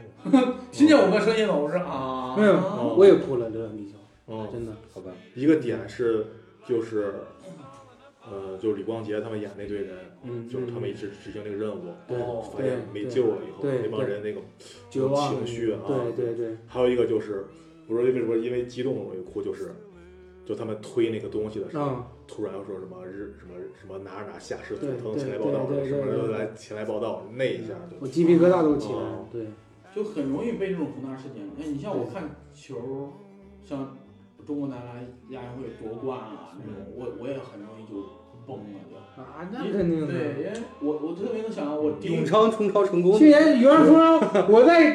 Speaker 1: 听见我哥声音了，我说啊，
Speaker 2: 没有
Speaker 1: 哦
Speaker 2: 我也哭了，《流浪地球
Speaker 3: 嗯》，
Speaker 2: 真的。
Speaker 4: 好吧，
Speaker 3: 一个点是就是，呃，就是李光洁他们演那队人，
Speaker 2: 嗯，
Speaker 3: 就是他们一
Speaker 2: 嗯
Speaker 3: 直执行那个任务，
Speaker 2: 对
Speaker 1: 哦
Speaker 3: 发现没救了以后，
Speaker 2: 对
Speaker 3: 那帮人那个
Speaker 2: 绝望
Speaker 3: 情绪啊
Speaker 2: 对对对，
Speaker 3: 还有一个就是，我说为什么因为激动容易哭，就是就他们推那个东西的时候，
Speaker 2: 嗯，
Speaker 3: 突然又说什么日什么什么哪儿哪儿下士土
Speaker 2: 对
Speaker 3: 腾
Speaker 2: 对
Speaker 3: 前来报道
Speaker 2: 对对对
Speaker 3: 什么
Speaker 2: 对
Speaker 3: 人
Speaker 2: 对嗯
Speaker 3: 来前来报道，那一下就
Speaker 2: 我鸡皮疙瘩都起来了
Speaker 3: 哦。
Speaker 2: 对，
Speaker 1: 就很容易被这种宏大事件。哎，你像我看球，像中国男篮亚运会夺冠啊那
Speaker 4: 嗯
Speaker 1: 种，我我也很容易就崩了就。
Speaker 2: 啊，那肯定
Speaker 1: 对，
Speaker 2: 的。
Speaker 1: 因为我我特别能想到我第一
Speaker 4: 永昌冲嗯超成功
Speaker 2: 去，年有人说我在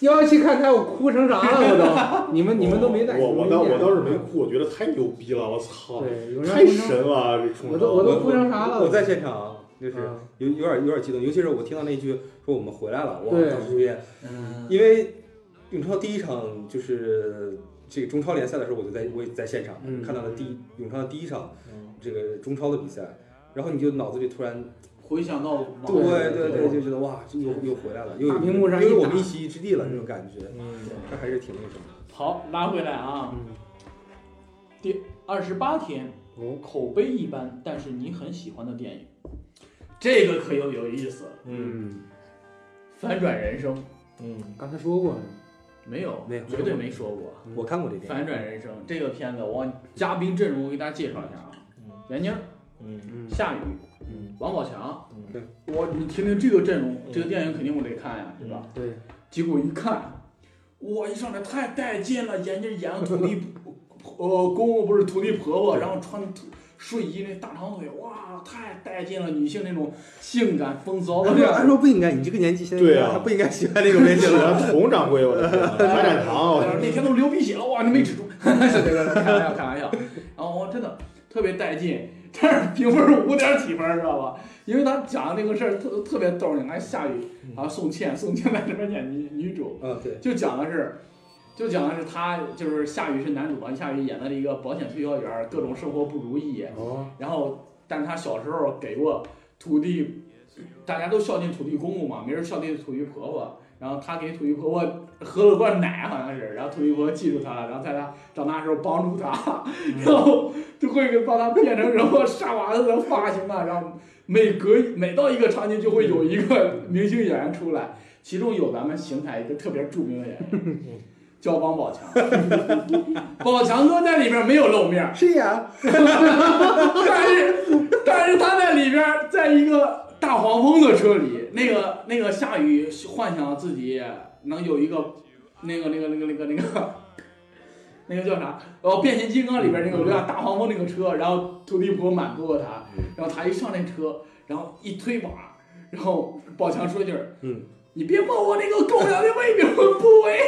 Speaker 2: 幺幺七看他，我哭成啥了？我都， 你们你们都没在。
Speaker 3: 我我倒
Speaker 2: 你
Speaker 3: 我
Speaker 2: 们没见
Speaker 3: 倒是没哭，我觉得太牛逼了，我操，
Speaker 2: 啊嗯对，有人
Speaker 3: 太
Speaker 2: 哭成
Speaker 3: 神了，这冲
Speaker 2: 我都我
Speaker 3: 绳
Speaker 2: 都哭成啥了？
Speaker 4: 我在现场，就是
Speaker 2: 啊
Speaker 4: 有有点有点激动，尤其是我听到那句说我们回来了，哇，
Speaker 2: 对
Speaker 4: 当时有点
Speaker 1: 嗯，
Speaker 4: 因为永超第一场就是这个中超联赛的时候，我就在我也在现场、
Speaker 2: 嗯
Speaker 4: 看到了第一永昌的第一场
Speaker 3: 嗯
Speaker 4: 这个中超的比赛，然后你就脑子里突然
Speaker 1: 回想到往
Speaker 4: 对
Speaker 2: 对对
Speaker 4: 对就觉得哇，这又又回来了，又有
Speaker 2: 大屏幕上
Speaker 4: 又
Speaker 2: 一
Speaker 4: 有
Speaker 2: 打
Speaker 4: 我们一席之地了那种感觉，
Speaker 3: 嗯
Speaker 4: 这还是挺那什么的。
Speaker 1: 好拉回来啊，
Speaker 2: 嗯，
Speaker 1: 二十八天
Speaker 2: 哦，
Speaker 1: 口碑一般，但是你很喜欢的电影，这个可有有意思了，
Speaker 3: 嗯
Speaker 1: 反转人生
Speaker 3: 嗯，
Speaker 2: 刚才说过了，
Speaker 1: 没有
Speaker 4: 没有
Speaker 1: 绝对没说过。
Speaker 4: 嗯我看过这电
Speaker 1: 反转人生这个片子，我嘉宾阵容我给大家介绍一下啊
Speaker 3: 嗯，
Speaker 1: 闫妮儿、
Speaker 3: 嗯
Speaker 2: 嗯，
Speaker 1: 夏雨、
Speaker 3: 嗯
Speaker 1: 王宝强，
Speaker 3: 嗯
Speaker 1: 我你听听这个阵容，
Speaker 3: 嗯
Speaker 1: 这个电影肯定我得看呀，对吧？
Speaker 2: 对，
Speaker 1: 结果一看，哇，一上来太带劲了，闫妮儿演个土地 呃公公不是土地婆婆，然后穿土睡衣那大长腿，哇，太带劲了，女性那种性感风骚
Speaker 4: 影。按说啊按说不应该，你这个年纪现在
Speaker 3: 对啊
Speaker 4: 还不应该喜欢那种类型
Speaker 3: 喜
Speaker 4: 了。
Speaker 3: 欢佟掌柜，我的 天啊，海展堂，我
Speaker 1: 哎呀那天都流鼻血了，哇，你没止住， 开玩笑，开玩笑。然后我真的特别带劲，但是评分是五点几分，知道吧？因为他讲的那个事儿特特别逗，你看夏雨啊，宋茜，宋茜在里边演女女主，
Speaker 4: 嗯，对，
Speaker 1: 就讲的是，就讲的是他就是夏雨是男主嘛，夏雨演的一个保险推销员儿，各种生活不如意，
Speaker 2: 哦，
Speaker 1: 然后但是他小时候给过土地，大家都孝敬土地公公嘛，没人孝敬土地婆婆。然后他给土地婆婆喝了罐奶，好像是，然后土地婆婆记住他了，然后在他长大的时候帮助他， 然后就会把他变成什么沙娃子的发型啊，然后每隔一每到一个场景就会有一个明星演员出来，其中有咱们邢台一个特别著名的演员，叫王宝强， 宝强哥在里边没有露面，
Speaker 4: 是呀，
Speaker 1: 但是但是他在里边儿，在一个大黄蜂的车里，那个那个夏雨幻想自己能有一个那个那个那个那个那个那个叫啥？哦，变形金刚里边那个有辆大黄蜂那个车，然后土地婆满足过他，然后他一上那车，然后一推把，然后宝强说一句儿：“
Speaker 4: 嗯，
Speaker 1: 你别摸我那个狗粮的未名部位。”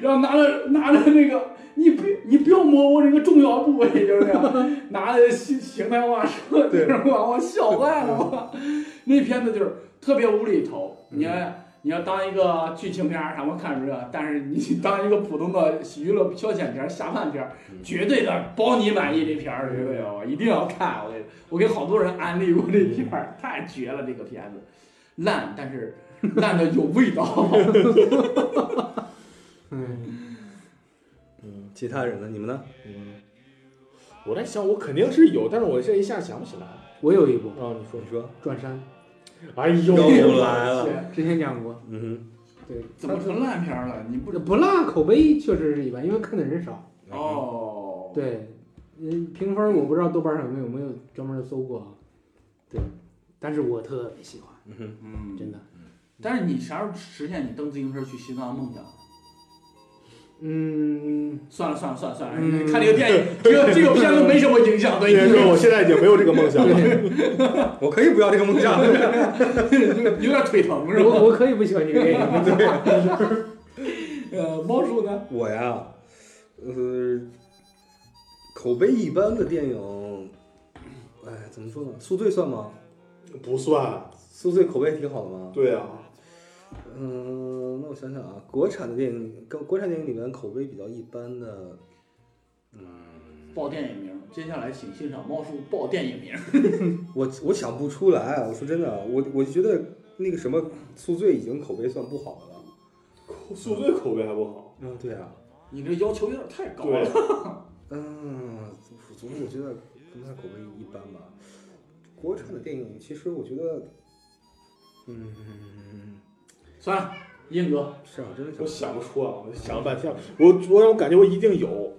Speaker 1: 然后拿着拿着那个，你别你不要摸我这个重要部位， 就是那样，拿着邢邢台话说，
Speaker 4: 对
Speaker 1: 就是把我笑坏了我。
Speaker 2: 嗯
Speaker 1: 那片子就是特别无厘头，你看。你要当一个剧情片儿，咱们看着，但是你 当一个普通的娱乐消遣片儿、下饭片儿，
Speaker 2: 嗯
Speaker 1: 绝对的包你满意。这片儿绝对的，我一定要看。我跟我给好多人安利过这片儿，太绝了！这个片子烂，但 是烂的有味道。
Speaker 2: 嗯，
Speaker 4: 嗯，其他人呢？你们呢？
Speaker 3: 嗯，我在想，我肯定是有，但是我这一下想不起来。
Speaker 2: 我有一部
Speaker 3: 啊，你说
Speaker 4: 你，说，
Speaker 2: 转山，
Speaker 3: 哎呦，
Speaker 4: 又来了
Speaker 2: 之前讲过，
Speaker 4: 嗯
Speaker 2: 对，
Speaker 1: 怎么成烂片儿了？你不
Speaker 2: 这不辣，口碑确实是一般，因为看的人少。
Speaker 4: 哼，
Speaker 1: 哦，
Speaker 2: 嗯对，嗯，评分我不知道豆瓣上有没有有没有专门搜过，啊。对，但是我特别喜欢，
Speaker 4: 嗯哼，
Speaker 1: 嗯，
Speaker 2: 真的。
Speaker 1: 但是你啥时候实现你蹬自行车去西藏的梦想？
Speaker 2: 嗯，
Speaker 1: 算了算了算了算了，
Speaker 2: 嗯
Speaker 1: 看这个电影，这个这个片子没什么影响，对
Speaker 3: 对，就是我现在已经没有这个梦想了。
Speaker 2: 对，
Speaker 4: 我可以不要这个梦想，
Speaker 1: 有点腿疼是吧？
Speaker 2: 我我可以不喜欢这个电影，
Speaker 1: 呃，猫叔呢？
Speaker 4: 我呀，呃，口碑一般的电影，哎，怎么说呢？宿醉算吗？
Speaker 3: 不算，
Speaker 4: 宿醉口碑挺好的嘛。
Speaker 3: 对啊，
Speaker 4: 嗯、那我想想啊，国产的电影，跟国产电影里面口碑比较一般的，嗯
Speaker 1: 报电影名，接下来请欣赏猫叔报电影名。
Speaker 4: 我我想不出来。啊我说真的，我我觉得那个什么宿醉已经口碑算不好的了。
Speaker 3: 宿醉口碑还不好。
Speaker 4: 嗯，对啊，
Speaker 1: 你这要求有点太高
Speaker 3: 对啊
Speaker 1: 了。，
Speaker 4: 嗯，总之我觉得跟他口碑一般吧。国产的电影，其实我觉得，嗯，
Speaker 1: 算了，硬哥，
Speaker 4: 是啊，真的想
Speaker 3: 我想不出啊，我想了半天，我我我感觉我一定有，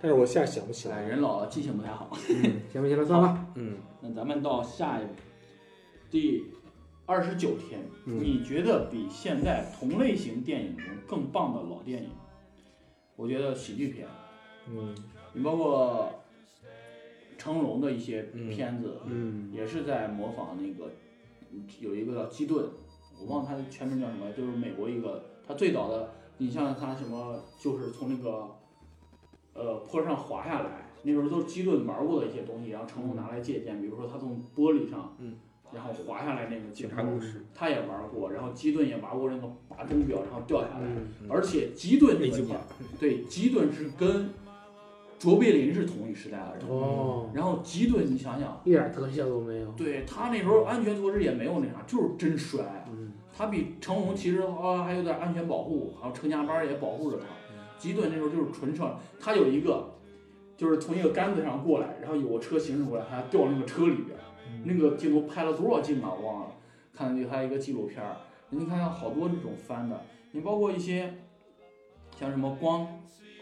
Speaker 3: 但是我现在想不起
Speaker 1: 哎，
Speaker 3: 来。
Speaker 1: 人老了记性不太好。
Speaker 2: 行不行了，算了。
Speaker 4: 嗯，
Speaker 1: 那咱们到下一步，第二十九天，
Speaker 4: 嗯
Speaker 1: 你觉得比现在同类型电影中更棒的老电影？我觉得喜剧片，
Speaker 3: 嗯，
Speaker 1: 你包括成龙的一些
Speaker 4: 嗯
Speaker 1: 片子，
Speaker 4: 嗯
Speaker 1: 也是在模仿那个有一个叫基顿，我忘了他的全名叫什么，就是美国一个他最早的，你像他什么就是从那个呃坡上滑下来，那时候都是基顿玩过的一些东西，然后成龙拿来借鉴，比如说他从玻璃上，
Speaker 4: 嗯
Speaker 1: 然后滑下来那个
Speaker 4: 警
Speaker 1: 镜
Speaker 4: 察
Speaker 1: 头，
Speaker 4: 故事，
Speaker 1: 他也玩过，然后基顿也玩过那个拔钟表，然后掉下来，
Speaker 2: 嗯，
Speaker 1: 而且基顿这
Speaker 4: 那
Speaker 1: 个
Speaker 4: 句
Speaker 1: 年
Speaker 4: 话，
Speaker 1: 对基顿是跟卓别林是同一时代的人，
Speaker 2: 哦，
Speaker 1: 然后基顿你想想。
Speaker 2: 一点特效都没有。
Speaker 1: 对他那时候安全措施也没有那啥，就是真摔。
Speaker 2: 嗯，
Speaker 1: 他比成龙其实啊还有点安全保护，还有成家班也保护着他
Speaker 4: 嗯。
Speaker 1: 吉顿那时候就是纯上，他有一个就是从一个杆子上过来，然后有个车行驶过来，他掉那个车里边，那个镜头拍了多少镜啊？我忘了，看了他一个纪录片儿。你看好多这种翻的，你包括一些像什么光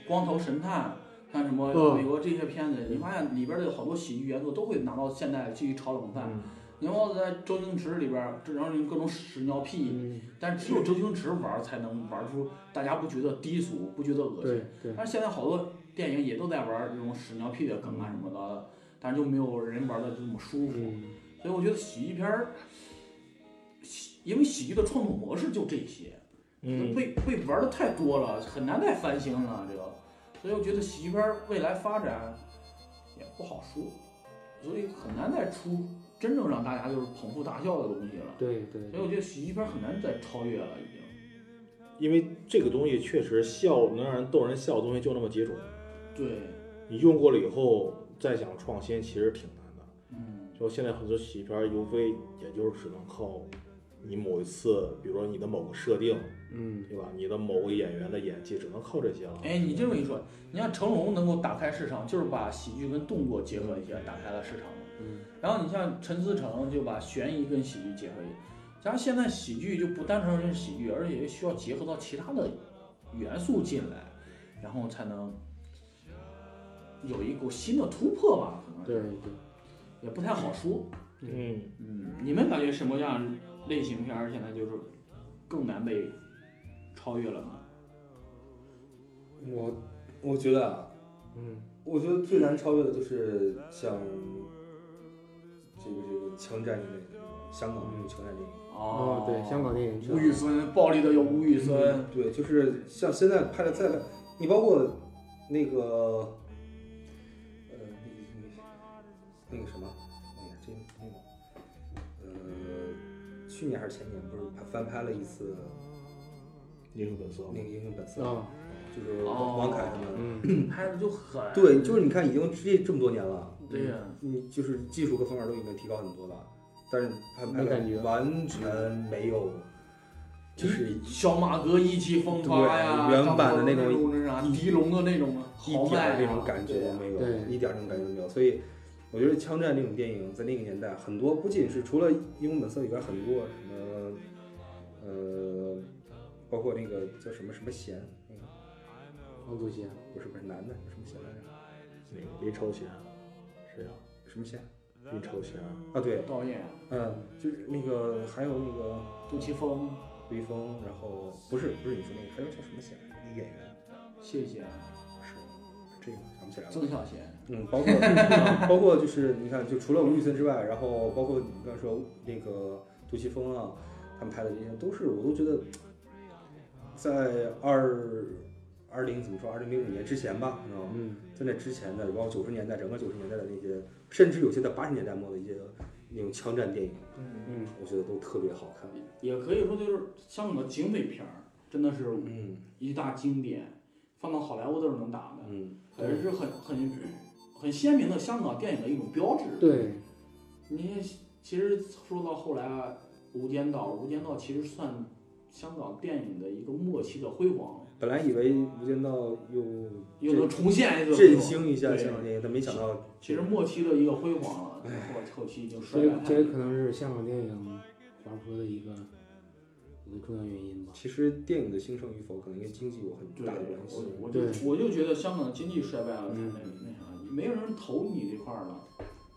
Speaker 1: 光头神探，像什么
Speaker 2: 嗯
Speaker 1: 美国这些片子，你发现里边的好多喜剧元素都会拿到现代去炒冷饭。你包括在周星驰里边儿，这然后各种屎尿屁，
Speaker 2: 嗯，
Speaker 1: 但只有周星驰玩儿才能玩出大家不觉得低俗，不觉得恶心。
Speaker 2: 对对，
Speaker 1: 但是现在好多电影也都在玩儿这种屎尿屁的梗啊什么的，但是就没有人玩的这么舒服。
Speaker 2: 嗯，
Speaker 1: 所以我觉得喜剧片儿，喜因为喜剧的创作模式就这些，
Speaker 3: 嗯，
Speaker 1: 被被玩的太多了，很难再翻新了这个。所以我觉得喜剧片儿未来发展也不好说，所以很难再出真正让大家就是捧腹大笑的东西了。
Speaker 2: 对对
Speaker 1: 所以我觉得喜剧片儿很难再超越了，已经。
Speaker 3: 因为这个东西确实笑能让人逗人笑的东西就那么几种，
Speaker 1: 对，
Speaker 3: 你用过了以后再想创新其实挺难的。
Speaker 1: 嗯，
Speaker 3: 就现在很多喜剧片儿无非也就是只能靠你某一次，比如说你的某个设定，
Speaker 2: 嗯，
Speaker 3: 对吧？你的某个演员的演技只能靠这些了。
Speaker 1: 哎，你这么一说，你看成龙能够打开市场，就是把喜剧跟动作结合一下，打开了市场嘛。
Speaker 2: 嗯。
Speaker 1: 然后你像陈思诚就把悬疑跟喜剧结合一下，然后现在喜剧就不单纯是喜剧，而且需要结合到其他的元素进来，然后才能有一股新的突破吧，可能
Speaker 2: 对
Speaker 1: 是
Speaker 2: 对，
Speaker 1: 也不太好说。
Speaker 3: 嗯，
Speaker 1: 嗯，你们感觉什么样类型片儿现在就是更难被超越了呢？
Speaker 4: 我我觉得啊，
Speaker 2: 嗯，
Speaker 4: 我觉得最难超越的就是像这个这个枪战一类的那种香港那种枪战电影。
Speaker 2: 哦，对，香港电影
Speaker 1: 吴宇
Speaker 2: 是吧，
Speaker 1: 森，暴力的有吴宇森，
Speaker 4: 对，就是像现在拍的再烂，你包括那个，呃，那个那个什么，哎呀，这那个，呃，去年还是前年，不是拍翻拍了一次
Speaker 3: 英雄本色
Speaker 4: 那个《英雄本色》，
Speaker 2: 啊，
Speaker 4: 就是
Speaker 1: 哦
Speaker 4: 王凯他们。
Speaker 2: 嗯，
Speaker 1: 拍的就很
Speaker 4: 对，就是你看，已经这这么多年了，
Speaker 1: 对呀、
Speaker 4: 你就是技术各方面都已经提高很多了，但是他们拍
Speaker 2: 没感
Speaker 4: 的
Speaker 2: 觉
Speaker 4: 完全没有，就是
Speaker 1: 小马哥意气风发呀，
Speaker 4: 对原版的那
Speaker 1: 张
Speaker 4: 种
Speaker 1: 国荣那啥，狄龙的那种
Speaker 4: 一
Speaker 1: 豪
Speaker 4: 点
Speaker 1: 迈
Speaker 4: 儿
Speaker 1: 啊
Speaker 4: 那种感觉
Speaker 1: 对
Speaker 4: 都
Speaker 1: 呀
Speaker 4: 没有，
Speaker 2: 对
Speaker 4: 一点儿那种感觉都没有。所以我觉得枪战这种电影在那个年代，很多不仅是除了《英雄本色》以外，很多什么呃，包括那个叫什么什么贤，那个
Speaker 2: 王祖贤，
Speaker 4: 不是不是男的什么贤来着？
Speaker 3: 那个啊林超贤，谁呀、
Speaker 4: 什么贤
Speaker 3: 林超贤，
Speaker 4: 啊？对，
Speaker 1: 导演
Speaker 4: 嗯，就是那个还有那个
Speaker 1: 杜琪峰，
Speaker 4: 李易峰，然后不是不是你说那个，还有叫什么贤来着？那个演员
Speaker 1: 谢谢啊
Speaker 4: 是这个想不起来了。
Speaker 1: 曾小贤，
Speaker 4: 嗯，包括 啊包括就是你看，就除了吴宇森之外，然后包括你刚才说那个杜琪峰啊，他们拍的这些都是，我都觉得在二二零怎么说，二零零五年之前吧，你知道吗？
Speaker 2: 嗯，
Speaker 4: 在那之前的，包括九十年代，整个九十年代的那些，甚至有些在八十年代末的一些那种枪战电影，
Speaker 3: 嗯，
Speaker 2: 嗯，
Speaker 4: 我觉得都特别好看。
Speaker 1: 也可以说就是香港的警匪片儿，真的是
Speaker 4: 嗯
Speaker 1: 一大经典，放到好莱坞都是能打的，
Speaker 4: 嗯，
Speaker 1: 也是很很很鲜明的香港电影的一种标志。
Speaker 2: 对，
Speaker 1: 你其实说到后来啊，《无间道》，《无间道》其实算香港电影的一个末期的辉煌，
Speaker 4: 本来以为《无间道》又
Speaker 1: 又能重现一次辉
Speaker 4: 振
Speaker 1: 煌。
Speaker 4: 兴一下
Speaker 1: 对
Speaker 4: 香港哎电影，但没想到
Speaker 1: 其实末期的一个辉煌了，后后期已经衰
Speaker 2: 这
Speaker 1: 败太
Speaker 2: 这
Speaker 1: 厉
Speaker 2: 可能是香港电影滑坡的一个一个重要原因吧。
Speaker 4: 其实电影的兴盛与否，可能跟经济有很
Speaker 1: 对，
Speaker 4: 大的关系。
Speaker 1: 我我就我就觉得香港经济衰败了，才
Speaker 4: 嗯
Speaker 1: 那个那啥，没有人投你这块儿了，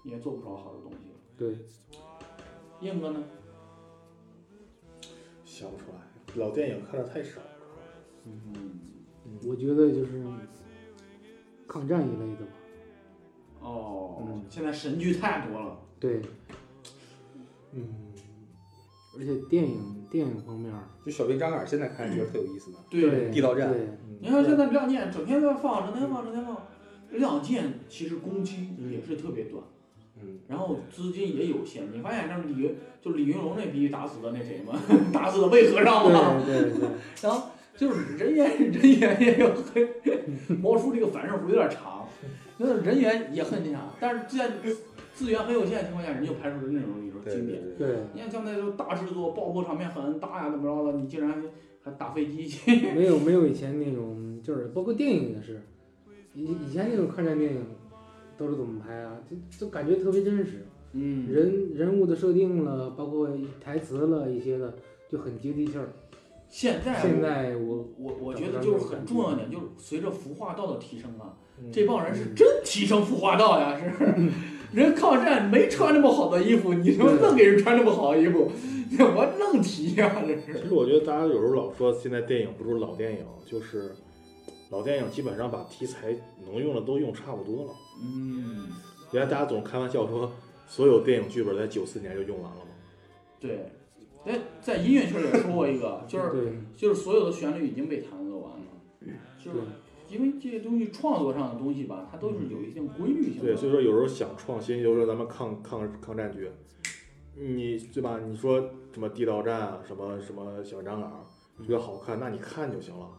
Speaker 1: 你也做不出好的东西了。
Speaker 2: 对，
Speaker 4: 嗯
Speaker 1: 燕哥呢？
Speaker 3: 想不出来，老电影看的太少。
Speaker 1: 嗯，
Speaker 2: 我觉得就是抗战一类的吧。
Speaker 1: 哦，
Speaker 2: 嗯
Speaker 1: 现在神剧太多了，
Speaker 2: 对，
Speaker 3: 嗯，
Speaker 2: 而且电影电影方面儿，
Speaker 4: 就小兵张嘎现在看觉得特有意思 呢。
Speaker 2: 对，
Speaker 4: 地道战
Speaker 2: 对，
Speaker 1: 你看现在亮剑整天在放，整天放，整天放。亮剑其实攻击也是特别短，
Speaker 4: 嗯，
Speaker 1: 然后资金也有限。你发现那李云就李云龙那逼打死的那谁吗？ 打死的魏和尚吗？
Speaker 2: 对对对，
Speaker 1: 然后就是人员人员也有很，毛叔这个反射弧有点长，那人员也很那啥，但是在资源很有限的情况下，人就拍出了那种一种
Speaker 4: 对
Speaker 1: 经典。
Speaker 4: 嗯对对，
Speaker 2: 对，
Speaker 1: 你看像那种大制作、爆破场面很大呀，怎么着的，你竟然还打飞机去？
Speaker 2: 没有没有以前那种，就是包括电影也是，以以前那种抗战电影都是怎么拍啊？就就感觉特别真实，
Speaker 1: 嗯
Speaker 2: 人人物的设定了，包括台词了一些的，就很接地气儿。
Speaker 1: 现在
Speaker 2: 现在我
Speaker 1: 我我我觉得就是很重要一点，就是随着服化道的提升啊，
Speaker 3: 嗯
Speaker 1: 这帮人是真提升服化道呀，是不是？人抗战没穿那么好的衣服，你他妈
Speaker 2: 对
Speaker 1: 愣给人穿那么好的衣服，怎么愣提呀？这是。
Speaker 3: 其实我觉得大家有时候老说现在电影不如老电影，就是老电影基本上把题材能用的都用差不多了。
Speaker 1: 嗯，
Speaker 3: 原来大家总开玩笑说，所有电影剧本在九四年就用完了嘛。
Speaker 1: 对。哎，在音乐圈也说过一个，就是
Speaker 2: 对
Speaker 1: 就是所有的旋律已经被弹奏完了，就
Speaker 2: 对
Speaker 1: 是因为这些东西创作上的东西吧，它都是有一定规律性的。
Speaker 3: 对，所以说有时候想创新，有时候咱们抗抗抗战剧，你对吧？你说什么地道战啊，什么什么小张嘎儿，觉得好看，那你看就行了，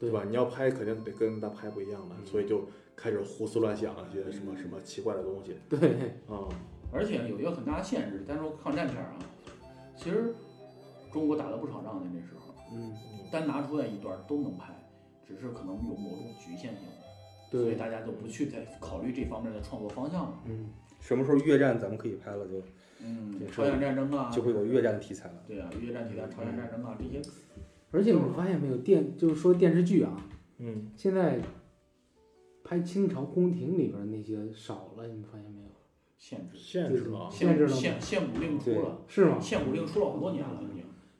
Speaker 3: 对吧？你要拍肯定得跟他拍不一样的，所以就开始胡思乱想一些什么什么奇怪的东西
Speaker 2: 对
Speaker 3: 啊、
Speaker 1: 而且有一个很大的限制，咱说抗战片儿啊，其实中国打了不少仗的那时候，
Speaker 2: 嗯，
Speaker 1: 单拿出来一段都能拍，只是可能有某种局限性，所以
Speaker 2: 对，
Speaker 1: 大家都不去再考虑这方面的创作方向了。
Speaker 2: 嗯，
Speaker 4: 什么时候越战咱们可以拍了，就
Speaker 1: 嗯，
Speaker 4: 对
Speaker 1: 朝鲜战争啊，
Speaker 4: 就会有越战的题材了。
Speaker 1: 对啊，越战题材、朝鲜战争啊这些，
Speaker 2: 而且我发现没有电，就是说电视剧啊，
Speaker 3: 嗯，
Speaker 2: 现在拍清朝宫廷里边儿那些少了，你们发现没有？
Speaker 1: 限制
Speaker 3: 限制了啊，
Speaker 2: 限制了吗
Speaker 1: 限限古令出了，
Speaker 2: 是吗？
Speaker 1: 限古令出了好多年了已经。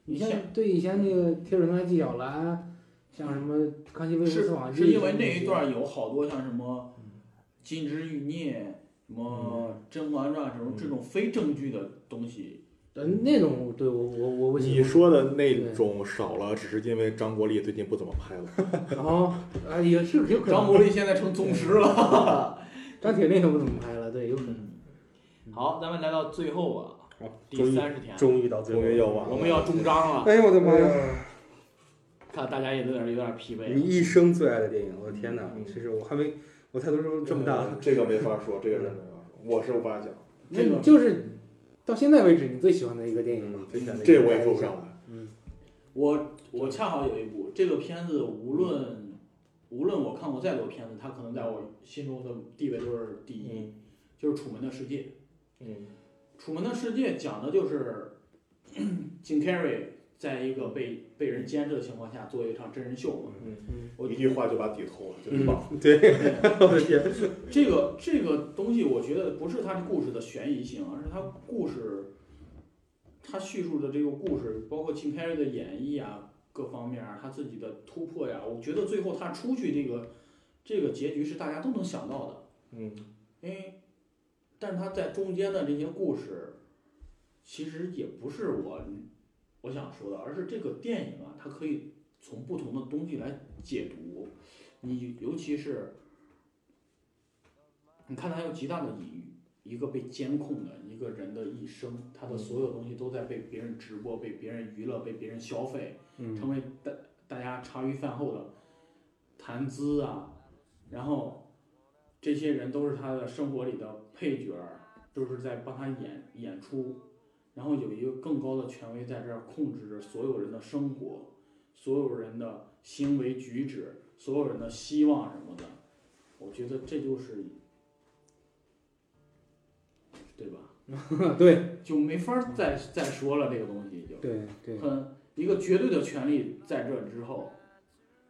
Speaker 2: 你
Speaker 1: 你
Speaker 2: 像
Speaker 1: 像
Speaker 2: 对以前那个铁齿铜牙纪晓岚，像什么康熙微服
Speaker 1: 是
Speaker 2: 私访记，
Speaker 1: 是因为那一段有好多像什么《金枝欲孽》、什么《甄嬛传》什么这种非正剧的东西，
Speaker 2: 呃那种，对我我我我
Speaker 3: 你说的那种少了，只是因为张国立最近不怎么拍了。
Speaker 2: 哦啊也是有可能
Speaker 1: 张国立现在成宗师了。
Speaker 2: 张铁林也不怎么拍了，对，有可
Speaker 1: 嗯
Speaker 2: 能
Speaker 1: 好，咱们来到最后啊，
Speaker 4: 好
Speaker 1: 第
Speaker 4: 终于
Speaker 1: 三十天，
Speaker 4: 终于到最后
Speaker 3: 终于要完
Speaker 1: 我们要终章了，
Speaker 4: 哎呦我的妈呀！
Speaker 1: 看大家也有点有点疲惫啊
Speaker 4: 你
Speaker 1: 了。
Speaker 4: 一生最爱的电影，我的天哪！
Speaker 3: 嗯
Speaker 4: 其实我还没，我态度这么这么大，
Speaker 3: 这个没法说，这个真没法说，我是无法讲，
Speaker 2: 那你就是到现在为止你最喜欢的一个电影嘛？
Speaker 4: 嗯，真的
Speaker 3: 这我也说不上来。
Speaker 1: 我我恰好有一部这个片子，无论无论我看过再多片子，它可能在我心中的地位都是第一，就是《楚门的世界》。
Speaker 3: 嗯
Speaker 1: 《楚门的世界》讲的就是金凯瑞在一个被被人监视的情况下做一场真人秀嘛。
Speaker 3: 嗯，
Speaker 2: 嗯，
Speaker 1: 我
Speaker 3: 一句话就把底透了，就是棒。
Speaker 4: 嗯，对，我的天，
Speaker 1: 这个这个东西，我觉得不是它的故事的悬疑性，而是它故事，它叙述的这个故事，包括金凯瑞的演绎啊，各方面儿，他自己的突破呀，我觉得最后他出去这个这个结局是大家都能想到的，
Speaker 3: 嗯，
Speaker 1: 因为，但是他在中间的这些故事，其实也不是我我想说的，而是这个电影啊，它可以从不同的东西来解读，你尤其是，你看它有极大的隐喻。一个被监控的一个人的一生，他的所有东西都在被别人直播、被别人娱乐、被别人消费，成为大大家茶余饭后的谈资啊，然后这些人都是他的生活里的配角儿，就是在帮他演演出，然后有一个更高的权威在这儿控制着所有人的生活，所有人的行为举止，所有人的希望什么的，我觉得这就是，对吧？
Speaker 2: 嗯对
Speaker 1: 就没法儿再再说了，这个东西就。
Speaker 2: 对对，
Speaker 1: 很一个绝对的权利在这之后，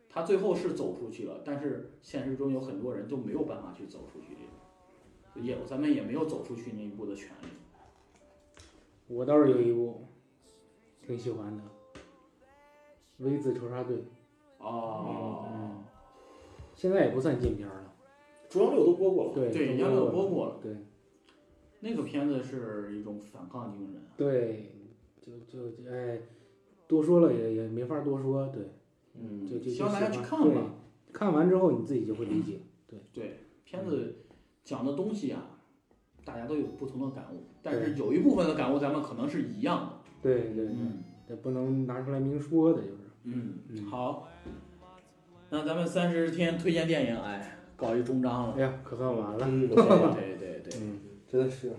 Speaker 1: 他最后是走出去了，但是现实中有很多人就没有办法去走出去这个，也咱们也没有走出去那一步的权利。
Speaker 2: 我倒是有一部挺喜欢的，《V 字仇杀队》，嗯
Speaker 1: 哦，
Speaker 2: 现在也不算禁片儿了。
Speaker 3: 中央六都播过了，
Speaker 2: 对
Speaker 1: 对，
Speaker 2: 中
Speaker 1: 杨
Speaker 2: 国
Speaker 1: 柳
Speaker 2: 的
Speaker 1: 播过了，
Speaker 2: 对
Speaker 1: 那个片子是一种反抗精神。
Speaker 2: 对，就就就哎，多说了也也没法多说，对，
Speaker 1: 嗯
Speaker 2: 就就就
Speaker 1: 希望大家去
Speaker 2: 喜欢
Speaker 1: 看吧。嗯
Speaker 2: 对看完之后你自己就会理解。
Speaker 1: 对，片子讲的东西啊，大家都有不同的感悟，但是有一部分的感悟咱们可能是一样的。
Speaker 2: 对对对，
Speaker 1: 嗯。
Speaker 2: 这不能拿出来明说的，就是。
Speaker 1: 嗯
Speaker 2: 嗯，
Speaker 1: 好，那咱们三十天推荐电影，哎，告一终章了。
Speaker 2: 哎呀，可算完了。
Speaker 4: 嗯，
Speaker 1: 对对对，
Speaker 2: 嗯，
Speaker 4: 真的是，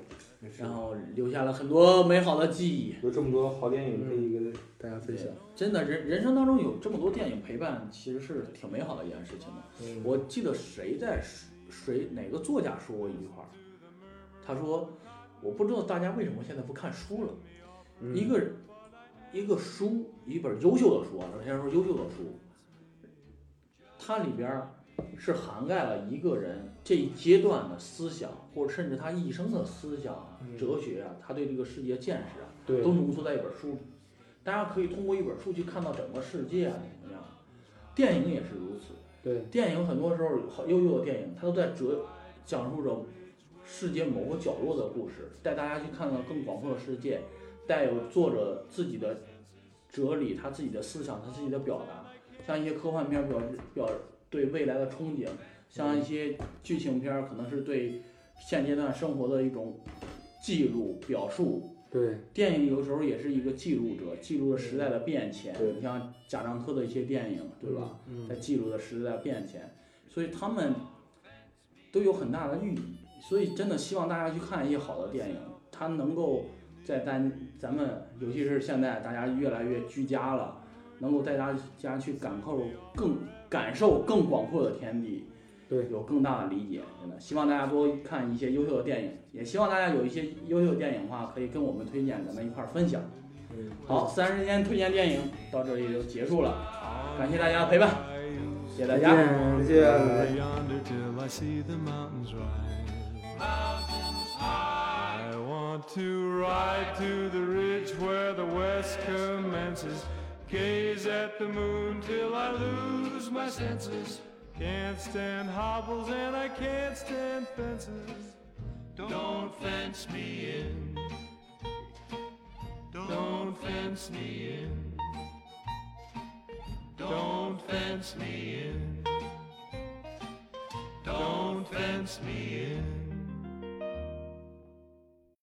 Speaker 1: 然后留下了很多美好的记忆。
Speaker 4: 有这么多好电影可以跟大家分享。
Speaker 1: 真的，人人生当中有这么多电影陪伴，其实是挺美好的一件事情的。
Speaker 4: 嗯
Speaker 1: 我记得谁在谁哪个作家说过一句话，他说：“我不知道大家为什么现在不看书了，
Speaker 2: 嗯
Speaker 1: 一个一个书，一本优秀的书啊，首先说优秀的书，它里边儿是涵盖了一个人这一阶段的思想，或者甚至他一生的思想啊、
Speaker 4: 嗯
Speaker 1: 哲学啊，他对这个世界见识啊，
Speaker 2: 对
Speaker 1: 都浓缩在一本书里。大家可以通过一本书去看到整个世界啊怎么样。电影也是如此，
Speaker 2: 对
Speaker 1: 电影很多时候好优秀的电影，它都在折讲述着世界某个角落的故事，带大家去看到更广阔的世界，带有作者自己的哲理，他自己的思想，他自己的表达。像一些科幻片儿表表对未来的憧憬，像一些剧情片儿可能是对现阶段生活的一种记录表述，
Speaker 2: 对
Speaker 1: 电影有时候也是一个记录者，记录了时代的变迁。
Speaker 3: 对
Speaker 1: 你像贾樟柯的一些电影，对吧？
Speaker 2: 嗯
Speaker 1: 在记录了时代的变迁，所以他们都有很大的寓意。所以真的希望大家去看一些好的电影，它能够在咱咱们，尤其是现在大家越来越居家了，能够带大家去感受更感受更广阔的天地。
Speaker 2: 对
Speaker 1: 有更大的理解，真的希望大家多看一些优秀的电影，也希望大家有一些优秀的电影的话，可以跟我们推荐，咱们一块儿分享。
Speaker 4: 嗯，
Speaker 1: 好，三十天推荐电影到这里就结束了，感谢大家的陪伴，谢谢大家。
Speaker 4: 再
Speaker 2: 见
Speaker 4: 见。
Speaker 5: yonder till I see the mountains rise. I want to ride to the ridge where the west commences. Gaze at the moon till I lose my senses. Can't stand hobbles and I can't stand fences. Don't fence me in. Don't fence me in. Don't fence me in. Don't fence me in.